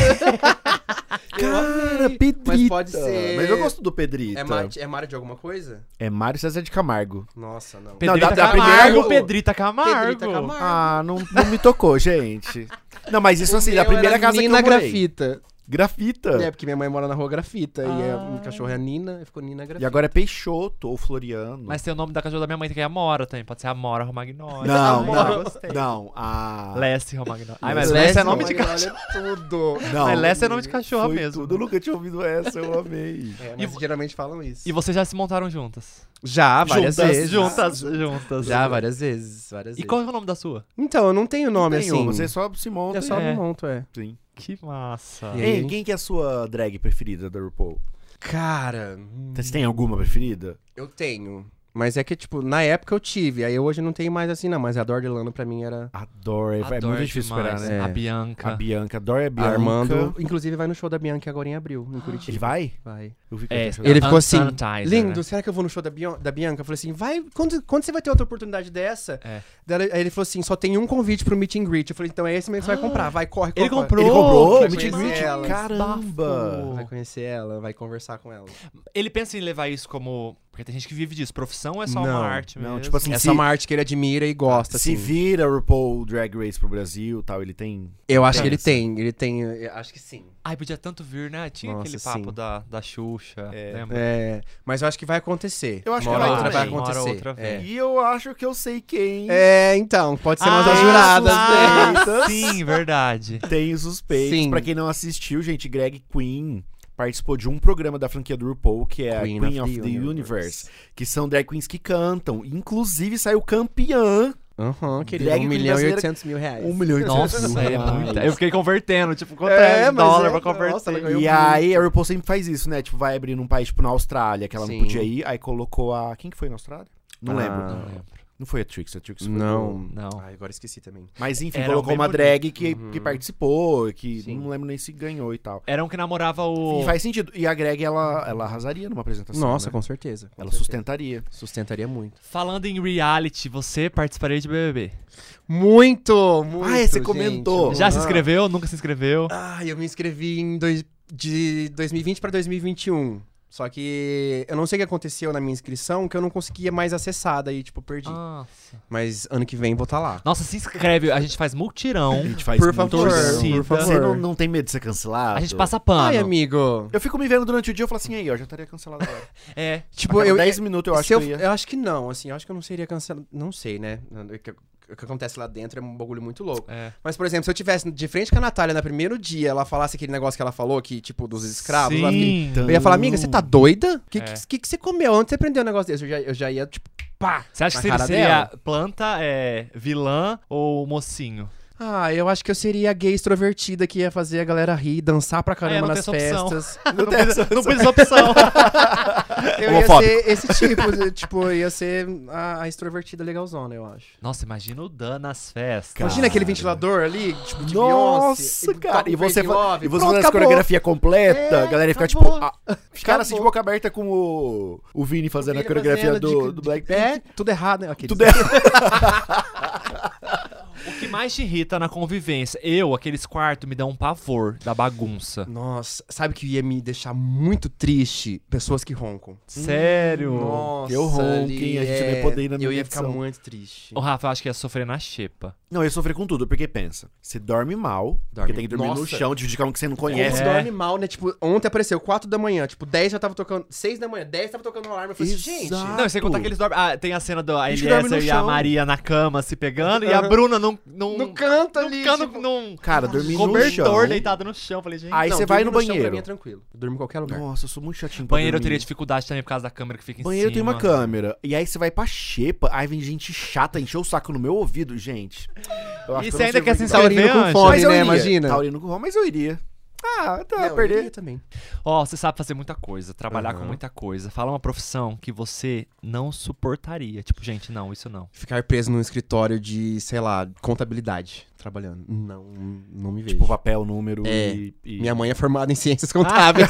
[SPEAKER 1] Cara, Pedrita.
[SPEAKER 3] Mas pode ser-
[SPEAKER 1] Mas eu gosto do Pedrita.
[SPEAKER 3] É, Mar- é Mário de alguma coisa?
[SPEAKER 1] É Mário César de Camargo.
[SPEAKER 3] Nossa, não.
[SPEAKER 2] Pedrita
[SPEAKER 1] da- da
[SPEAKER 2] Camargo,
[SPEAKER 3] primeira-
[SPEAKER 2] Pedrita Camargo.
[SPEAKER 3] Pedrita Camargo.
[SPEAKER 1] Ah, não, não me tocou, gente. Não, mas isso assim,
[SPEAKER 3] Meu
[SPEAKER 1] da primeira
[SPEAKER 3] era
[SPEAKER 1] casa que eu
[SPEAKER 3] Nina
[SPEAKER 1] morei. Ah.
[SPEAKER 3] Grafita.
[SPEAKER 1] Grafita.
[SPEAKER 3] É, porque minha mãe mora na rua Grafita. E é, o cachorro é a Nina, e ficou Nina Grafita.
[SPEAKER 1] E agora é Peixoto ou Floriano.
[SPEAKER 2] Mas tem o nome da cachorra da minha mãe que é Amora também. Pode ser Amora Romagnoli.
[SPEAKER 1] Não,
[SPEAKER 2] Amora,
[SPEAKER 1] não,
[SPEAKER 2] é gostei.
[SPEAKER 1] não. Ah,
[SPEAKER 2] Lessie Romagnoli. Ai, mas
[SPEAKER 3] Mas
[SPEAKER 2] Lessie é nome de cachorro.
[SPEAKER 3] tudo.
[SPEAKER 1] não.
[SPEAKER 2] Mas Lessie é nome de cachorra
[SPEAKER 1] Foi
[SPEAKER 2] mesmo. né?
[SPEAKER 1] Tudo. Eu nunca tinha ouvido essa, eu amei.
[SPEAKER 3] É, mas geralmente falam isso.
[SPEAKER 2] E vocês já se montaram juntas?
[SPEAKER 3] já, várias
[SPEAKER 1] Juntas,
[SPEAKER 3] vezes.
[SPEAKER 2] Ah, Juntas, juntas.
[SPEAKER 3] Já, várias vezes. Várias
[SPEAKER 2] E
[SPEAKER 3] vezes.
[SPEAKER 2] qual é o nome da sua?
[SPEAKER 3] Então, eu não tenho nome
[SPEAKER 1] Nenhum,
[SPEAKER 3] assim.
[SPEAKER 1] Você só se monta.
[SPEAKER 3] Eu só
[SPEAKER 2] É.
[SPEAKER 3] me monto, é.
[SPEAKER 1] Sim.
[SPEAKER 2] Que massa.
[SPEAKER 3] E aí?
[SPEAKER 1] Ei, quem que é a sua drag preferida da RuPaul?
[SPEAKER 3] Cara,
[SPEAKER 1] Você tem alguma preferida?
[SPEAKER 3] eu tenho. Mas é que, tipo, na época eu tive. Aí hoje eu não tenho mais assim, não. Mas a Dor de Lano pra mim era.
[SPEAKER 1] Adoro, é, é
[SPEAKER 2] Adoro
[SPEAKER 1] muito difícil
[SPEAKER 2] demais.
[SPEAKER 1] esperar, né?
[SPEAKER 2] A
[SPEAKER 3] É.
[SPEAKER 2] Bianca.
[SPEAKER 1] A Bianca, adoro a
[SPEAKER 3] A
[SPEAKER 1] Bianca.
[SPEAKER 3] Armando. Inclusive vai no show da Bianca agora em abril, em Curitiba.
[SPEAKER 1] Ele vai?
[SPEAKER 3] Vai.
[SPEAKER 1] Eu vi que
[SPEAKER 2] É,
[SPEAKER 1] eu-
[SPEAKER 3] Ele ficou assim,
[SPEAKER 2] Unsanitizer,
[SPEAKER 3] Lindo,
[SPEAKER 2] né?
[SPEAKER 3] será que eu vou no show da, Bian- da Bianca? Eu falei assim, vai, quando, quando você vai ter outra oportunidade dessa?
[SPEAKER 2] É.
[SPEAKER 3] Daí ela- Aí ele falou assim, só tem um convite pro meet and greet. Eu falei, então é esse mesmo que você vai comprar, vai, corre, corre.
[SPEAKER 2] Ele
[SPEAKER 3] corre.
[SPEAKER 2] comprou.
[SPEAKER 1] Ele comprou?
[SPEAKER 2] vai
[SPEAKER 1] Meet and
[SPEAKER 2] conhecer
[SPEAKER 1] greet?
[SPEAKER 3] elas.
[SPEAKER 1] Caramba!
[SPEAKER 2] Bafo.
[SPEAKER 3] Vai conhecer ela, vai conversar com ela.
[SPEAKER 2] Ele pensa em levar isso como. Porque tem gente que vive disso. Profissão ou é só
[SPEAKER 3] Não,
[SPEAKER 2] uma arte mesmo.
[SPEAKER 1] não, tipo assim,
[SPEAKER 3] É
[SPEAKER 1] Se-
[SPEAKER 3] só uma arte que ele admira e gosta,
[SPEAKER 1] Se
[SPEAKER 3] assim.
[SPEAKER 1] vira RuPaul Drag Race pro Brasil e tal, ele tem.
[SPEAKER 3] Eu acho que ele
[SPEAKER 2] Pensa.
[SPEAKER 3] tem, ele tem, eu acho que sim.
[SPEAKER 2] Ai, podia tanto vir, né? Tinha
[SPEAKER 3] Nossa,
[SPEAKER 2] aquele papo
[SPEAKER 3] sim.
[SPEAKER 2] da, da Xuxa. lembra?
[SPEAKER 3] É, mas eu acho que vai acontecer.
[SPEAKER 1] Eu acho que
[SPEAKER 3] Uma hora
[SPEAKER 1] vai
[SPEAKER 3] ou outra vai
[SPEAKER 1] também.
[SPEAKER 3] acontecer.
[SPEAKER 2] Uma hora ou outra
[SPEAKER 3] é.
[SPEAKER 1] E eu acho que eu sei quem.
[SPEAKER 3] É, então, pode ser nós
[SPEAKER 2] Ah,
[SPEAKER 3] as juradas. né?
[SPEAKER 2] (laughs) ah, Sim, verdade.
[SPEAKER 1] Tem os suspeitos.
[SPEAKER 3] Sim.
[SPEAKER 1] Pra quem não assistiu, gente, Greg Queen participou de um programa da franquia do RuPaul, que é
[SPEAKER 3] Queen
[SPEAKER 1] a Queen
[SPEAKER 3] of
[SPEAKER 1] of,
[SPEAKER 3] the
[SPEAKER 1] the, Universe.
[SPEAKER 3] Universe.
[SPEAKER 1] que são drag queens que cantam. Inclusive, saiu campeã.
[SPEAKER 3] Aham, querido,
[SPEAKER 1] Drag queen
[SPEAKER 3] 1 milhão e
[SPEAKER 1] brasileira-
[SPEAKER 3] 800 mil reais.
[SPEAKER 1] milhão e
[SPEAKER 2] Nossa, é muito. Eu fiquei convertendo, tipo, quanto é,
[SPEAKER 3] É, mas
[SPEAKER 2] dólar
[SPEAKER 3] é,
[SPEAKER 2] pra converter?
[SPEAKER 3] nossa, ela ganhou
[SPEAKER 1] E aí, a RuPaul sempre faz isso, né? Tipo, vai abrir num país, tipo, na Austrália, que ela
[SPEAKER 3] Sim.
[SPEAKER 1] não podia ir. Aí colocou a... Quem que foi na Austrália? Não
[SPEAKER 3] Ah,
[SPEAKER 1] lembro.
[SPEAKER 2] Não lembro.
[SPEAKER 1] Não foi a Trix, a Trix foi do-
[SPEAKER 3] Não.
[SPEAKER 2] Não.
[SPEAKER 3] Ai, agora esqueci também.
[SPEAKER 1] Mas enfim,
[SPEAKER 2] Era
[SPEAKER 1] colocou
[SPEAKER 2] bem
[SPEAKER 1] uma
[SPEAKER 2] bonito.
[SPEAKER 1] drag que,
[SPEAKER 3] Uhum.
[SPEAKER 1] que participou, que
[SPEAKER 3] Sim.
[SPEAKER 1] não lembro nem se ganhou e tal.
[SPEAKER 2] Era um que namorava o.
[SPEAKER 1] E faz sentido. E a Greg, ela, ela arrasaria numa apresentação.
[SPEAKER 3] Nossa,
[SPEAKER 1] né?
[SPEAKER 3] com certeza. com
[SPEAKER 1] Ela
[SPEAKER 3] certeza.
[SPEAKER 1] sustentaria.
[SPEAKER 3] sustentaria muito.
[SPEAKER 2] Falando em reality, você participaria de BBB.
[SPEAKER 3] Muito, muito.
[SPEAKER 1] Ah, é, você
[SPEAKER 3] gente.
[SPEAKER 1] comentou.
[SPEAKER 2] Já se
[SPEAKER 3] Ah.
[SPEAKER 2] inscreveu? Nunca se inscreveu?
[SPEAKER 3] Ah, eu me inscrevi em dois, de 2020 pra 2021. Só que eu não sei o que aconteceu na minha inscrição, que eu não conseguia mais acessar, daí, tipo, perdi.
[SPEAKER 2] Nossa.
[SPEAKER 3] Mas ano que vem vou estar lá.
[SPEAKER 2] Nossa, se inscreve. A gente faz multirão.
[SPEAKER 1] A gente faz
[SPEAKER 3] Por
[SPEAKER 1] muito
[SPEAKER 3] favor,
[SPEAKER 1] isso. né?
[SPEAKER 2] torcida.
[SPEAKER 3] por favor.
[SPEAKER 1] Você não, não tem medo de ser cancelado?
[SPEAKER 2] A gente passa pano.
[SPEAKER 3] Ai, amigo.
[SPEAKER 1] Eu fico me vendo durante o dia e falo assim, aí, ó, já estaria cancelado agora.
[SPEAKER 2] É.
[SPEAKER 1] A
[SPEAKER 3] Tipo,
[SPEAKER 1] cada
[SPEAKER 3] eu,
[SPEAKER 1] 10 minutos eu acho
[SPEAKER 3] se
[SPEAKER 1] que
[SPEAKER 3] eu,
[SPEAKER 1] eu ia.
[SPEAKER 3] eu acho que não, assim, eu acho que eu não seria cancelado. Não sei, né? O que, o que acontece lá dentro é um bagulho muito louco.
[SPEAKER 2] É.
[SPEAKER 3] Mas, por exemplo, se eu tivesse de frente com a Natália no primeiro dia, ela falasse aquele negócio que ela falou, que, tipo, dos escravos, lá, aquele-
[SPEAKER 2] Sim.
[SPEAKER 3] eu ia falar, amiga, você tá doida? O que,
[SPEAKER 2] É.
[SPEAKER 3] que, que, que você comeu? Onde você aprendeu o negócio desse? Eu já, eu já ia, tipo, pá!
[SPEAKER 2] Você acha que seria,
[SPEAKER 3] na cara
[SPEAKER 2] seria
[SPEAKER 3] dela.
[SPEAKER 2] planta, é, vilã ou mocinho?
[SPEAKER 3] Ah, eu acho que eu seria a gay extrovertida que ia fazer a galera rir, dançar pra
[SPEAKER 2] É,
[SPEAKER 3] caramba
[SPEAKER 2] não tem
[SPEAKER 3] nas
[SPEAKER 2] essa opção.
[SPEAKER 3] festas.
[SPEAKER 1] (laughs)
[SPEAKER 2] Não, precisa, (laughs) não precisa
[SPEAKER 3] (laughs)
[SPEAKER 2] opção.
[SPEAKER 3] Eu ia
[SPEAKER 1] Homofóbico.
[SPEAKER 3] ser esse tipo, de- tipo, eu ia ser a, a extrovertida legalzona, eu acho.
[SPEAKER 2] Nossa, imagina o Dan nas festas.
[SPEAKER 3] Imagina aquele ventilador ali, tipo, de Beyoncé.
[SPEAKER 1] Nossa, cara. E você, fa- e você fazendo essa coreografia completa,
[SPEAKER 3] É,
[SPEAKER 1] a galera fica tipo.
[SPEAKER 3] acabou.
[SPEAKER 1] ah, cara assim de boca aberta com o, o Vini fazendo a né? coreografia do, do Black Panther.
[SPEAKER 3] Tudo errado, né? Aqueles.
[SPEAKER 1] Tudo é.
[SPEAKER 2] O que mais te irrita na convivência? Eu, aqueles quartos, me dão um pavor da bagunça.
[SPEAKER 3] Nossa, sabe que ia me deixar muito triste? Pessoas que roncam.
[SPEAKER 2] Sério?
[SPEAKER 3] Hum, Nossa,
[SPEAKER 1] que eu ronquem,
[SPEAKER 3] ali
[SPEAKER 1] a gente
[SPEAKER 3] é-
[SPEAKER 1] vai poder ir na
[SPEAKER 3] Eu
[SPEAKER 1] minha
[SPEAKER 3] ia ficar
[SPEAKER 1] edição.
[SPEAKER 3] muito triste.
[SPEAKER 2] O Rafa, eu acho que ia sofrer na xepa.
[SPEAKER 1] Não, eu sofri com tudo, porque pensa, você dorme mal, porque tem que dormir no
[SPEAKER 3] Nossa.
[SPEAKER 1] chão, dividir com alguém que você não
[SPEAKER 3] Ou
[SPEAKER 1] conhece.
[SPEAKER 3] Você
[SPEAKER 2] É.
[SPEAKER 3] dorme mal, né? Tipo, ontem apareceu 4 da manhã, tipo, 10 já tava tocando, 6 da manhã, 10 tava tocando o alarme. Eu falei, assim, gente,
[SPEAKER 1] Exato.
[SPEAKER 2] Não, e sem contar que eles dormem. Ah, tem a cena da
[SPEAKER 1] A gente dorme no
[SPEAKER 2] Eliezer e a
[SPEAKER 1] chão.
[SPEAKER 2] Maria na cama se pegando e a
[SPEAKER 3] Aham.
[SPEAKER 2] Bruna num. num
[SPEAKER 3] no canto
[SPEAKER 2] num
[SPEAKER 3] ali,
[SPEAKER 2] cano-
[SPEAKER 3] tipo...
[SPEAKER 2] num
[SPEAKER 1] Cara, dormir no chão.
[SPEAKER 2] cobertor deitado no chão. Falei, gente.
[SPEAKER 1] Aí
[SPEAKER 3] Não,
[SPEAKER 1] você vai no
[SPEAKER 3] dormir chão pra
[SPEAKER 1] banheiro.
[SPEAKER 3] mim é tranquilo. Eu durmo em qualquer lugar.
[SPEAKER 1] Nossa, eu sou muito chatinho pra
[SPEAKER 2] Banheiro eu
[SPEAKER 1] dormir.
[SPEAKER 2] teria dificuldade também por causa da câmera que fica em
[SPEAKER 1] Banheiro tem
[SPEAKER 2] cima.
[SPEAKER 1] uma câmera. E aí você vai pra xepa, aí vem gente chata, encher o saco no meu ouvido, gente. Eu acho que
[SPEAKER 2] E
[SPEAKER 1] eu
[SPEAKER 2] você
[SPEAKER 1] não
[SPEAKER 2] ainda
[SPEAKER 1] sirvo
[SPEAKER 2] quer
[SPEAKER 1] de
[SPEAKER 2] se
[SPEAKER 1] nada.
[SPEAKER 3] Taurino
[SPEAKER 2] inscrever
[SPEAKER 3] com
[SPEAKER 2] antes?
[SPEAKER 3] fome.
[SPEAKER 1] Mas eu
[SPEAKER 3] né?
[SPEAKER 1] iria.
[SPEAKER 3] Imagina.
[SPEAKER 1] Taurino com fome, mas eu iria. Ah, tá,
[SPEAKER 3] eu
[SPEAKER 1] perder.
[SPEAKER 3] iria também.
[SPEAKER 2] Ó, você sabe fazer muita coisa, trabalhar com
[SPEAKER 3] Aham.
[SPEAKER 2] muita coisa. Fala uma profissão que você não suportaria. Tipo, gente, não, isso não.
[SPEAKER 3] Ficar preso num escritório de, sei lá, contabilidade, trabalhando. Não, não me vejo.
[SPEAKER 1] Tipo, papel, número
[SPEAKER 3] É.
[SPEAKER 1] e... e-
[SPEAKER 3] Minha mãe é formada em
[SPEAKER 1] (laughs)
[SPEAKER 3] ciências contábeis.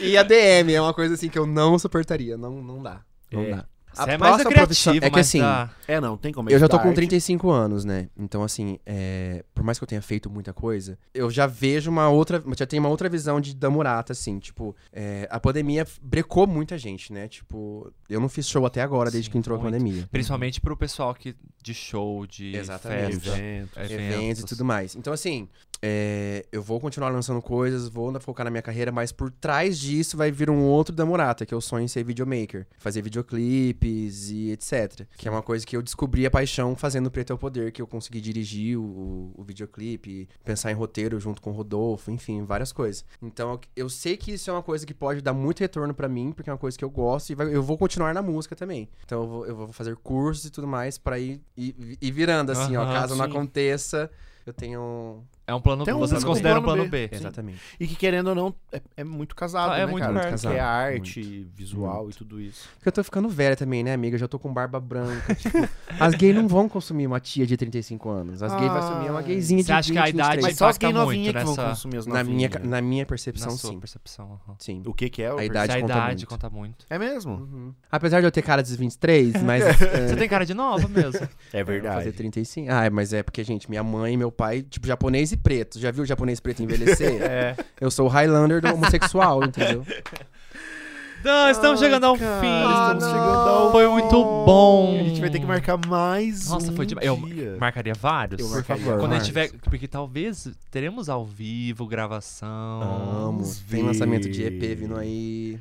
[SPEAKER 3] e ADM é uma coisa assim que eu não suportaria. Não, não dá. Não
[SPEAKER 1] É.
[SPEAKER 3] dá.
[SPEAKER 2] Você é mais
[SPEAKER 3] próxima
[SPEAKER 2] criativo,
[SPEAKER 3] profissão- é que
[SPEAKER 2] mas
[SPEAKER 3] assim,
[SPEAKER 2] dá-
[SPEAKER 1] É, não, tem como
[SPEAKER 3] Eu já tô
[SPEAKER 1] editar
[SPEAKER 3] com
[SPEAKER 1] arte.
[SPEAKER 3] 35 anos, né? Então, assim, é, por mais que eu tenha feito muita coisa, eu já vejo uma outra. Já tenho uma outra visão de da Murata, assim. Tipo, é, a pandemia brecou muita gente, né? Tipo, eu não fiz show até agora, desde
[SPEAKER 2] Sim,
[SPEAKER 3] que entrou
[SPEAKER 2] muito.
[SPEAKER 3] a pandemia.
[SPEAKER 2] Principalmente pro pessoal que de show, de
[SPEAKER 3] Exatamente.
[SPEAKER 2] festa,
[SPEAKER 1] Evento.
[SPEAKER 3] eventos e tudo mais. Então, assim, é, eu vou continuar lançando coisas, vou ainda focar na minha carreira, mas por trás disso vai vir um outro da Murata, que é o sonho em ser videomaker. Fazer videoclipes e etc. Que é uma coisa que eu descobri a paixão fazendo Preto é o Poder, que eu consegui dirigir o, o- o videoclipe, pensar em roteiro junto com o Rodolfo, enfim, várias coisas. Então, eu- eu sei que isso é uma coisa que pode dar muito retorno pra mim, porque é uma coisa que eu gosto e vai- eu vou continuar na música também. Então, eu vou, eu vou fazer cursos e tudo mais pra ir, ir, ir virando, assim, ó.
[SPEAKER 2] Aham,
[SPEAKER 3] Caso não
[SPEAKER 2] sim.
[SPEAKER 3] aconteça, eu tenho.
[SPEAKER 2] É um plano B.
[SPEAKER 1] Tem um-
[SPEAKER 2] Vocês
[SPEAKER 1] um
[SPEAKER 2] consideram um
[SPEAKER 1] plano
[SPEAKER 2] plano B.
[SPEAKER 3] Exatamente.
[SPEAKER 1] E que querendo ou não, é, é muito casado,
[SPEAKER 2] Ah,
[SPEAKER 1] né,
[SPEAKER 2] é muito
[SPEAKER 1] cara?
[SPEAKER 2] perto.
[SPEAKER 1] Porque
[SPEAKER 3] Casado,
[SPEAKER 1] é arte, visual e tudo isso.
[SPEAKER 3] Porque eu tô ficando velha também, né, amiga? Eu já tô com barba branca. (laughs) tipo, as gays não vão consumir uma tia de 35 anos. As gays vão assumir uma gayzinha de
[SPEAKER 2] Ah. Você acha
[SPEAKER 3] 20,
[SPEAKER 2] que a
[SPEAKER 1] Mas
[SPEAKER 2] idade- Mas
[SPEAKER 3] 23.
[SPEAKER 1] só as
[SPEAKER 2] impacta
[SPEAKER 1] gay
[SPEAKER 2] muito
[SPEAKER 1] novinhas que vão
[SPEAKER 2] nessa-
[SPEAKER 1] consumir as
[SPEAKER 3] na, minha,
[SPEAKER 1] novinhas.
[SPEAKER 3] ca- na minha percepção,
[SPEAKER 2] né? Na sua
[SPEAKER 3] sim.
[SPEAKER 2] percepção. aham.
[SPEAKER 3] Sim.
[SPEAKER 1] O que que é? o-
[SPEAKER 3] A idade
[SPEAKER 2] Se a
[SPEAKER 3] conta
[SPEAKER 2] idade
[SPEAKER 3] muito.
[SPEAKER 2] conta muito.
[SPEAKER 1] É mesmo?
[SPEAKER 3] Uhum. Apesar de eu ter cara de
[SPEAKER 2] (laughs)
[SPEAKER 3] 23, mas. é,
[SPEAKER 2] Você tem cara de nova
[SPEAKER 1] (laughs)
[SPEAKER 2] mesmo.
[SPEAKER 1] É
[SPEAKER 3] Vou fazer 35. Ah, é, mas é porque, gente, minha mãe e meu pai, tipo, japonês e preto. Já viu o japonês preto envelhecer?
[SPEAKER 2] (laughs)
[SPEAKER 3] é. Eu sou o Highlander do homossexual, entendeu?
[SPEAKER 2] Dan, estamos chegando ao fim. Ah,
[SPEAKER 1] estamos
[SPEAKER 3] Ah,
[SPEAKER 1] chegando ao
[SPEAKER 2] Foi muito bom.
[SPEAKER 1] A gente vai ter que marcar mais
[SPEAKER 2] Nossa,
[SPEAKER 1] um
[SPEAKER 2] foi demais. Eu
[SPEAKER 1] dia.
[SPEAKER 2] marcaria vários.
[SPEAKER 1] Eu
[SPEAKER 3] Por
[SPEAKER 1] marcaria
[SPEAKER 3] favor.
[SPEAKER 2] Quando a gente
[SPEAKER 1] vários.
[SPEAKER 2] tiver. Porque talvez teremos ao vivo, gravação.
[SPEAKER 3] Amo.
[SPEAKER 1] Vamos
[SPEAKER 3] Tem lançamento de
[SPEAKER 1] ver.
[SPEAKER 3] EP vindo aí.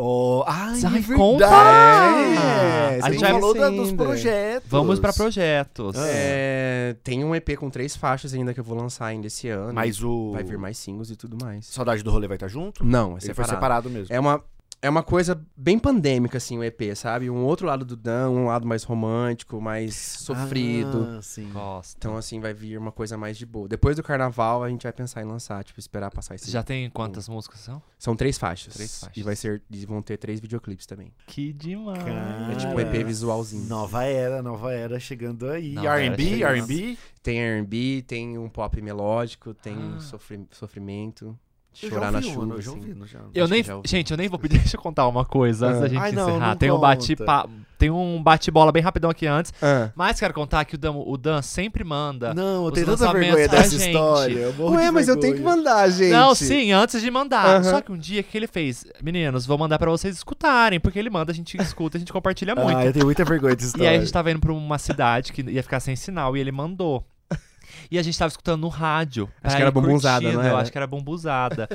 [SPEAKER 1] Oh, ai, é
[SPEAKER 2] Ai,
[SPEAKER 1] verdade.
[SPEAKER 2] conta!
[SPEAKER 1] É,
[SPEAKER 2] A
[SPEAKER 1] você
[SPEAKER 2] gente
[SPEAKER 1] não
[SPEAKER 2] vai-
[SPEAKER 1] falou da- dos
[SPEAKER 3] ainda.
[SPEAKER 1] projetos.
[SPEAKER 2] Vamos pra projetos.
[SPEAKER 1] Ah.
[SPEAKER 3] É, tem um EP com três faixas ainda que eu vou lançar ainda esse ano.
[SPEAKER 1] Mas o...
[SPEAKER 3] Vai vir mais singles e tudo mais.
[SPEAKER 1] Saudade do rolê vai estar junto?
[SPEAKER 3] Não, é
[SPEAKER 1] Ele foi
[SPEAKER 3] separado.
[SPEAKER 1] separado mesmo.
[SPEAKER 3] É uma, é uma coisa bem pandêmica, assim, o EP, sabe? Um outro lado do Dan, um lado mais romântico, mais sofrido.
[SPEAKER 1] Ah, sim.
[SPEAKER 2] Gosto.
[SPEAKER 3] Então, assim, vai vir uma coisa mais de boa. Depois do carnaval, a gente vai pensar em lançar, tipo, esperar passar esse.
[SPEAKER 2] Você já
[SPEAKER 1] tipo,
[SPEAKER 2] tem quantas músicas são?
[SPEAKER 3] São três faixas.
[SPEAKER 2] Três faixas.
[SPEAKER 3] E vai ser. E vão ter três videoclipes também.
[SPEAKER 2] Que demais.
[SPEAKER 1] Cara.
[SPEAKER 3] É tipo um EP visualzinho.
[SPEAKER 1] Nova era, nova era chegando aí.
[SPEAKER 2] Nova era
[SPEAKER 1] R&B,
[SPEAKER 2] chegando.
[SPEAKER 1] R&B.
[SPEAKER 3] Tem RB, tem um pop melódico, tem um sofri- sofrimento.
[SPEAKER 1] Ah. Eu já
[SPEAKER 3] Chorar na
[SPEAKER 1] ouvi uma,
[SPEAKER 3] chuva.
[SPEAKER 1] Eu já
[SPEAKER 3] assim.
[SPEAKER 1] ouvi, não já.
[SPEAKER 2] Eu
[SPEAKER 3] Acho que
[SPEAKER 2] nem,
[SPEAKER 3] já ouvi.
[SPEAKER 2] gente, eu nem vou pedir. (laughs) Deixa eu contar uma coisa antes
[SPEAKER 3] Ah.
[SPEAKER 2] da gente
[SPEAKER 1] Ai, não,
[SPEAKER 2] encerrar.
[SPEAKER 1] não
[SPEAKER 2] tem, um bate
[SPEAKER 1] conta.
[SPEAKER 2] pa- tem um bate-bola bem rapidão aqui antes.
[SPEAKER 3] Ah.
[SPEAKER 2] Mas quero contar que o Dan, o Dan sempre manda.
[SPEAKER 1] Não, eu
[SPEAKER 2] os
[SPEAKER 1] tenho tanta
[SPEAKER 2] lançamentos
[SPEAKER 1] vergonha
[SPEAKER 2] pra
[SPEAKER 1] dessa
[SPEAKER 2] gente.
[SPEAKER 1] história. Eu morro
[SPEAKER 3] Ué,
[SPEAKER 1] de
[SPEAKER 3] mas eu tenho que
[SPEAKER 1] vergonha.
[SPEAKER 3] mandar, gente.
[SPEAKER 2] Não, sim, antes de mandar.
[SPEAKER 3] Aham.
[SPEAKER 2] Só que um dia o que ele fez, meninos, vou mandar pra vocês escutarem, porque ele manda, a gente escuta, a gente compartilha muito.
[SPEAKER 1] Ah, eu tenho muita vergonha dessa
[SPEAKER 2] E
[SPEAKER 1] história.
[SPEAKER 2] aí a gente tava indo pra uma cidade que ia ficar sem sinal e ele mandou. E a gente tava escutando no rádio. pra
[SPEAKER 3] que era
[SPEAKER 2] ir
[SPEAKER 3] bombonzada,
[SPEAKER 2] curtindo,
[SPEAKER 3] não era?
[SPEAKER 2] Eu acho que era bombuzada.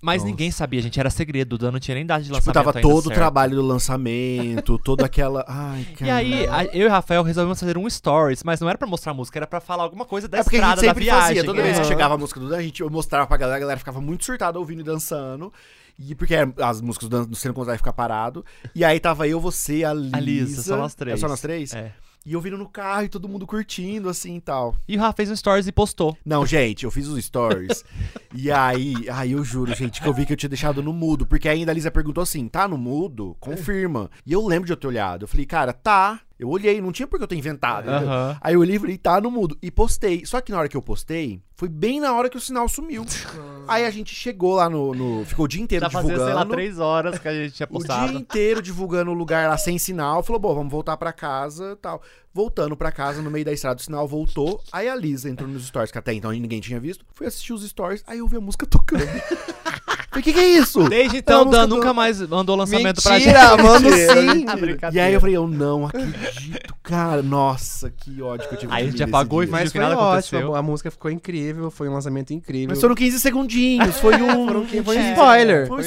[SPEAKER 2] Mas ninguém sabia, gente, era segredo, o Dan não tinha nem idade de
[SPEAKER 1] Tipo,
[SPEAKER 2] lançamento
[SPEAKER 1] tava
[SPEAKER 2] ainda
[SPEAKER 1] todo o
[SPEAKER 2] certa.
[SPEAKER 1] trabalho do lançamento, toda aquela... Ai, cara.
[SPEAKER 2] E aí, a- eu e o Rafael resolvemos fazer um stories, mas não era pra mostrar música, era pra falar alguma coisa da
[SPEAKER 1] É porque a
[SPEAKER 2] estrada,
[SPEAKER 1] gente sempre
[SPEAKER 2] da viagem.
[SPEAKER 1] fazia. Toda
[SPEAKER 2] é.
[SPEAKER 1] vez que chegava a música do Dan, a gente, eu mostrava pra galera, a galera ficava muito surtada ouvindo e dançando. E porque era- as músicas do Dan, você não consegue ficar parado. E aí tava eu, você, a Lisa.
[SPEAKER 2] só nós três.
[SPEAKER 1] É só nós três?
[SPEAKER 2] É.
[SPEAKER 1] E eu vindo no carro e todo mundo curtindo, assim e tal.
[SPEAKER 2] E o Rafa fez um stories e postou.
[SPEAKER 1] Não, gente, eu fiz os stories. e aí, aí eu juro, gente, que eu vi que eu tinha deixado no mudo. Porque ainda a Lisa perguntou assim: tá no mudo? Confirma. E eu lembro de eu ter olhado. Eu falei, cara, tá. Eu olhei, não tinha porque eu ter inventado. entendeu?
[SPEAKER 2] Aham.
[SPEAKER 1] Aí eu olhei e falei, tá no mudo. E postei. Só que na hora que eu postei, foi bem na hora que o sinal sumiu. aí a gente chegou lá no. no- ficou o dia inteiro
[SPEAKER 2] Já fazia,
[SPEAKER 1] divulgando.
[SPEAKER 2] Tá sei lá, três horas que a gente tinha
[SPEAKER 1] O dia
[SPEAKER 2] postado.
[SPEAKER 1] inteiro divulgando o lugar lá sem sinal. Falou, bom, vamos voltar pra casa tal. Voltando pra casa, no meio da estrada, o sinal voltou. Aí a Lisa entrou nos stories, que até então ninguém tinha visto. Fui assistir os stories, aí eu vi a música tocando. Falei, o que, que é isso?
[SPEAKER 2] Desde
[SPEAKER 1] É
[SPEAKER 2] então,
[SPEAKER 1] a música (laughs)
[SPEAKER 2] Dan
[SPEAKER 1] do-
[SPEAKER 2] nunca mais É mandou lançamento pra gente.
[SPEAKER 3] Mentira, mano, sim.
[SPEAKER 1] E aí eu falei, eu não acredito, cara. Nossa, que ódio que eu tive
[SPEAKER 2] Aí a
[SPEAKER 1] de
[SPEAKER 2] gente
[SPEAKER 1] mim nesse
[SPEAKER 2] apagou e
[SPEAKER 1] dia.
[SPEAKER 2] fingiu
[SPEAKER 3] Mas
[SPEAKER 2] que
[SPEAKER 3] foi
[SPEAKER 2] nada
[SPEAKER 3] ótimo,
[SPEAKER 2] aconteceu.
[SPEAKER 3] a, a música ficou incrível, foi um lançamento incrível.
[SPEAKER 1] Mas foram 15 segundinhos, foi (laughs) um...
[SPEAKER 3] foi um spoiler.
[SPEAKER 1] Foi um
[SPEAKER 2] Foi spoiler.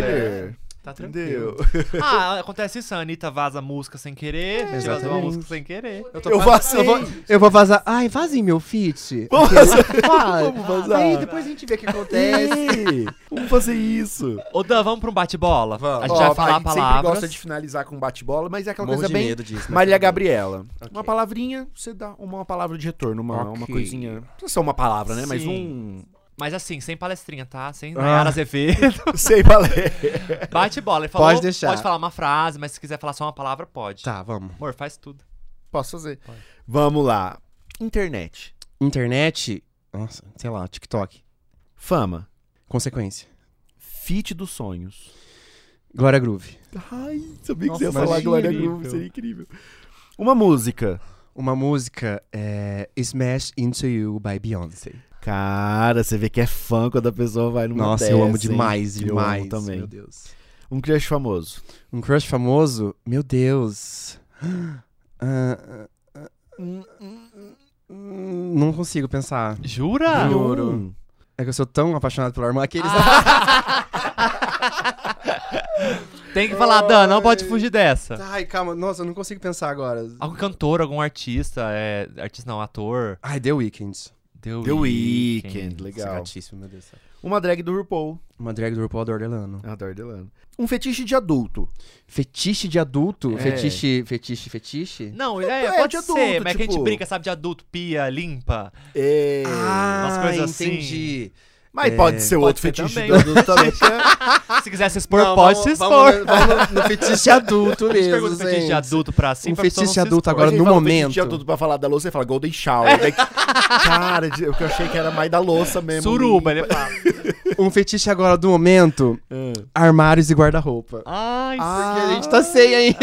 [SPEAKER 1] spoiler.
[SPEAKER 2] Tá
[SPEAKER 1] Entendeu?
[SPEAKER 2] Ah, acontece isso, a Anitta vaza música sem querer, a gente vazou uma
[SPEAKER 3] Exatamente.
[SPEAKER 2] música sem querer.
[SPEAKER 3] tô
[SPEAKER 1] É, Eu
[SPEAKER 3] vaz-
[SPEAKER 1] vazei.
[SPEAKER 3] Eu vou, eu vou vazar. Ai, vazem meu feat.
[SPEAKER 1] Vamos
[SPEAKER 3] Vai.
[SPEAKER 1] Vamos vazar.
[SPEAKER 3] Aí depois a gente vê o que acontece.
[SPEAKER 1] Ei, Vamos fazer isso.
[SPEAKER 2] Ô Dan, vamos pra um bate-bola?
[SPEAKER 3] Vamos.
[SPEAKER 2] A gente
[SPEAKER 1] Ó,
[SPEAKER 2] vai falar
[SPEAKER 1] sempre
[SPEAKER 2] palavras.
[SPEAKER 1] gosta de finalizar com bate-bola, mas é aquela
[SPEAKER 3] Morro
[SPEAKER 1] coisa
[SPEAKER 3] de
[SPEAKER 1] bem
[SPEAKER 3] medo disso, né?
[SPEAKER 1] Maria Gabriela. Uma
[SPEAKER 3] Ok.
[SPEAKER 1] palavrinha, você dá uma palavra de retorno, uma, uma
[SPEAKER 3] Ok.
[SPEAKER 1] coisinha. Não precisa ser uma palavra, né? Mas um.
[SPEAKER 2] Mas assim, sem palestrinha, tá? Sem
[SPEAKER 3] Ah.
[SPEAKER 1] (laughs)
[SPEAKER 2] Nayara Azevedo.
[SPEAKER 1] Sei, valeu.
[SPEAKER 2] Bate bola. Ele falou,
[SPEAKER 3] Pode deixar.
[SPEAKER 2] Pode falar uma frase, mas se quiser falar só uma palavra, pode.
[SPEAKER 3] Tá, vamos.
[SPEAKER 2] Amor, faz tudo. (laughs)
[SPEAKER 1] Posso fazer. Vamos lá. Internet.
[SPEAKER 3] Internet. Nossa, sei lá, TikTok.
[SPEAKER 1] Fama.
[SPEAKER 3] Consequência.
[SPEAKER 1] Fit dos sonhos.
[SPEAKER 3] Glória Groove.
[SPEAKER 1] Ai, sabia
[SPEAKER 2] Nossa, mas incrível.
[SPEAKER 1] incrível. Uma música.
[SPEAKER 3] Uma música é Smash Into You by Beyoncé.
[SPEAKER 1] Cara, você vê que é fã quando a pessoa vai numa
[SPEAKER 3] Nossa, eu
[SPEAKER 1] dessa,
[SPEAKER 3] amo
[SPEAKER 1] hein?
[SPEAKER 3] demais,
[SPEAKER 1] Eu
[SPEAKER 3] demais.
[SPEAKER 1] amo também.
[SPEAKER 3] Meu Deus.
[SPEAKER 1] Um crush famoso.
[SPEAKER 3] Um crush famoso? Meu Deus. Ah, ah, ah, não consigo pensar.
[SPEAKER 2] Jura?
[SPEAKER 3] Juro.
[SPEAKER 1] Um.
[SPEAKER 3] É que eu sou tão apaixonado pelo irmão. Aqueles.
[SPEAKER 2] Tem que falar, Dan, não pode fugir dessa.
[SPEAKER 3] Ai, calma. Nossa, eu não consigo pensar agora.
[SPEAKER 2] Algum cantor, algum artista, é... artista não, ator.
[SPEAKER 3] Ai, The Weeknd.
[SPEAKER 2] The,
[SPEAKER 1] The
[SPEAKER 2] Weeknd.
[SPEAKER 1] Weeknd, legal.
[SPEAKER 3] Gatíssimo, meu Deus. do céu.
[SPEAKER 1] Uma drag do RuPaul.
[SPEAKER 3] Uma drag do RuPaul do Ordelano.
[SPEAKER 1] Ah, da Ordelano. Um fetiche de adulto.
[SPEAKER 3] Fetiche de adulto?
[SPEAKER 1] É.
[SPEAKER 3] Fetiche, fetiche, fetiche?
[SPEAKER 2] Não, é,
[SPEAKER 1] É,
[SPEAKER 2] pode
[SPEAKER 1] de adulto,
[SPEAKER 2] ser, mas é que a gente
[SPEAKER 1] tipo-
[SPEAKER 2] brinca, sabe, de adulto, pia, limpa.
[SPEAKER 1] É.
[SPEAKER 2] umas coisas assim.
[SPEAKER 3] Ah, entendi.
[SPEAKER 1] Mas
[SPEAKER 3] É,
[SPEAKER 1] pode ser
[SPEAKER 2] pode
[SPEAKER 1] outro
[SPEAKER 2] ser
[SPEAKER 1] fetiche
[SPEAKER 2] também.
[SPEAKER 1] de adulto
[SPEAKER 3] (laughs)
[SPEAKER 1] também. porque é-
[SPEAKER 2] Se quiser se expor,
[SPEAKER 3] Não,
[SPEAKER 2] pode se
[SPEAKER 3] vamos-
[SPEAKER 2] expor.
[SPEAKER 3] Vamos, no, (laughs) vamos no- no fetiche adulto
[SPEAKER 2] a gente
[SPEAKER 3] mesmo,
[SPEAKER 2] pergunta é fetiche de
[SPEAKER 3] gente.
[SPEAKER 2] adulto pra cima,
[SPEAKER 3] Um
[SPEAKER 2] pra pessoa não
[SPEAKER 3] fetiche
[SPEAKER 2] se expor.
[SPEAKER 3] adulto
[SPEAKER 1] a
[SPEAKER 3] agora,
[SPEAKER 1] gente
[SPEAKER 3] no
[SPEAKER 1] fala um
[SPEAKER 3] momento.
[SPEAKER 1] fetiche de adulto pra falar da louça, você fala Golden Shower.
[SPEAKER 3] (laughs)
[SPEAKER 1] Daí- Cara, de- eu que achei que era mais da louça mesmo.
[SPEAKER 2] Suruba,
[SPEAKER 3] né?
[SPEAKER 2] ele fala.
[SPEAKER 3] Um fetiche agora do momento,
[SPEAKER 1] Ah.
[SPEAKER 3] armários e guarda-roupa.
[SPEAKER 2] Ai,
[SPEAKER 3] Porque a gente tá sem ainda.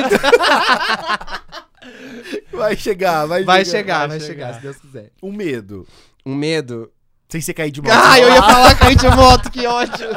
[SPEAKER 1] Vai chegar, vai,
[SPEAKER 3] Vai chegar,
[SPEAKER 2] vai
[SPEAKER 3] vai
[SPEAKER 2] chegar.
[SPEAKER 3] chegar, se Deus quiser.
[SPEAKER 1] Um medo.
[SPEAKER 3] Um medo.
[SPEAKER 1] Sem você cair de moto.
[SPEAKER 2] Ah!
[SPEAKER 3] Ai, eu ia falar cair de moto, que ódio.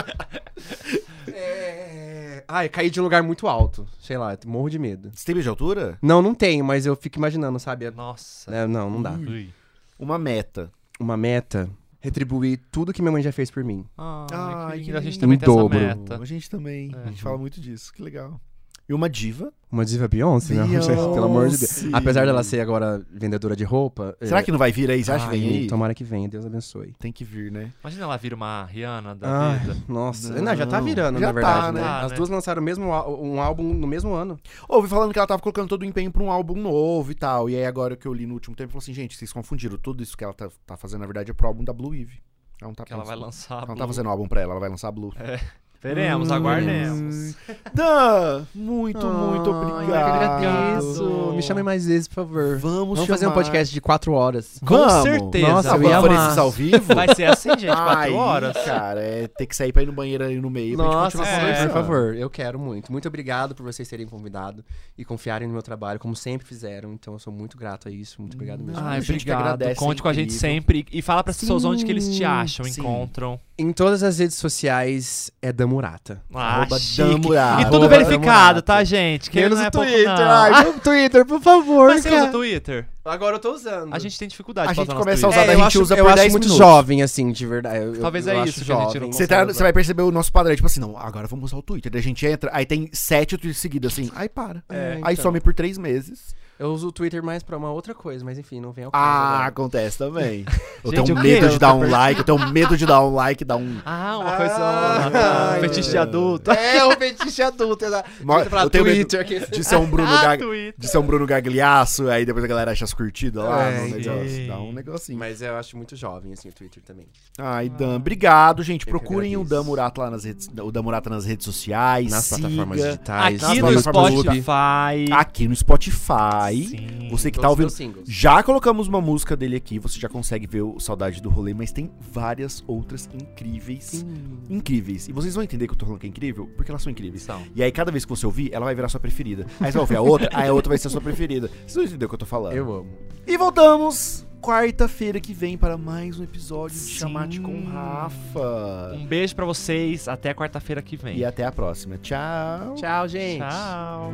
[SPEAKER 3] É... Ai, cair de um lugar muito alto. Sei lá, morro de medo.
[SPEAKER 1] Você tem medo de altura?
[SPEAKER 3] Não, não tenho, mas eu fico imaginando, sabe?
[SPEAKER 2] Nossa.
[SPEAKER 3] É, não, não dá.
[SPEAKER 2] Ui.
[SPEAKER 1] Uma meta.
[SPEAKER 3] Uma meta, retribuir tudo que minha mãe já fez por mim.
[SPEAKER 2] Ai,
[SPEAKER 1] Ai,
[SPEAKER 2] que
[SPEAKER 1] que
[SPEAKER 2] lindo. A gente
[SPEAKER 1] lindo.
[SPEAKER 2] também tem essa
[SPEAKER 3] Dobro.
[SPEAKER 2] meta.
[SPEAKER 1] A gente
[SPEAKER 2] É.
[SPEAKER 1] também. A gente fala muito disso. Que legal. E uma diva?
[SPEAKER 3] Uma diva Beyoncé, né?
[SPEAKER 1] Beyoncé.
[SPEAKER 3] Pelo amor de Deus. Apesar dela ser agora vendedora de roupa.
[SPEAKER 1] É. Será que não vai vir aí? Você
[SPEAKER 3] já
[SPEAKER 1] acha que vem aí?
[SPEAKER 3] Tomara que venha, Deus abençoe.
[SPEAKER 1] Tem que vir, né?
[SPEAKER 2] Imagina ela vira uma Rihanna da
[SPEAKER 3] Ai,
[SPEAKER 2] vida.
[SPEAKER 3] nossa.
[SPEAKER 1] Não.
[SPEAKER 3] Não, já tá virando,
[SPEAKER 1] Já
[SPEAKER 3] na verdade.
[SPEAKER 1] tá,
[SPEAKER 3] né?
[SPEAKER 2] né?
[SPEAKER 3] As
[SPEAKER 2] Tá,
[SPEAKER 3] duas lançaram o mesmo, á- um álbum no mesmo ano.
[SPEAKER 1] Ouvi falando que ela tava colocando todo o empenho pra um álbum novo e tal. E aí agora que eu li no último tempo, falou assim, gente, vocês confundiram. Tudo isso que ela tá, tá fazendo, na verdade, é pro álbum da Blue Eve. Ela não tá,
[SPEAKER 2] Que ela vai
[SPEAKER 1] pensando-
[SPEAKER 2] lançar.
[SPEAKER 1] ela Hum. não
[SPEAKER 2] Blue.
[SPEAKER 1] tá fazendo álbum pra ela, ela vai lançar a Blue.
[SPEAKER 2] Veremos, aguardemos.
[SPEAKER 1] Dan, muito, muito
[SPEAKER 3] Ai,
[SPEAKER 1] obrigado.
[SPEAKER 3] eu que agradeço. Ah, Me chame mais vezes, por favor.
[SPEAKER 1] Vamos,
[SPEAKER 3] Vamos fazer um
[SPEAKER 1] chamar.
[SPEAKER 3] podcast de quatro horas.
[SPEAKER 2] Com
[SPEAKER 1] Vamos.
[SPEAKER 2] certeza.
[SPEAKER 3] Nossa,
[SPEAKER 1] Ah,
[SPEAKER 3] eu ia
[SPEAKER 1] vamos fazer
[SPEAKER 3] amar.
[SPEAKER 1] isso ao vivo?
[SPEAKER 2] Vai ser assim, gente,
[SPEAKER 1] Ai,
[SPEAKER 2] quatro horas.
[SPEAKER 1] cara, é ter que sair pra ir no banheiro ali no meio pra gente
[SPEAKER 3] Nossa,
[SPEAKER 1] continuar
[SPEAKER 2] é,
[SPEAKER 1] conversando.
[SPEAKER 3] por favor, eu quero muito. Muito obrigado por vocês terem convidado e confiarem no meu trabalho, como sempre fizeram. Então eu sou muito grato a isso. Muito obrigado mesmo.
[SPEAKER 1] A
[SPEAKER 2] Ai,
[SPEAKER 1] gente que
[SPEAKER 2] obrigado.
[SPEAKER 1] agradece, é
[SPEAKER 2] Conte com a gente
[SPEAKER 1] incrível.
[SPEAKER 2] sempre. E fala pras pessoas onde que eles te acham,
[SPEAKER 1] sim.
[SPEAKER 2] encontram.
[SPEAKER 3] Em todas as redes sociais é Damurata.
[SPEAKER 2] Ah,
[SPEAKER 1] Arroba
[SPEAKER 2] chique.
[SPEAKER 1] Dan Murata.
[SPEAKER 2] E tudo
[SPEAKER 3] Arroba
[SPEAKER 2] verificado,
[SPEAKER 3] Dan Murata.
[SPEAKER 2] tá, gente? Que
[SPEAKER 3] Menos
[SPEAKER 2] não é
[SPEAKER 3] o
[SPEAKER 2] pouco,
[SPEAKER 3] Twitter.
[SPEAKER 2] não. (laughs)
[SPEAKER 3] Ai, meu Twitter, por favor.
[SPEAKER 2] Mas você
[SPEAKER 3] cara.
[SPEAKER 2] usa Twitter?
[SPEAKER 3] Agora eu tô usando.
[SPEAKER 2] A gente tem dificuldade
[SPEAKER 1] A
[SPEAKER 2] pra
[SPEAKER 1] gente
[SPEAKER 2] usar nosso
[SPEAKER 1] começa a usar
[SPEAKER 2] Twitter.
[SPEAKER 1] daí
[SPEAKER 3] É, eu
[SPEAKER 1] a gente
[SPEAKER 3] acho,
[SPEAKER 1] usa
[SPEAKER 3] eu
[SPEAKER 1] por
[SPEAKER 3] acho
[SPEAKER 1] 10
[SPEAKER 3] muito
[SPEAKER 1] minutos.
[SPEAKER 3] jovem, assim, de verdade. Eu- eu-
[SPEAKER 2] Talvez
[SPEAKER 3] eu
[SPEAKER 2] é
[SPEAKER 3] acho
[SPEAKER 2] isso que a
[SPEAKER 3] jovem.
[SPEAKER 2] gente não
[SPEAKER 1] Você, tá- você vai perceber o nosso padrão, tipo assim, não, agora vamos usar o Twitter. Daí a gente entra, aí tem sete tweets seguidos, assim, aí para.
[SPEAKER 3] É,
[SPEAKER 1] Aí
[SPEAKER 3] então.
[SPEAKER 1] some por três meses.
[SPEAKER 3] Eu uso o Twitter mais pra uma outra coisa, mas enfim, não vem ao caso.
[SPEAKER 1] Ah,
[SPEAKER 3] agora.
[SPEAKER 1] acontece
[SPEAKER 3] (laughs)
[SPEAKER 1] também. Eu
[SPEAKER 2] Gente,
[SPEAKER 1] tenho
[SPEAKER 2] o
[SPEAKER 1] medo
[SPEAKER 2] quê?
[SPEAKER 1] de dar um like, eu tenho medo de dar um like, dar um.
[SPEAKER 2] Ah, uma
[SPEAKER 3] Ah,
[SPEAKER 2] coisa.
[SPEAKER 3] ai,
[SPEAKER 1] (laughs)
[SPEAKER 2] Ah, fetiche de
[SPEAKER 1] é.
[SPEAKER 2] adulto.
[SPEAKER 3] É, o fetiche adulto, (laughs) exato.
[SPEAKER 1] Mas
[SPEAKER 3] Eu falar
[SPEAKER 1] eu tenho medo
[SPEAKER 3] Twitter aqui.
[SPEAKER 1] De
[SPEAKER 3] (laughs)
[SPEAKER 1] ser um Bruno,
[SPEAKER 2] Ah,
[SPEAKER 1] Gag...
[SPEAKER 2] Twitter.
[SPEAKER 1] de ser um Bruno Gagliasso, aí depois a galera acha as curtidas lá
[SPEAKER 3] É,
[SPEAKER 1] no negócio.
[SPEAKER 2] sim.
[SPEAKER 1] Dá um negocinho.
[SPEAKER 3] Mas eu acho muito jovem, assim, o Twitter também.
[SPEAKER 1] Ai, Dan, obrigado, gente.
[SPEAKER 3] que
[SPEAKER 1] Procurem o
[SPEAKER 3] agradeço.
[SPEAKER 1] Dan Murata lá nas redes, o Dan Murata nas redes sociais.
[SPEAKER 3] Nas
[SPEAKER 1] siga.
[SPEAKER 3] plataformas digitais.
[SPEAKER 2] Aqui
[SPEAKER 1] nas
[SPEAKER 2] no
[SPEAKER 1] plataformas do
[SPEAKER 2] Spotify.
[SPEAKER 1] Aqui no Spotify.
[SPEAKER 2] Sim.
[SPEAKER 1] Você que tá
[SPEAKER 3] Todos os
[SPEAKER 1] ouvindo.
[SPEAKER 3] meus singles.
[SPEAKER 1] Já colocamos uma música dele aqui, você já consegue ver o Saudade do Rolê, mas tem várias outras incríveis. Incríveis. E vocês vão entender que eu tô falando que é incrível, porque elas são incríveis.
[SPEAKER 2] São.
[SPEAKER 1] E aí, cada vez que você ouvir, ela vai virar sua preferida. Aí você vai ouvir a outra, aí a outra vai ser a sua preferida. Vocês vão entender o que eu tô falando.
[SPEAKER 3] Eu amo.
[SPEAKER 1] E voltamos quarta-feira que vvem para mais um episódio de
[SPEAKER 2] Sim.
[SPEAKER 1] Chamate com Rafa.
[SPEAKER 2] Um beijo pra vocês. Até quarta-feira que vem.
[SPEAKER 1] E até a próxima. Tchau.
[SPEAKER 3] Tchau, gente.
[SPEAKER 2] Tchau.